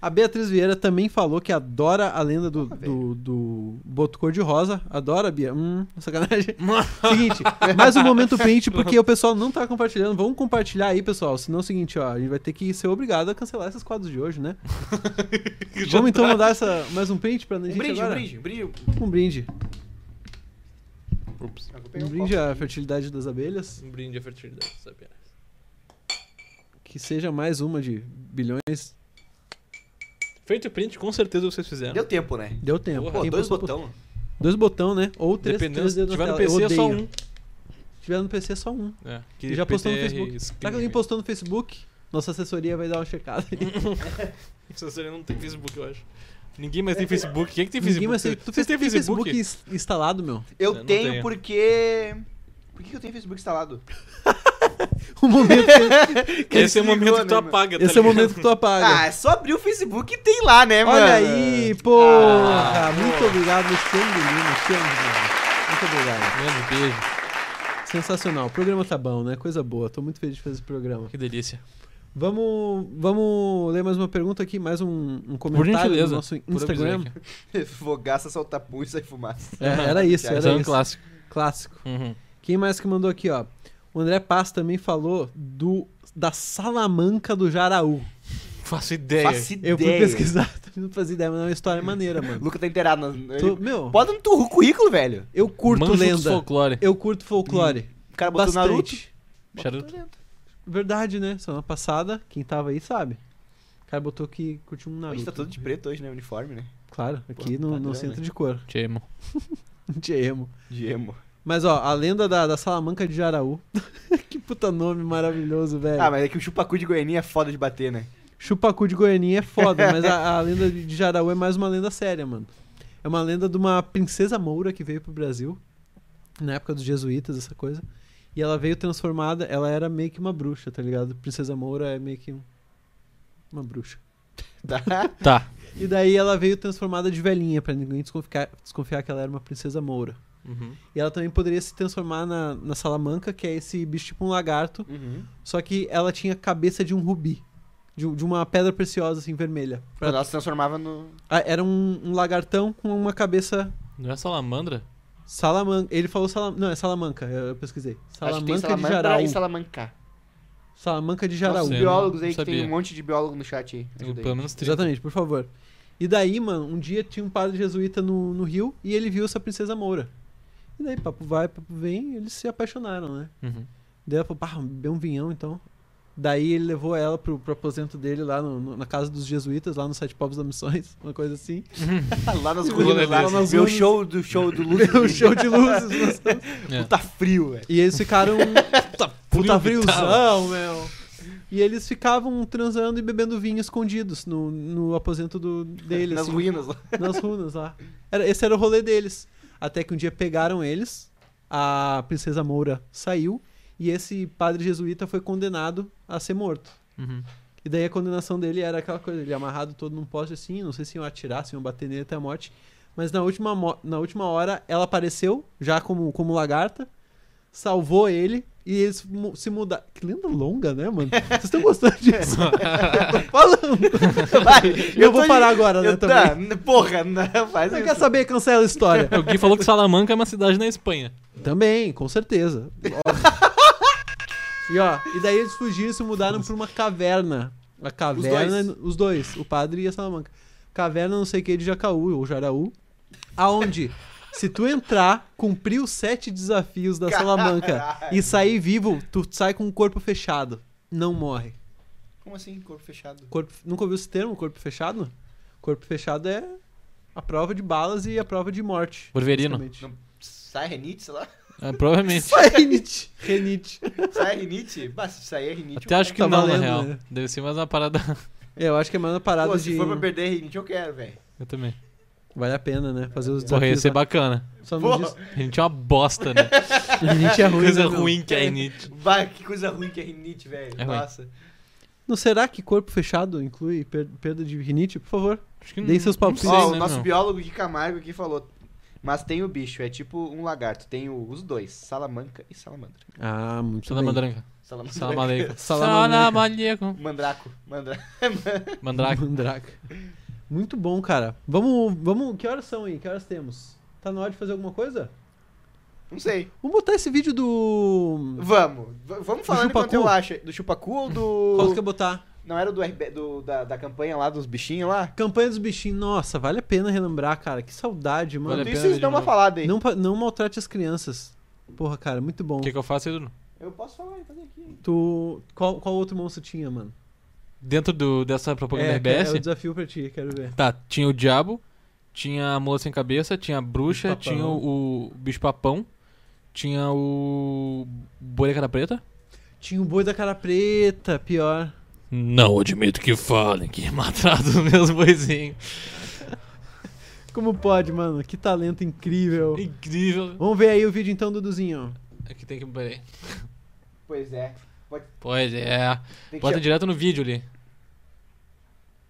[SPEAKER 1] A Beatriz Vieira também falou que adora a lenda do, do,
[SPEAKER 4] velho.
[SPEAKER 1] do Boto Cor-de-Rosa. Adora, Bia. Hum,
[SPEAKER 3] <laughs>
[SPEAKER 1] sacanagem. seguinte, mais um momento print, porque o pessoal não tá compartilhando. Vamos compartilhar aí, pessoal. Senão é o seguinte, ó. A gente vai ter que ser obrigado a cancelar esses quadros de
[SPEAKER 3] <laughs>
[SPEAKER 1] hoje, né? Vamos
[SPEAKER 3] tá.
[SPEAKER 1] então mandar essa, mais um print pra gente
[SPEAKER 4] Um brinde, um
[SPEAKER 1] agora?
[SPEAKER 4] brinde, um brinde.
[SPEAKER 1] Um brinde.
[SPEAKER 3] Ups.
[SPEAKER 4] Ah, vou pegar
[SPEAKER 1] Um
[SPEAKER 4] um
[SPEAKER 1] brinde
[SPEAKER 4] copo.
[SPEAKER 1] à fertilidade das abelhas.
[SPEAKER 3] Um brinde à fertilidade, sabe?
[SPEAKER 1] Que seja mais uma de bilhões.
[SPEAKER 3] Feito o print, com certeza vocês fizeram.
[SPEAKER 4] Deu tempo, né?
[SPEAKER 1] Deu tempo.
[SPEAKER 3] Porra,
[SPEAKER 4] Pô,
[SPEAKER 1] Quem
[SPEAKER 4] dois
[SPEAKER 1] passou por-
[SPEAKER 4] botão.
[SPEAKER 1] Dois botão, né? Ou três,
[SPEAKER 3] Dependendo,
[SPEAKER 1] três
[SPEAKER 3] se
[SPEAKER 1] dedos
[SPEAKER 3] tiver
[SPEAKER 1] na
[SPEAKER 3] no
[SPEAKER 1] tela.
[SPEAKER 3] PC
[SPEAKER 1] Eu
[SPEAKER 3] é só
[SPEAKER 1] odeio.
[SPEAKER 3] um.
[SPEAKER 1] Se tiver no PC é só um.
[SPEAKER 3] É, que
[SPEAKER 1] E já postou no
[SPEAKER 3] PTR
[SPEAKER 1] Facebook.
[SPEAKER 3] screen,
[SPEAKER 1] Será que alguém
[SPEAKER 3] né?
[SPEAKER 1] postou no Facebook? Nossa assessoria vai dar uma checada.
[SPEAKER 3] <laughs> Essa assessoria não tem Facebook, eu acho. Ninguém mais tem Facebook. Quem é que tem
[SPEAKER 1] Ninguém
[SPEAKER 3] Facebook?
[SPEAKER 1] vai ser. Tu
[SPEAKER 3] Vocês têm
[SPEAKER 1] tem
[SPEAKER 3] Facebook?
[SPEAKER 1] Facebook ins- instalado, meu?
[SPEAKER 4] Eu
[SPEAKER 3] Eu não
[SPEAKER 4] tenho
[SPEAKER 3] tenho.
[SPEAKER 4] porque. Por que que eu tenho Facebook instalado?
[SPEAKER 1] O
[SPEAKER 3] <laughs>
[SPEAKER 1] momento
[SPEAKER 3] Esse é
[SPEAKER 4] Desligou,
[SPEAKER 3] o momento que
[SPEAKER 4] né,
[SPEAKER 3] tu
[SPEAKER 4] mano?
[SPEAKER 3] apaga, tá
[SPEAKER 1] Esse é o
[SPEAKER 3] ligado?
[SPEAKER 1] momento que tu apaga.
[SPEAKER 4] Ah, é só abrir o Facebook e tem lá, né, mano?
[SPEAKER 1] Olha aí, porra!
[SPEAKER 3] Ah,
[SPEAKER 1] muito
[SPEAKER 3] pô.
[SPEAKER 1] obrigado, Luciano Lima. te amo, mano. Muito obrigado.
[SPEAKER 3] Mano, beijo.
[SPEAKER 1] Sensacional. O programa tá bom, né? Coisa boa. Tô muito feliz de fazer esse programa.
[SPEAKER 3] Que delícia.
[SPEAKER 1] Vamos, vamos ler mais uma pergunta aqui, mais um, um comentário do
[SPEAKER 3] gentileza.
[SPEAKER 1] nosso
[SPEAKER 3] Por
[SPEAKER 1] Instagram.
[SPEAKER 3] obsequio.
[SPEAKER 4] <laughs> Fogaça, solta punho e sai fumaça.
[SPEAKER 1] É,
[SPEAKER 3] <laughs>
[SPEAKER 1] era isso,
[SPEAKER 4] Esse
[SPEAKER 1] era
[SPEAKER 3] Esse é um
[SPEAKER 1] isso.
[SPEAKER 3] clássico.
[SPEAKER 1] Clássico.
[SPEAKER 3] Uhum.
[SPEAKER 1] Quem mais que mandou aqui, ó? O André Paz também falou do da Salamanca do Jaraú.
[SPEAKER 3] Faço ideia.
[SPEAKER 4] Faço
[SPEAKER 1] É, Eu fui
[SPEAKER 4] ideia.
[SPEAKER 1] pesquisar, <laughs> também não fazia ideia, mas é uma
[SPEAKER 4] <laughs>
[SPEAKER 1] história maneira,
[SPEAKER 4] O
[SPEAKER 1] mano.
[SPEAKER 4] Luca tá inteirado. Nas...
[SPEAKER 1] Tu-
[SPEAKER 4] ele-
[SPEAKER 1] meu,
[SPEAKER 4] Bota no teu currículo, velho.
[SPEAKER 1] eu curto
[SPEAKER 3] Manjo dos
[SPEAKER 1] lenda.
[SPEAKER 3] folclore.
[SPEAKER 1] Eu curto folclore.
[SPEAKER 4] Hum. O cara botou Naruto.
[SPEAKER 1] Bastante.
[SPEAKER 3] Charuto.
[SPEAKER 1] Verdade, né? Semana passada, quem tava aí sabe. O cara botou que curtiu um
[SPEAKER 4] A
[SPEAKER 1] Naruto.
[SPEAKER 4] gente tá todo de preto hoje, né? Uniforme, né?
[SPEAKER 1] Claro, aqui
[SPEAKER 4] Pô,
[SPEAKER 1] no,
[SPEAKER 4] padrão,
[SPEAKER 1] no centro de cor. <laughs>
[SPEAKER 3] Chemo.
[SPEAKER 1] De emo.
[SPEAKER 4] De emo.
[SPEAKER 1] Mas ó, a lenda da, da Salamanca de Jaraú. <laughs> que puta nome maravilhoso, velho.
[SPEAKER 4] Ah, mas é que o chupacu de Goianinha é foda de bater, né?
[SPEAKER 1] Chupacu de Goianinha é foda, mas a, a lenda de Jaraú é mais uma lenda séria, mano. É uma lenda de uma princesa moura que veio pro Brasil, na época dos jesuítas, essa coisa. E ela veio transformada, ela era meio que uma bruxa, tá ligado? Princesa moura é meio que um- uma bruxa. <laughs>
[SPEAKER 4] Tá?
[SPEAKER 3] Tá.
[SPEAKER 1] E daí ela veio transformada de velhinha, pra ninguém desconfiar, desconfiar que ela era uma princesa moura.
[SPEAKER 3] Uhum.
[SPEAKER 1] E ela também poderia se transformar na, na salamanca, que é esse bicho tipo um lagarto,
[SPEAKER 4] Uhum.
[SPEAKER 1] só que ela tinha a cabeça de um rubi. De, um- de uma pedra preciosa, assim, vermelha. Pra-
[SPEAKER 4] Quando ela se transformava no.
[SPEAKER 1] Ah, Era um, um lagartão com uma cabeça
[SPEAKER 3] Não é salamandra?
[SPEAKER 1] salamanca. Ele falou salamanca. Não, é salamanca, eu eu pesquisei.
[SPEAKER 4] Acho que
[SPEAKER 1] Salamanca
[SPEAKER 4] tem
[SPEAKER 1] de
[SPEAKER 4] salamandra
[SPEAKER 1] Jaraú.
[SPEAKER 4] e salamanca.
[SPEAKER 1] Salamanca de Jaraú.
[SPEAKER 3] Nossa,
[SPEAKER 4] Os
[SPEAKER 3] eu
[SPEAKER 4] biólogos
[SPEAKER 3] não
[SPEAKER 4] aí que tem
[SPEAKER 3] sabia.
[SPEAKER 4] um monte de biólogo no chat aí.
[SPEAKER 3] Eu,
[SPEAKER 4] Ajuda aí.
[SPEAKER 3] pelo menos 30.
[SPEAKER 1] Exatamente, por favor. E daí, mano, um dia tinha um padre jesuíta no, no Rio e ele viu essa princesa Moura. E daí, papo vai, papo vem, eles se apaixonaram, né?
[SPEAKER 3] Uhum.
[SPEAKER 1] Daí ela falou, pá, bebeu um vinhão então. Daí ele levou ela pro, pro aposento dele lá no- no- na casa dos jesuítas, lá nos Sete Povos das Missões, <laughs> uma coisa
[SPEAKER 4] <laughs>
[SPEAKER 1] assim.
[SPEAKER 4] Tá lá nas
[SPEAKER 3] Rolê
[SPEAKER 4] ruínas, lá
[SPEAKER 3] desse.
[SPEAKER 4] nas Meu show do show do Lúcio.
[SPEAKER 1] <laughs> Deu um show de
[SPEAKER 4] <laughs>
[SPEAKER 1] luzes. né?
[SPEAKER 3] É.
[SPEAKER 4] Puta frio, velho.
[SPEAKER 1] E eles ficaram. um
[SPEAKER 3] Puta,
[SPEAKER 1] Puta
[SPEAKER 3] frio que tava.
[SPEAKER 1] friozão, meu. E eles ficavam transando e bebendo vinho escondidos no, no aposento do, deles.
[SPEAKER 4] <laughs> Nas
[SPEAKER 1] assim,
[SPEAKER 4] ruínas lá.
[SPEAKER 1] nas runas lá. Era- esse era o rolê deles. Até que um dia pegaram eles, a princesa Moura saiu, e esse padre jesuíta foi condenado a ser morto.
[SPEAKER 3] Uhum.
[SPEAKER 1] E daí a condenação dele era aquela coisa, ele amarrado todo num poste assim, não sei se iam atirar, se iam bater nele até a morte. Mas na última, mo- na última hora ela apareceu, já como, como lagarta, salvou ele e eles mu- se mudaram. Que lenda longa, né, mano? Vocês estão gostando
[SPEAKER 4] <laughs>
[SPEAKER 1] disso? Eu tô falando.
[SPEAKER 4] Vai,
[SPEAKER 1] Eu, vou
[SPEAKER 4] tô-
[SPEAKER 1] parar agora, né,
[SPEAKER 4] eu-
[SPEAKER 1] também.
[SPEAKER 4] tá, n- porra, não, faz
[SPEAKER 1] Você
[SPEAKER 4] isso.
[SPEAKER 1] quer saber? Cancela a <laughs> história.
[SPEAKER 3] O Gui falou que Salamanca é uma cidade na Espanha.
[SPEAKER 1] Também, com certeza. Óbvio. <laughs> e ó, e daí eles fugiram e se mudaram pra uma caverna. A caverna, os dois, o padre e a Salamanca. Caverna não sei o que de Jacaú ou Jaraú, aonde se tu entrar, cumprir os sete desafios da Salamanca e sair vivo, tu sai com o corpo fechado, não morre.
[SPEAKER 4] Como assim, corpo fechado?
[SPEAKER 1] Corpo, nunca ouviu esse termo, corpo fechado? Corpo fechado é a prova de balas e a prova de morte.
[SPEAKER 3] Porverino.
[SPEAKER 1] basicamente.
[SPEAKER 4] Sai renite, sei lá.
[SPEAKER 3] É, provavelmente.
[SPEAKER 1] Renite. Renite.
[SPEAKER 4] Sai renite? Bah, se sair renite,
[SPEAKER 3] Até
[SPEAKER 4] eu
[SPEAKER 3] acho que
[SPEAKER 1] tá
[SPEAKER 3] não,
[SPEAKER 1] valendo,
[SPEAKER 3] na real.
[SPEAKER 1] né?
[SPEAKER 3] Deve ser mais uma parada. <laughs>
[SPEAKER 1] É, eu acho que é mais uma
[SPEAKER 4] quero.
[SPEAKER 1] parada
[SPEAKER 4] Pô,
[SPEAKER 1] de.
[SPEAKER 4] se for pra perder renite, eu quero, velho.
[SPEAKER 3] Eu também.
[SPEAKER 1] Vale a pena, né? Fazer os
[SPEAKER 3] Porra, ia
[SPEAKER 1] desafios.
[SPEAKER 3] ser
[SPEAKER 1] lá.
[SPEAKER 3] bacana.
[SPEAKER 1] Só não
[SPEAKER 4] Pô.
[SPEAKER 1] diz.
[SPEAKER 3] A gente é uma bosta, né? <laughs>
[SPEAKER 1] Rinite é ruim.
[SPEAKER 3] Coisa
[SPEAKER 1] né, meu?
[SPEAKER 3] ruim que é Nietzsche.
[SPEAKER 4] Bah, que coisa ruim que é renite, velho.
[SPEAKER 3] É ruim.
[SPEAKER 4] Nossa.
[SPEAKER 1] Não será que corpo fechado inclui per- perda de rinite? Por favor.
[SPEAKER 3] Acho que
[SPEAKER 1] Deem seus palpites.
[SPEAKER 3] sei,
[SPEAKER 1] Ó,
[SPEAKER 4] Ó, o
[SPEAKER 3] né,
[SPEAKER 4] nosso
[SPEAKER 3] meu?
[SPEAKER 4] biólogo de Camargo aqui falou. Mas tem o bicho, é tipo um lagarto. Tem o- os dois, salamanca e salamandra.
[SPEAKER 1] Ah, muito bem.
[SPEAKER 3] Salamandranca.
[SPEAKER 1] <laughs>
[SPEAKER 4] Salamandra.
[SPEAKER 3] Salamalego.
[SPEAKER 1] Salamanca.
[SPEAKER 3] Salamalego.
[SPEAKER 4] <laughs> Mandraco. Mandraco.
[SPEAKER 3] Mandrake.
[SPEAKER 1] Mandrake. Muito bom, cara. Vamos, vamos. Que horas são aí? Que horas temos? Tá na hora de fazer alguma coisa?
[SPEAKER 4] Não sei.
[SPEAKER 1] Vamos botar esse vídeo do.
[SPEAKER 4] Vamos. V- vamos falando enquanto
[SPEAKER 1] chupacu?
[SPEAKER 4] eu acho. Do chupacu ou
[SPEAKER 1] Qual
[SPEAKER 4] do.
[SPEAKER 1] que eu botar?
[SPEAKER 4] Não era o do, RB, do da, da campanha lá dos bichinhos lá?
[SPEAKER 1] Campanha dos bichinhos. Nossa, vale a pena relembrar, cara. Que saudade, mano.
[SPEAKER 3] Vale a
[SPEAKER 4] Tudo
[SPEAKER 3] pena
[SPEAKER 4] isso vocês
[SPEAKER 3] de
[SPEAKER 4] dão uma
[SPEAKER 3] novo.
[SPEAKER 4] falada aí.
[SPEAKER 1] Não, pa- não maltrate as crianças. Porra, cara, muito bom.
[SPEAKER 3] O que, que eu faço, Edu?
[SPEAKER 4] Eu posso falar, então, fazer aqui.
[SPEAKER 1] Tu. Qual, qual outro monstro tinha, mano?
[SPEAKER 3] Dentro do, dessa propaganda
[SPEAKER 1] é, que- é
[SPEAKER 3] RBS,
[SPEAKER 1] o desafio pra ti, quero ver.
[SPEAKER 3] tá, tinha o Diabo, Tinha a Moça Sem Cabeça, tinha a Bruxa,
[SPEAKER 1] Bicho-papão.
[SPEAKER 3] tinha o, o Bicho Papão, tinha o Bolha Cara Preta.
[SPEAKER 1] Tinha o boi da cara preta, pior.
[SPEAKER 3] Não admito que falem, que <laughs> mataram os meus boizinhos.
[SPEAKER 1] Como pode, mano? Que talento incrível.
[SPEAKER 3] Incrível.
[SPEAKER 1] Vamos ver aí o vídeo então, Duduzinho.
[SPEAKER 3] Aqui tem que... Peraí.
[SPEAKER 4] Pois é.
[SPEAKER 3] Pois é.
[SPEAKER 4] Tem que
[SPEAKER 3] Bota direto no vídeo ali.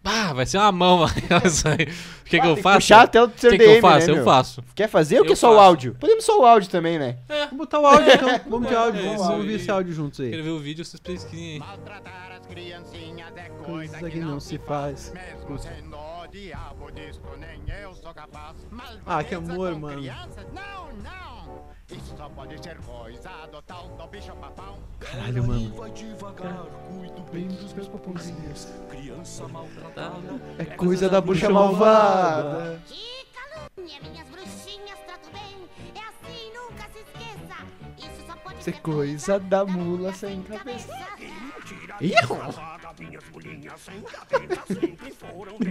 [SPEAKER 3] Ah, vai ser uma mão, <laughs> mano. Isso aí. O que, que eu faço?
[SPEAKER 4] Puxar até o
[SPEAKER 3] O
[SPEAKER 4] seu
[SPEAKER 3] que, que
[SPEAKER 4] DM,
[SPEAKER 3] eu faço?
[SPEAKER 4] né,
[SPEAKER 3] eu
[SPEAKER 4] meu?
[SPEAKER 3] faço.
[SPEAKER 4] Quer fazer ou
[SPEAKER 3] Eu
[SPEAKER 4] quer só o
[SPEAKER 3] faço. Hum.
[SPEAKER 4] áudio? Podemos só o áudio também, né?
[SPEAKER 1] Vamos
[SPEAKER 4] <laughs>
[SPEAKER 1] botar o áudio então. Vamos de áudio.
[SPEAKER 3] É
[SPEAKER 1] Vamos,
[SPEAKER 3] isso
[SPEAKER 1] vamos
[SPEAKER 3] aí.
[SPEAKER 1] ver esse áudio juntos aí.
[SPEAKER 3] Quero ver o vídeo, vocês pesquisem aí.
[SPEAKER 7] Maltratar as criancinhas é coisa
[SPEAKER 1] Coisa que não se faz.
[SPEAKER 7] Mesmo sendo o diabo disto, nem eu sou capaz.
[SPEAKER 1] Ah, que
[SPEAKER 7] Malvadeza
[SPEAKER 1] amor,
[SPEAKER 7] com
[SPEAKER 1] mano.
[SPEAKER 7] crianças? Não, não. Isso só pode ser coisa do tal do bicho papão.
[SPEAKER 1] Caralho, mano. É coisa da bruxa malvada.
[SPEAKER 8] Que calúnia, minhas bruxinhas, trato bem. É assim, nunca se esqueça. Isso só pode
[SPEAKER 4] Isso é
[SPEAKER 8] ser
[SPEAKER 4] coisa da mula sem cabeça.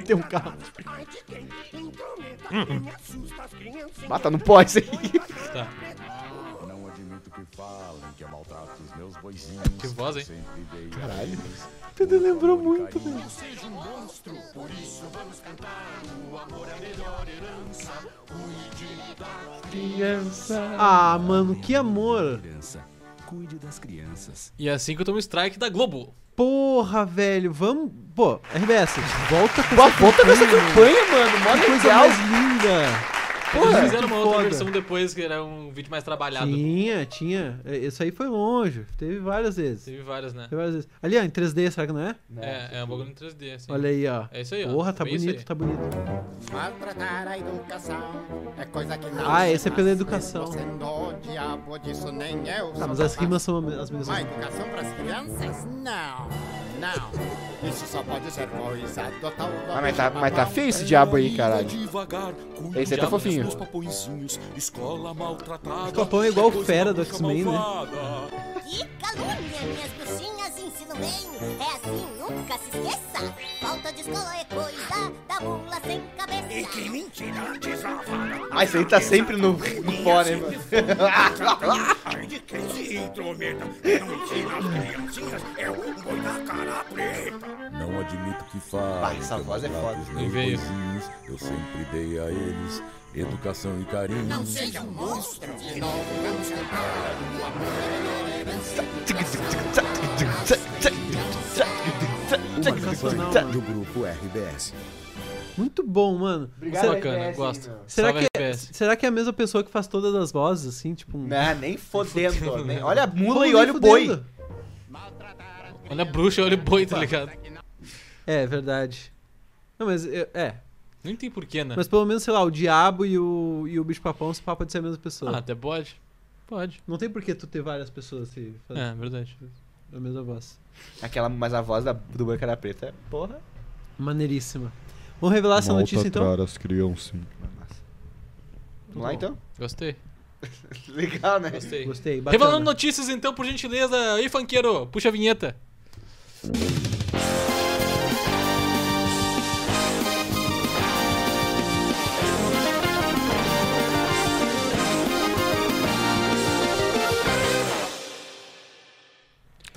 [SPEAKER 1] Tem um carro. Hum,
[SPEAKER 4] Mata, não pode
[SPEAKER 1] é
[SPEAKER 4] isso aí.
[SPEAKER 9] Não admito que falem que eu maltrato os meus boizinhos.
[SPEAKER 3] Que voz, hein?
[SPEAKER 9] Sempre dei
[SPEAKER 4] Caralho.
[SPEAKER 1] Tudo lembrou muito, velho. Ah, mano, que amor.
[SPEAKER 9] criança. Cuide das crianças.
[SPEAKER 3] E é assim que eu tomo strike da Globo.
[SPEAKER 1] Porra, velho. Vamos. Pô, RBS, volta com
[SPEAKER 4] Pô,
[SPEAKER 1] essa
[SPEAKER 4] volta nessa
[SPEAKER 1] mano.
[SPEAKER 4] campanha, mano. Mó
[SPEAKER 1] Que coisa
[SPEAKER 4] legal.
[SPEAKER 1] mais linda.
[SPEAKER 3] Eles
[SPEAKER 4] Porra,
[SPEAKER 3] fizeram uma outra
[SPEAKER 1] foda.
[SPEAKER 3] versão depois, que era um vídeo mais trabalhado.
[SPEAKER 1] Tinha, tinha. É, Isso aí foi longe. Teve várias vezes. Teve
[SPEAKER 3] Teve várias, né?
[SPEAKER 1] várias vezes. Ali, ó, em 3D, será que não é?
[SPEAKER 3] É, é um bagulho em 3D, assim.
[SPEAKER 1] Olha aí, ó.
[SPEAKER 3] É isso aí, ó.
[SPEAKER 1] Porra, tá
[SPEAKER 3] É isso
[SPEAKER 1] bonito,
[SPEAKER 3] aí.
[SPEAKER 1] tá bonito.
[SPEAKER 7] Maltratar a educação é coisa que não
[SPEAKER 1] Ah,
[SPEAKER 7] se
[SPEAKER 1] esse é pela
[SPEAKER 7] faz.
[SPEAKER 1] educação.
[SPEAKER 7] Mesmo sendo o diabo disso, nem eu
[SPEAKER 1] Tá,
[SPEAKER 7] sou
[SPEAKER 1] mas as
[SPEAKER 7] capaz.
[SPEAKER 1] rimas são as mesmas.
[SPEAKER 7] Uma educação para as crianças? Não, não. Isso só pode ser coisa do tal do
[SPEAKER 4] Ah, mas tá,
[SPEAKER 7] bicho
[SPEAKER 4] mas tá
[SPEAKER 7] papão.
[SPEAKER 4] feio esse diabo aí, caralho. Esse aí tá fofinho.
[SPEAKER 1] O Papão é igual o Fera do X-Men, né?
[SPEAKER 8] Que calúnia, minhas bruxinhas, ensino bem. É assim, nunca se esqueça. Falta de escola é coisa da mula sem cabeça.
[SPEAKER 4] Ah, isso aí tá sempre no, no pó, né, mano?
[SPEAKER 3] <laughs>
[SPEAKER 9] Não admito que falem.
[SPEAKER 4] Ah, essa
[SPEAKER 9] que eu
[SPEAKER 4] voz é
[SPEAKER 9] maltrato os
[SPEAKER 4] foda.
[SPEAKER 3] Quem
[SPEAKER 9] meus
[SPEAKER 3] vê isso?
[SPEAKER 9] boizinhos. Eu sempre dei a eles educação e carinho.
[SPEAKER 10] <laughs>
[SPEAKER 7] Seja um monstro. De novo, vamos cantar.
[SPEAKER 1] Sensacional, mano.
[SPEAKER 9] Do grupo RBS.
[SPEAKER 1] assim, Muito bom, mano.
[SPEAKER 4] Obrigado,
[SPEAKER 3] é Bacana,
[SPEAKER 4] RBS,
[SPEAKER 3] gosto.
[SPEAKER 4] meu.
[SPEAKER 1] Será
[SPEAKER 3] Salve,
[SPEAKER 1] que,
[SPEAKER 3] RBS.
[SPEAKER 1] será que é a mesma pessoa que faz todas as vozes, assim? Tipo, um...
[SPEAKER 4] Não, nem fodendo. né? Olha a
[SPEAKER 1] Como
[SPEAKER 4] mula e
[SPEAKER 1] nem
[SPEAKER 4] olha o boi.
[SPEAKER 1] fudendo.
[SPEAKER 3] Olha a bruxa, olha o boi, tá ligado?
[SPEAKER 1] É, verdade. Não, mas eu- é.
[SPEAKER 3] Nem tem porquê, né?
[SPEAKER 1] Mas pelo menos, sei lá, o diabo e o, e o bicho-papão se pá, pode ser a mesma
[SPEAKER 3] Ah,
[SPEAKER 1] pessoa.
[SPEAKER 3] até pode. Pode.
[SPEAKER 1] Não tem por que tu ter várias pessoas se fazendo
[SPEAKER 3] É, verdade.
[SPEAKER 1] a mesma voz.
[SPEAKER 4] Aquela, mas a voz da, do boi cara preta é porra.
[SPEAKER 1] Maneiríssima. Vamos revelar essa notícia então?
[SPEAKER 9] as crianças.
[SPEAKER 4] Vamos lá então?
[SPEAKER 3] Gostei.
[SPEAKER 4] <laughs> Legal, né?
[SPEAKER 3] Gostei.
[SPEAKER 1] Gostei. Bacana.
[SPEAKER 3] Revelando notícias, então, por gentileza. Aí, funkeiro, puxa a vinheta.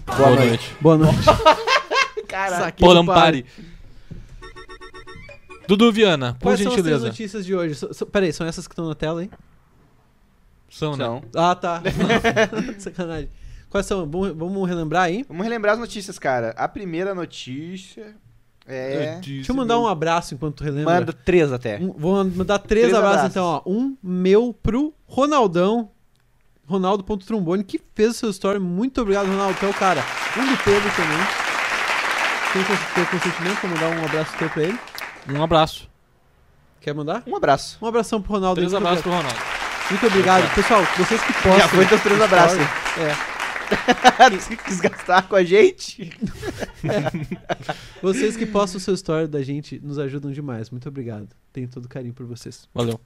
[SPEAKER 3] Boa noite.
[SPEAKER 1] Boa noite.
[SPEAKER 4] Caraca.
[SPEAKER 1] Saquei do
[SPEAKER 3] Polampari. Dudu Viana, por
[SPEAKER 1] Quais são as três
[SPEAKER 3] gentileza.
[SPEAKER 1] notícias de hoje? So- so- Peraí, são essas que estão na tela, hein?
[SPEAKER 3] São, né?
[SPEAKER 4] Não.
[SPEAKER 1] <laughs> Ah, tá. <laughs> Sacanagem. Quais são? Vamos vamos relembrar aí?
[SPEAKER 4] Vamos relembrar as notícias, cara. A primeira notícia é.
[SPEAKER 1] Deixa eu mandar um abraço enquanto tu relembra.
[SPEAKER 4] Manda três até.
[SPEAKER 1] Um- vou mandar três,
[SPEAKER 4] É. Três
[SPEAKER 1] abraços,
[SPEAKER 4] abraços.
[SPEAKER 1] então, ó. Um meu pro Ronaldão. Ronaldo.trombone, que fez o seu story. Muito obrigado, Ronaldo. Teu cara. Um do Pedro também. Tem cons- teu consentimento pra mandar um abraço teu pra ele?
[SPEAKER 3] Um abraço.
[SPEAKER 1] Quer mandar?
[SPEAKER 4] Um abraço.
[SPEAKER 1] Um abração pro Ronaldo.
[SPEAKER 3] Três
[SPEAKER 1] aí, muito
[SPEAKER 3] abraços pro
[SPEAKER 1] obrigado.
[SPEAKER 3] Ronaldo.
[SPEAKER 1] Muito obrigado. Pessoal, vocês que postam.
[SPEAKER 4] <laughs> Já foi teus três
[SPEAKER 1] story-
[SPEAKER 4] abraços.
[SPEAKER 1] É.
[SPEAKER 4] <laughs> Você quis gastar com a gente?
[SPEAKER 1] Vocês que postam o seu story da gente nos ajudam demais. Muito obrigado. Tenho todo carinho por vocês.
[SPEAKER 3] Valeu.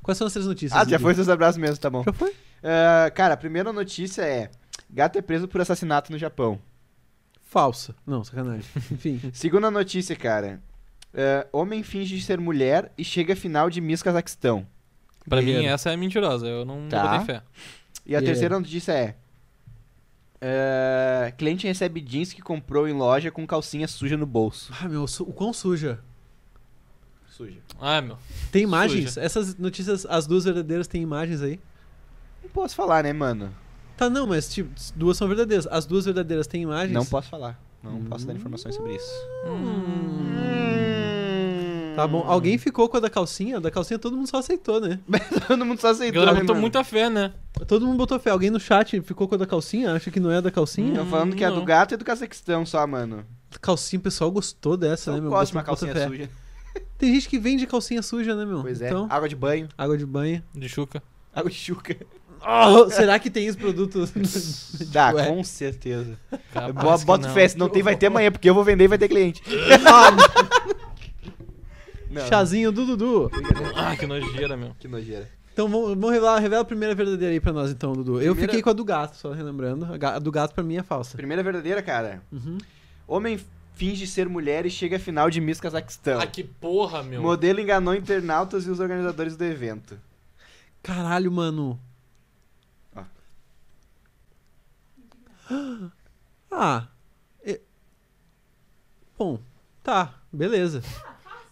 [SPEAKER 1] Quais são as três notícias?
[SPEAKER 4] Ah, já
[SPEAKER 1] Dudu?
[SPEAKER 4] foi teus abraços mesmo, tá bom.
[SPEAKER 1] Já foi?
[SPEAKER 4] Ah, cara, a primeira notícia é: gato é preso por assassinato no Japão.
[SPEAKER 1] Falsa. Não, sacanagem. Enfim.
[SPEAKER 4] Segunda notícia, cara. eh, homem finge ser mulher e chega à final de Miss Cazaquistão.
[SPEAKER 3] Pra mim,
[SPEAKER 1] Guerreiro.
[SPEAKER 3] essa é mentirosa. Eu não
[SPEAKER 4] Tá.
[SPEAKER 3] botei fé.
[SPEAKER 4] E a
[SPEAKER 1] Yeah.
[SPEAKER 4] terceira notícia é... eh, cliente recebe jeans que comprou em loja com calcinha suja no bolso.
[SPEAKER 1] <laughs> Ah, meu, su- o quão suja.
[SPEAKER 4] Suja.
[SPEAKER 3] Ah, meu.
[SPEAKER 1] Tem imagens? Essas notícias, as duas verdadeiras têm imagens aí?
[SPEAKER 4] Não posso falar, né, mano?
[SPEAKER 1] Tá, não, mas tipo, s- duas são verdadeiras. As duas verdadeiras têm
[SPEAKER 3] É
[SPEAKER 1] imagens?
[SPEAKER 4] Não posso falar. Não posso dar informações sobre isso. Hum.
[SPEAKER 1] Tá bom. Alguém ficou com a da calcinha? A da calcinha todo mundo só aceitou, né?
[SPEAKER 4] Todo mundo só
[SPEAKER 3] A
[SPEAKER 4] aceitou,
[SPEAKER 3] galera
[SPEAKER 4] né,
[SPEAKER 3] botou
[SPEAKER 4] mano?
[SPEAKER 3] muita fé, né?
[SPEAKER 1] Todo mundo botou fé. Alguém no chat ficou com a da calcinha? Acha que não é a da calcinha?
[SPEAKER 4] Tô falando que é do
[SPEAKER 3] Não.
[SPEAKER 4] gato e do Cazaquistão só, mano.
[SPEAKER 1] Calcinha, o pessoal gostou dessa,
[SPEAKER 4] Só
[SPEAKER 1] né, meu?
[SPEAKER 4] Hum. gosto de uma
[SPEAKER 1] Botou- botou
[SPEAKER 4] calcinha
[SPEAKER 1] fé.
[SPEAKER 4] suja.
[SPEAKER 1] Tem gente que vende calcinha suja, né, meu?
[SPEAKER 4] Pois é.
[SPEAKER 1] então,
[SPEAKER 4] Água de banho, <laughs>
[SPEAKER 1] água de banho.
[SPEAKER 3] De Chuca.
[SPEAKER 4] água de chuca.
[SPEAKER 1] Oh, será que tem esse produto?
[SPEAKER 4] Dá,
[SPEAKER 1] Ué.
[SPEAKER 4] com certeza.
[SPEAKER 3] Capaz
[SPEAKER 4] Bo-
[SPEAKER 3] que
[SPEAKER 4] Bota
[SPEAKER 3] Tá não.
[SPEAKER 4] fé, se não tem, vai ter amanhã, porque eu vou vender e vai ter <laughs> cliente. <laughs> Não,
[SPEAKER 1] Chazinho do Dudu.
[SPEAKER 3] Ah, que nojeira, meu.
[SPEAKER 4] que nojeira.
[SPEAKER 1] Então vamos, vamos revelar, revela a primeira verdadeira aí pra nós, então, Dudu. Eu
[SPEAKER 4] Primeira-
[SPEAKER 1] fiquei com a do gato, só relembrando. A ga- a do gato pra mim é falsa.
[SPEAKER 4] Primeira verdadeira, cara.
[SPEAKER 1] Uhum.
[SPEAKER 4] Homem finge ser mulher e chega à final de Miss Cazaquistão.
[SPEAKER 3] Ah, que porra, meu.
[SPEAKER 4] Modelo enganou internautas e os organizadores do evento.
[SPEAKER 1] Caralho, mano.
[SPEAKER 4] Ó.
[SPEAKER 1] <gasps> Ah. e- Bom, tá, beleza.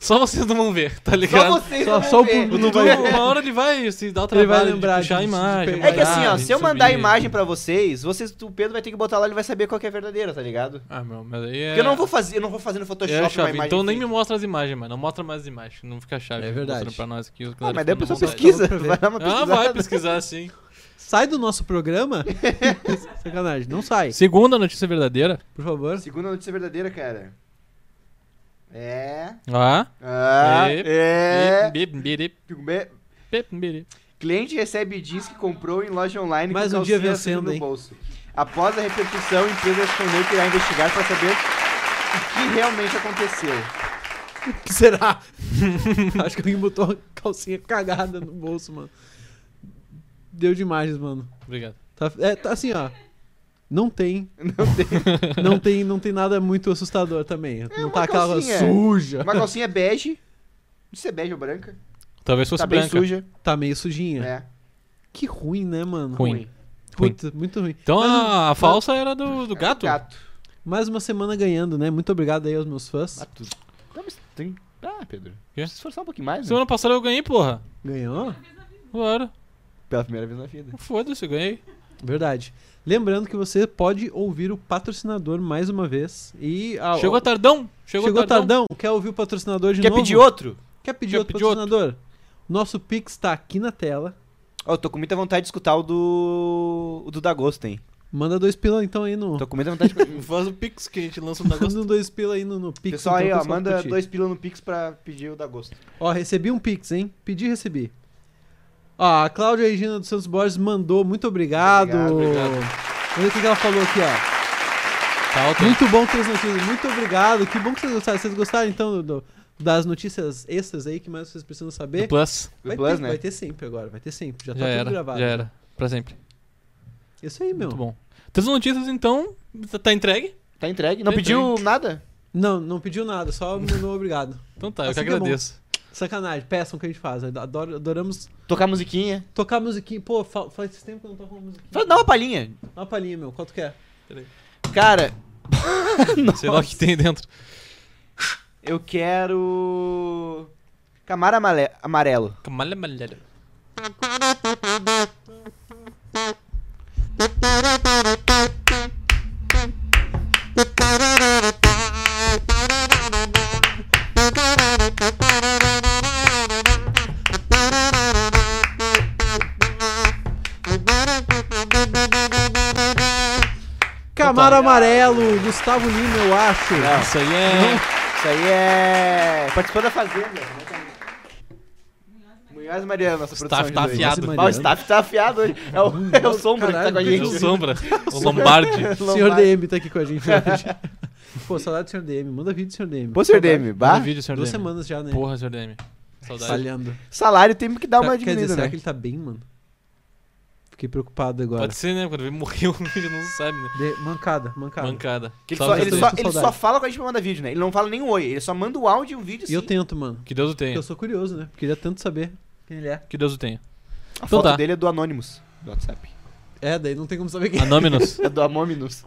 [SPEAKER 3] Só vocês não vão ver, tá ligado? <laughs>
[SPEAKER 4] Só vocês
[SPEAKER 1] Só-
[SPEAKER 4] vão
[SPEAKER 1] só o
[SPEAKER 4] ver.
[SPEAKER 1] público não
[SPEAKER 3] Dudu,
[SPEAKER 1] vai ver.
[SPEAKER 3] uma hora ele vai se dar o
[SPEAKER 1] Ele
[SPEAKER 3] trabalho
[SPEAKER 1] vai lembrar
[SPEAKER 3] de puxar
[SPEAKER 1] de-
[SPEAKER 3] a
[SPEAKER 1] de
[SPEAKER 3] imagem.
[SPEAKER 1] pegar.
[SPEAKER 4] É que assim, ó,
[SPEAKER 3] olhar,
[SPEAKER 4] se
[SPEAKER 3] de
[SPEAKER 4] eu mandar a
[SPEAKER 3] subir.
[SPEAKER 4] imagem pra vocês, vocês, o Pedro vai ter que botar lá, ele vai saber qual que é a verdadeira, tá ligado?
[SPEAKER 3] Ah, meu, mas aí é...
[SPEAKER 4] Porque eu não vou fazer, eu não vou fazer no
[SPEAKER 3] É
[SPEAKER 4] Photoshop
[SPEAKER 3] a
[SPEAKER 4] uma
[SPEAKER 3] chave.
[SPEAKER 4] imagem.
[SPEAKER 3] Então nem me
[SPEAKER 4] fake.
[SPEAKER 3] mostra as imagens, mano. Não mostra mais as imagens. Não fica chave.
[SPEAKER 1] É verdade.
[SPEAKER 3] Mostrando pra nós aqui. os
[SPEAKER 4] Ah,
[SPEAKER 3] caras
[SPEAKER 4] mas daí a
[SPEAKER 3] ficam
[SPEAKER 4] pessoa
[SPEAKER 3] na vontade.
[SPEAKER 4] pesquisa,
[SPEAKER 1] Dá pra ver.
[SPEAKER 4] vai dar uma
[SPEAKER 3] Ah,
[SPEAKER 4] pesquisada.
[SPEAKER 3] vai pesquisar sim.
[SPEAKER 1] Sai do nosso <laughs> programa? Sacanagem, não sai,
[SPEAKER 3] Segunda notícia verdadeira.
[SPEAKER 1] por favor.
[SPEAKER 4] Segunda notícia verdadeira, cara. É.
[SPEAKER 3] Ah.
[SPEAKER 4] Ah,
[SPEAKER 3] Ep,
[SPEAKER 4] é.
[SPEAKER 3] Bip, bip, bip,
[SPEAKER 4] Fico bem-
[SPEAKER 3] bip, bip.
[SPEAKER 4] Cliente recebe jeans que comprou em loja online
[SPEAKER 1] Mais
[SPEAKER 4] com
[SPEAKER 1] um dia
[SPEAKER 4] calcinha suja
[SPEAKER 1] vencendo,
[SPEAKER 4] no
[SPEAKER 1] hein?
[SPEAKER 4] bolso. Após a repercussão, a empresa respondeu que irá investigar pra saber o que realmente aconteceu.
[SPEAKER 1] O que será? <laughs> Acho que alguém botou uma calcinha cagada no bolso, mano. Deu de imagens, mano.
[SPEAKER 3] Obrigado.
[SPEAKER 1] Tá, é, tá assim, ó. Não tem. <laughs> Não tem. não tem. nada muito assustador também. não
[SPEAKER 4] uma
[SPEAKER 1] tá aquela
[SPEAKER 4] calcinha.
[SPEAKER 1] suja.
[SPEAKER 4] <laughs> Uma calcinha bege. Não sei se é bege ou branca.
[SPEAKER 3] Talvez fosse
[SPEAKER 4] Tá bem
[SPEAKER 3] branca.
[SPEAKER 4] suja.
[SPEAKER 1] Tá meio sujinha.
[SPEAKER 4] É.
[SPEAKER 1] Que ruim, né, mano?
[SPEAKER 3] Ruim.
[SPEAKER 1] Puta, muito ruim. um
[SPEAKER 3] Então a, a falsa era do, do gato?
[SPEAKER 4] um Gato.
[SPEAKER 1] Mais uma semana ganhando, né? Muito obrigado aí aos meus fãs.
[SPEAKER 4] Não, mas tem. Ah, Pedro.
[SPEAKER 3] Quê?
[SPEAKER 4] Se esforçar um pouquinho mais, né?
[SPEAKER 3] Semana passada eu ganhei, porra.
[SPEAKER 1] Ganhou?
[SPEAKER 3] Claro.
[SPEAKER 4] Pela primeira vez na vida.
[SPEAKER 3] Foda-se, eu ganhei.
[SPEAKER 1] Verdade. Lembrando que você pode ouvir o patrocinador mais uma vez. E. ah,
[SPEAKER 3] Chegou
[SPEAKER 1] ó,
[SPEAKER 3] tardão. Chegou,
[SPEAKER 1] chegou
[SPEAKER 3] tardão.
[SPEAKER 1] tardão. Quer ouvir o patrocinador de
[SPEAKER 4] Quer
[SPEAKER 1] novo?
[SPEAKER 4] pedir outro?
[SPEAKER 1] Quer pedir
[SPEAKER 3] Quer
[SPEAKER 1] outro
[SPEAKER 3] pedir outro?
[SPEAKER 1] patrocinador? Nosso Pix tá aqui na tela.
[SPEAKER 4] Ó, eu tô com muita vontade de escutar o do. O do Dagosto, hein?
[SPEAKER 1] Manda dois pila então aí no.
[SPEAKER 4] Tô com muita <laughs> vontade de.
[SPEAKER 3] Faz o pix que a gente lança
[SPEAKER 1] <laughs>
[SPEAKER 3] um negócio.
[SPEAKER 1] Manda um dois pila aí no, no Pix.
[SPEAKER 4] Pessoal aí,
[SPEAKER 1] então,
[SPEAKER 4] ó,
[SPEAKER 1] pessoal
[SPEAKER 4] manda
[SPEAKER 1] curtir.
[SPEAKER 4] dois pila no Pix pra pedir o Dagosto.
[SPEAKER 1] Ó, recebi um Pix, hein? Pedi e recebi. Ó, a Cláudia Regina dos Santos Borges mandou. Muito obrigado.
[SPEAKER 4] Obrigado,
[SPEAKER 3] obrigado.
[SPEAKER 1] Olha o que que ela falou aqui, ó.
[SPEAKER 3] Tá alto, hein?
[SPEAKER 1] Muito bom ter as notícias. Muito obrigado. Que bom que vocês gostaram. Vocês gostaram, então, do- das notícias extras aí? que mais vocês precisam
[SPEAKER 3] Do
[SPEAKER 1] saber?
[SPEAKER 3] plus.
[SPEAKER 1] Vai,
[SPEAKER 4] Plus,
[SPEAKER 1] ter,
[SPEAKER 4] né?
[SPEAKER 1] vai ter sempre agora. Vai ter sempre. Já,
[SPEAKER 3] Já,
[SPEAKER 1] tá
[SPEAKER 3] era.
[SPEAKER 1] tudo gravado.
[SPEAKER 3] Já era. Pra sempre.
[SPEAKER 1] Isso aí, meu.
[SPEAKER 3] Muito bom. Três notícias, então. tá- Tá entregue?
[SPEAKER 4] Tá entregue? Não
[SPEAKER 3] Tá
[SPEAKER 4] pediu nada?
[SPEAKER 1] Não, não pediu nada. Só mandou obrigado.
[SPEAKER 3] Então tá, eu
[SPEAKER 1] Assim
[SPEAKER 3] que
[SPEAKER 1] que é bom.
[SPEAKER 3] agradeço.
[SPEAKER 1] Sacanagem. Peçam o que a gente faz. Adoro- adoramos
[SPEAKER 4] Tocar musiquinha?
[SPEAKER 1] tocar musiquinha. Pô, fa- faz tempo que eu não toco uma musiquinha.
[SPEAKER 4] Dá uma palhinha.
[SPEAKER 1] Dá uma palhinha, meu. Quanto quer?
[SPEAKER 4] Cara,
[SPEAKER 3] Sei lá o que tem dentro.
[SPEAKER 4] eu quero. Camaro amale- amarelo.
[SPEAKER 3] Camalha, malha.
[SPEAKER 1] Camaro Amarelo, Gustavo Lima, eu acho.
[SPEAKER 3] Isso aí é.
[SPEAKER 4] Isso aí é. Participou da Fazenda. Como é que é? Munhoz Mariano, nossa produção.
[SPEAKER 3] Staff
[SPEAKER 4] de
[SPEAKER 3] tá
[SPEAKER 4] dois.
[SPEAKER 3] afiado.
[SPEAKER 1] Nossa,
[SPEAKER 4] Ah, o staff tá afiado hoje. É o, é o sombra que tá com a
[SPEAKER 1] Caralho,
[SPEAKER 3] O
[SPEAKER 4] gente.
[SPEAKER 3] Sombra. O Lombardi.
[SPEAKER 1] O senhor DM tá aqui com a gente hoje. <laughs> Pô, saudade do senhor DM. Manda vídeo do senhor DM.
[SPEAKER 4] Pô, senhor
[SPEAKER 1] Saudade.
[SPEAKER 4] DM, bah.
[SPEAKER 3] Um vídeo, senhor
[SPEAKER 1] Duas
[SPEAKER 3] DM.
[SPEAKER 1] semanas já, né? Tá
[SPEAKER 3] Porra, senhor DM. Saudade. Tá
[SPEAKER 1] Falhando.
[SPEAKER 4] Salário tem que dar
[SPEAKER 1] Será- Quer
[SPEAKER 4] uma
[SPEAKER 1] dizer,
[SPEAKER 4] diminuída,
[SPEAKER 1] será
[SPEAKER 4] né?
[SPEAKER 1] que ele tá bem, mano? Fiquei preocupado agora.
[SPEAKER 3] Pode ser, né? Quando ele <laughs> morreu, a gente não sabe, né?
[SPEAKER 1] De- Mancada, mancada.
[SPEAKER 3] Mancada.
[SPEAKER 4] Que ele
[SPEAKER 3] Salve
[SPEAKER 4] só,
[SPEAKER 1] já
[SPEAKER 4] ele,
[SPEAKER 1] tô
[SPEAKER 4] só,
[SPEAKER 1] com
[SPEAKER 4] ele só
[SPEAKER 1] saudade.
[SPEAKER 4] fala quando a gente manda vídeo, né? Ele não fala nem um oi, ele só manda o áudio e um vídeo
[SPEAKER 1] E
[SPEAKER 4] assim.
[SPEAKER 1] eu tento, mano.
[SPEAKER 3] Que Deus o
[SPEAKER 1] porque
[SPEAKER 3] tenha.
[SPEAKER 1] Eu sou curioso, né? Queria tanto saber quem ele é.
[SPEAKER 3] Que Deus o tenha.
[SPEAKER 4] A
[SPEAKER 3] Então
[SPEAKER 4] foto
[SPEAKER 3] tá.
[SPEAKER 4] dele é do Anonymous, do WhatsApp.
[SPEAKER 1] É, daí não tem como saber
[SPEAKER 3] Ah,
[SPEAKER 1] quem é.
[SPEAKER 3] <laughs> Anôminos.
[SPEAKER 4] É do Amominus.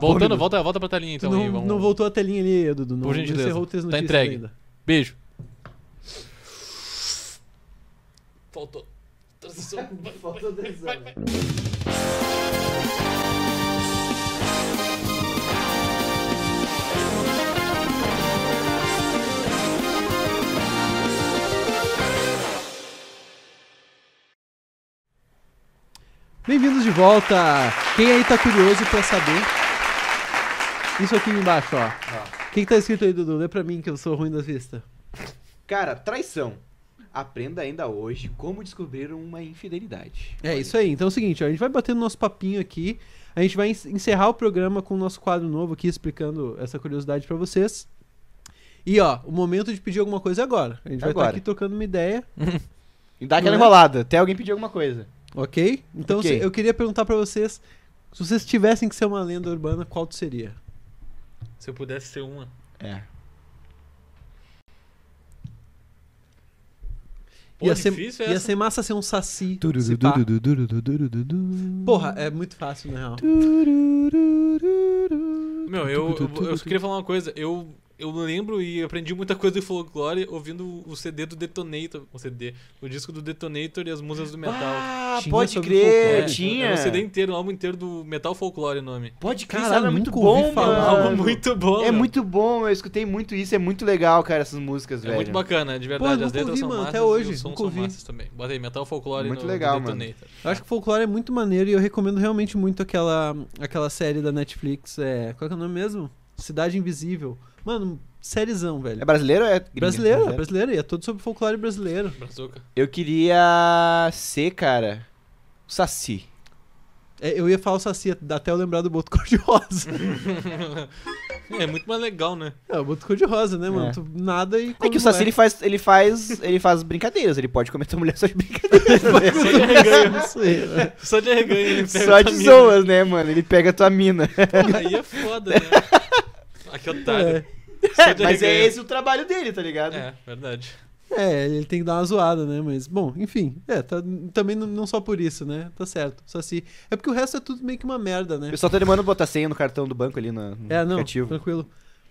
[SPEAKER 3] Voltando, volta, volta pra telinha então.
[SPEAKER 1] Tu não,
[SPEAKER 3] aí, vamos...
[SPEAKER 1] não voltou a telinha ali, Dudu. Não,
[SPEAKER 3] Por
[SPEAKER 1] não
[SPEAKER 3] gentileza.
[SPEAKER 1] encerrou o texto
[SPEAKER 3] Tá
[SPEAKER 1] notícias
[SPEAKER 3] entregue.
[SPEAKER 1] ainda.
[SPEAKER 3] Beijo. Faltou. Transição.
[SPEAKER 1] Bem-vindos de volta! Quem aí tá curioso pra saber? Isso aqui embaixo, ó. O que, que tá escrito aí, Dudu? Lê pra mim que eu sou ruim das vistas.
[SPEAKER 4] Cara, traição. Aprenda ainda hoje como descobrir uma infidelidade.
[SPEAKER 1] É isso aí. Então é o seguinte, ó, a gente vai batendo nosso papinho aqui. A gente vai en- encerrar o programa com o nosso quadro novo aqui, explicando essa curiosidade pra vocês. E ó, o momento de pedir alguma coisa é agora. A gente vai estar
[SPEAKER 4] Agora.
[SPEAKER 1] aqui trocando uma ideia,
[SPEAKER 4] E dá aquela
[SPEAKER 1] Não é?
[SPEAKER 4] enrolada, até alguém pedir alguma coisa.
[SPEAKER 1] ok? Então
[SPEAKER 4] Ok.
[SPEAKER 1] se- eu queria perguntar pra vocês, se vocês tivessem que ser uma lenda urbana, qual tu seria?
[SPEAKER 3] Se eu pudesse ser uma.
[SPEAKER 4] É.
[SPEAKER 3] Pô,
[SPEAKER 1] ia,
[SPEAKER 3] difícil
[SPEAKER 1] ser, ia
[SPEAKER 3] essa.
[SPEAKER 1] ser massa ser um saci. se pá. Porra, é muito fácil, na real.
[SPEAKER 3] Meu, eu, eu, eu só queria falar uma coisa. Eu, eu lembro e aprendi muita coisa do Folklore ouvindo o CD do Detonator. O CD. O disco do Detonator e as musas do metal.
[SPEAKER 4] Ah,
[SPEAKER 1] Tinha
[SPEAKER 4] pode
[SPEAKER 1] sobre
[SPEAKER 4] crer,
[SPEAKER 1] folclore.
[SPEAKER 4] tinha.
[SPEAKER 3] É o CD inteiro, o álbum inteiro do Metal Folklore o nome.
[SPEAKER 4] Pode crer,
[SPEAKER 1] Caralho,
[SPEAKER 4] cara, é muito
[SPEAKER 1] nunca ouvi
[SPEAKER 4] bom,
[SPEAKER 1] falar.
[SPEAKER 3] É um
[SPEAKER 4] mano.
[SPEAKER 3] álbum muito bom.
[SPEAKER 4] É
[SPEAKER 3] meu.
[SPEAKER 4] muito bom, eu escutei muito isso, é muito legal, cara, essas músicas,
[SPEAKER 3] É
[SPEAKER 4] velho.
[SPEAKER 3] muito bacana, de
[SPEAKER 1] Pô, eu
[SPEAKER 3] verdade.
[SPEAKER 1] nunca
[SPEAKER 3] As letras
[SPEAKER 1] ouvi,
[SPEAKER 3] são
[SPEAKER 1] mano,
[SPEAKER 3] massas
[SPEAKER 1] até
[SPEAKER 3] e
[SPEAKER 1] hoje,
[SPEAKER 3] os sons
[SPEAKER 1] nunca
[SPEAKER 3] são
[SPEAKER 1] ouvi.
[SPEAKER 3] massas também. Bota aí, Metal Folklore
[SPEAKER 4] Muito
[SPEAKER 3] no,
[SPEAKER 4] legal,
[SPEAKER 3] do
[SPEAKER 4] mano.
[SPEAKER 3] Detonator.
[SPEAKER 1] Eu acho que o folclore é muito maneiro e eu recomendo realmente muito aquela, aquela série da Netflix. É, qual que é o nome mesmo? Cidade Invisível. Mano, sériezão, velho.
[SPEAKER 4] É brasileiro ou é gringa?
[SPEAKER 1] brasileira, brasileira. E é todo sobre folclore brasileiro.
[SPEAKER 3] Brazuca.
[SPEAKER 4] Eu queria ser, cara, o Saci.
[SPEAKER 1] É, eu ia falar o Saci, dá até eu lembrar do Boto
[SPEAKER 4] <laughs>
[SPEAKER 1] Cor-de-Rosa.
[SPEAKER 3] É muito mais legal, né?
[SPEAKER 1] <laughs> é, o Boto Cor-de-Rosa, né, mano?
[SPEAKER 4] É.
[SPEAKER 1] Tu nada e...
[SPEAKER 4] É
[SPEAKER 1] come
[SPEAKER 4] que o Saci
[SPEAKER 1] moleque.
[SPEAKER 4] ele faz, ele faz, ele faz brincadeiras, ele pode comer tua mulher só de brincadeiras, né?
[SPEAKER 3] Só de
[SPEAKER 1] <laughs>
[SPEAKER 3] arreganho.
[SPEAKER 1] Isso aí, né?
[SPEAKER 3] Só de arreganho. ele pega tua
[SPEAKER 4] Só de
[SPEAKER 3] mina.
[SPEAKER 4] zoas, né, mano? Ele pega tua mina.
[SPEAKER 3] Aí é foda, né? Aqui otário.
[SPEAKER 1] É.
[SPEAKER 3] Só de
[SPEAKER 4] <laughs> Mas é
[SPEAKER 3] arreganho.
[SPEAKER 4] esse o trabalho dele, tá ligado?
[SPEAKER 3] É, verdade.
[SPEAKER 1] É, ele tem que dar uma zoada, né? Mas, bom, enfim. É, tá- também não, não só por isso, né? Tá certo. Saci. É porque o resto é tudo meio que uma merda, né?
[SPEAKER 4] O pessoal tá demorando botar senha no cartão do banco ali no, no
[SPEAKER 1] É, não,
[SPEAKER 4] aplicativo.
[SPEAKER 1] tranquilo.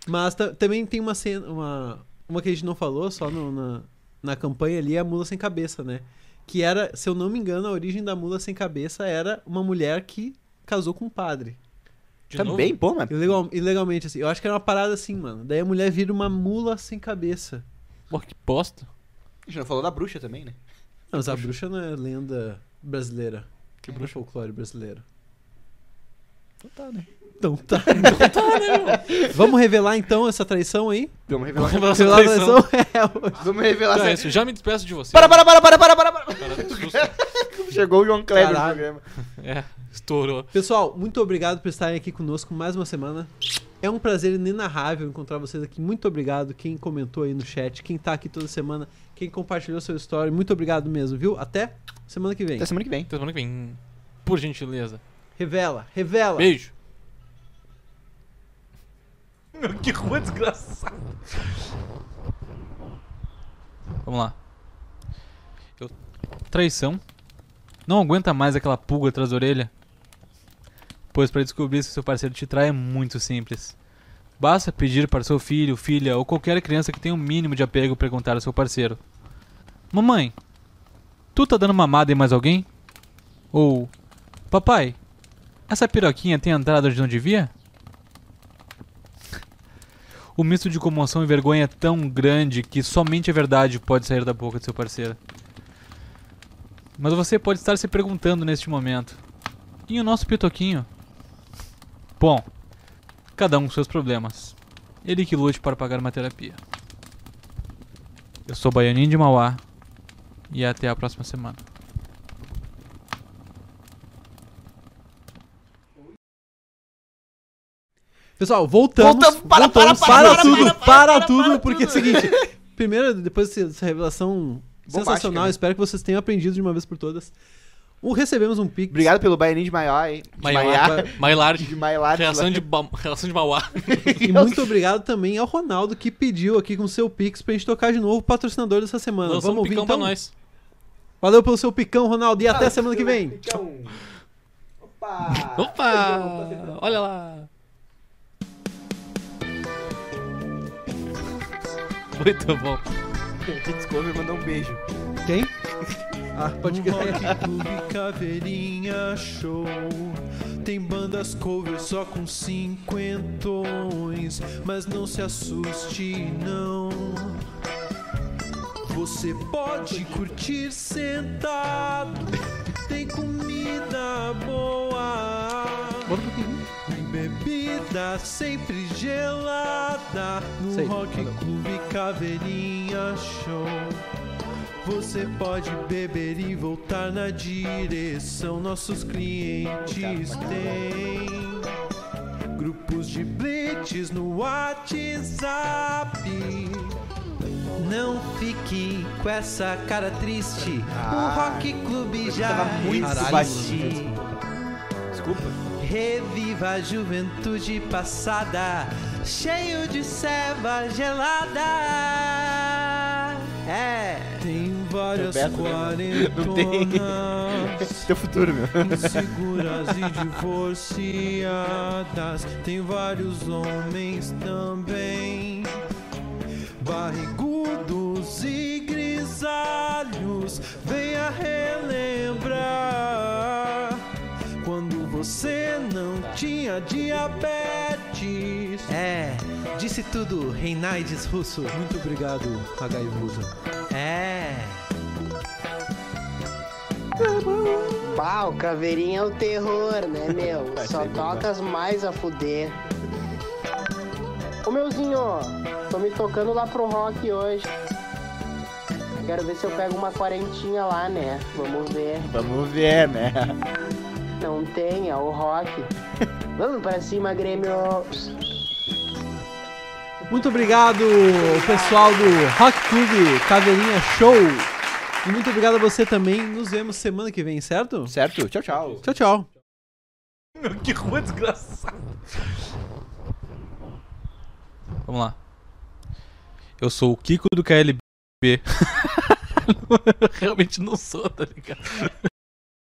[SPEAKER 1] Mas ta- também tem uma cena, uma, uma que a gente não falou, só no- na, na campanha ali, é a mula sem cabeça, né? Que era, se eu não me engano, a origem da mula sem cabeça era uma mulher que casou com um padre.
[SPEAKER 3] De novo?
[SPEAKER 4] Também, pô, mano.
[SPEAKER 1] Ilegal, ilegalmente, assim. Eu acho que era uma parada assim, mano. Daí a mulher vira uma mula sem cabeça.
[SPEAKER 3] Pô, que bosta.
[SPEAKER 4] A gente não falou da bruxa também, né?
[SPEAKER 1] Não, mas a bruxa não é lenda brasileira. Que bruxa? é folclore brasileiro. Então tá, né? Então tá. <laughs> Vamos revelar então essa traição aí?
[SPEAKER 4] Vamos revelar.
[SPEAKER 1] Revelar a traição? <laughs> É,
[SPEAKER 4] Vamos revelar.
[SPEAKER 3] Então é
[SPEAKER 4] senha.
[SPEAKER 3] isso, já me despeço de você. né?
[SPEAKER 4] Para, para, para, para, para, para, para. <laughs>
[SPEAKER 3] Cara, que susto.
[SPEAKER 4] Chegou o João Kleber no
[SPEAKER 1] Caralho.
[SPEAKER 4] programa.
[SPEAKER 3] É, estourou.
[SPEAKER 1] Pessoal, muito obrigado por estarem aqui conosco mais uma semana. É um prazer inenarrável encontrar vocês aqui. Muito obrigado quem comentou aí no chat, quem tá aqui toda semana, quem compartilhou seu story. Muito obrigado mesmo, viu? Até semana que vem.
[SPEAKER 4] Até semana que vem.
[SPEAKER 3] Até semana que vem. Por gentileza.
[SPEAKER 1] Revela, revela.
[SPEAKER 3] Beijo.
[SPEAKER 4] Meu, <laughs> que rua desgraçada.
[SPEAKER 3] Vamos lá. Eu- Traição. Não aguenta mais aquela pulga atrás da orelha? Pois para descobrir se seu parceiro te trai é muito simples. Basta pedir para seu filho, filha ou qualquer criança que tenha um mínimo de apego perguntar ao seu parceiro: Mamãe, tu tá dando mamada em mais alguém? Ou Papai, essa piroquinha tem entrada de onde via? O misto de comoção e vergonha é tão grande que somente a verdade pode sair da boca de seu parceiro. Mas você pode estar se perguntando neste momento: e o nosso pitoquinho? Bom, cada um com seus problemas. Ele que lute para pagar uma terapia. Eu sou Baianinho de Mauá e até a próxima semana.
[SPEAKER 1] Pessoal, voltamos.
[SPEAKER 4] Voltamos, para,
[SPEAKER 1] voltamos.
[SPEAKER 4] para, para, para,
[SPEAKER 1] tudo, para,
[SPEAKER 4] para, para, para,
[SPEAKER 1] tudo,
[SPEAKER 4] para
[SPEAKER 1] porque é o
[SPEAKER 4] tudo.
[SPEAKER 1] seguinte.
[SPEAKER 4] <laughs>
[SPEAKER 1] Primeiro, depois dessa revelação
[SPEAKER 4] Bombástica,
[SPEAKER 1] sensacional,
[SPEAKER 4] né?
[SPEAKER 1] espero que vocês tenham aprendido de uma vez por todas. O recebemos um pix.
[SPEAKER 4] Obrigado pelo Baianinho de Maiá, hein? De
[SPEAKER 3] Maiá. Mailar.
[SPEAKER 4] De Maiá.
[SPEAKER 3] Reação de, Ba- reação de Mauá.
[SPEAKER 1] E muito obrigado também ao Ronaldo que pediu aqui com seu pix pra gente tocar de novo o patrocinador dessa semana.
[SPEAKER 3] Lançou um
[SPEAKER 1] Vamos ouvir
[SPEAKER 3] picão
[SPEAKER 1] então.
[SPEAKER 3] pra nós.
[SPEAKER 1] Valeu pelo seu picão, Ronaldo, e até semana que vem.
[SPEAKER 2] Então,
[SPEAKER 4] um. Opa!
[SPEAKER 1] Ah,
[SPEAKER 3] Opa! Olha lá! <laughs> Muito bom.
[SPEAKER 4] Gente, Discovery mandou um beijo.
[SPEAKER 1] Quem? Ah, pode
[SPEAKER 10] No
[SPEAKER 1] crer.
[SPEAKER 10] Rock Clube <laughs> Caveirinha Show Tem bandas cover só com cinquentões Mas não se assuste não Você pode curtir sentado Tem comida boa
[SPEAKER 1] Bora um pouquinho.
[SPEAKER 10] Bebida sempre gelada no
[SPEAKER 1] Sei,
[SPEAKER 10] Rock
[SPEAKER 1] valeu.
[SPEAKER 10] Clube Caveirinha Show. Você pode beber e voltar na direção nossos clientes têm. Grupos de blitz no WhatsApp. Não fique com essa cara triste. o
[SPEAKER 4] Ah,
[SPEAKER 10] Rock Clube
[SPEAKER 4] eu
[SPEAKER 10] já
[SPEAKER 4] tava muito
[SPEAKER 10] existe.
[SPEAKER 4] baixinho. Desculpa.
[SPEAKER 10] Reviva a juventude passada, cheio de ceva gelada. É. Tem várias
[SPEAKER 4] Roberto, né, mano? Não tem.
[SPEAKER 10] quarentonas,
[SPEAKER 4] Teu futuro, meu.
[SPEAKER 10] inseguras e divorciadas. Tem vários homens também, barrigudos e grisalhos. Venha relembrar quando você não tinha diabetes. É, disse tudo, Reinaides Russo. Muito obrigado, Haivusa. É.
[SPEAKER 6] Pau, caveirinha é o terror, né, meu? Só tocas mais a fuder. Ô, meuzinho, tô me tocando lá pro rock hoje. Quero ver se eu pego uma quarentinha lá, né? Vamos ver.
[SPEAKER 4] Vamos ver, né?
[SPEAKER 6] Não tem, é o rock. Vamos pra cima, Grêmio.
[SPEAKER 1] Muito obrigado, pessoal do Rock Clube Caveirinha Show. E muito obrigado a você também. Nos vemos semana que vem, certo?
[SPEAKER 4] Certo? Tchau, tchau.
[SPEAKER 1] Tchau, tchau.
[SPEAKER 4] Que rua desgraçada.
[SPEAKER 3] Vamos lá. Eu sou <laughs> o Kiko do KLB. Realmente não sou, tá ligado?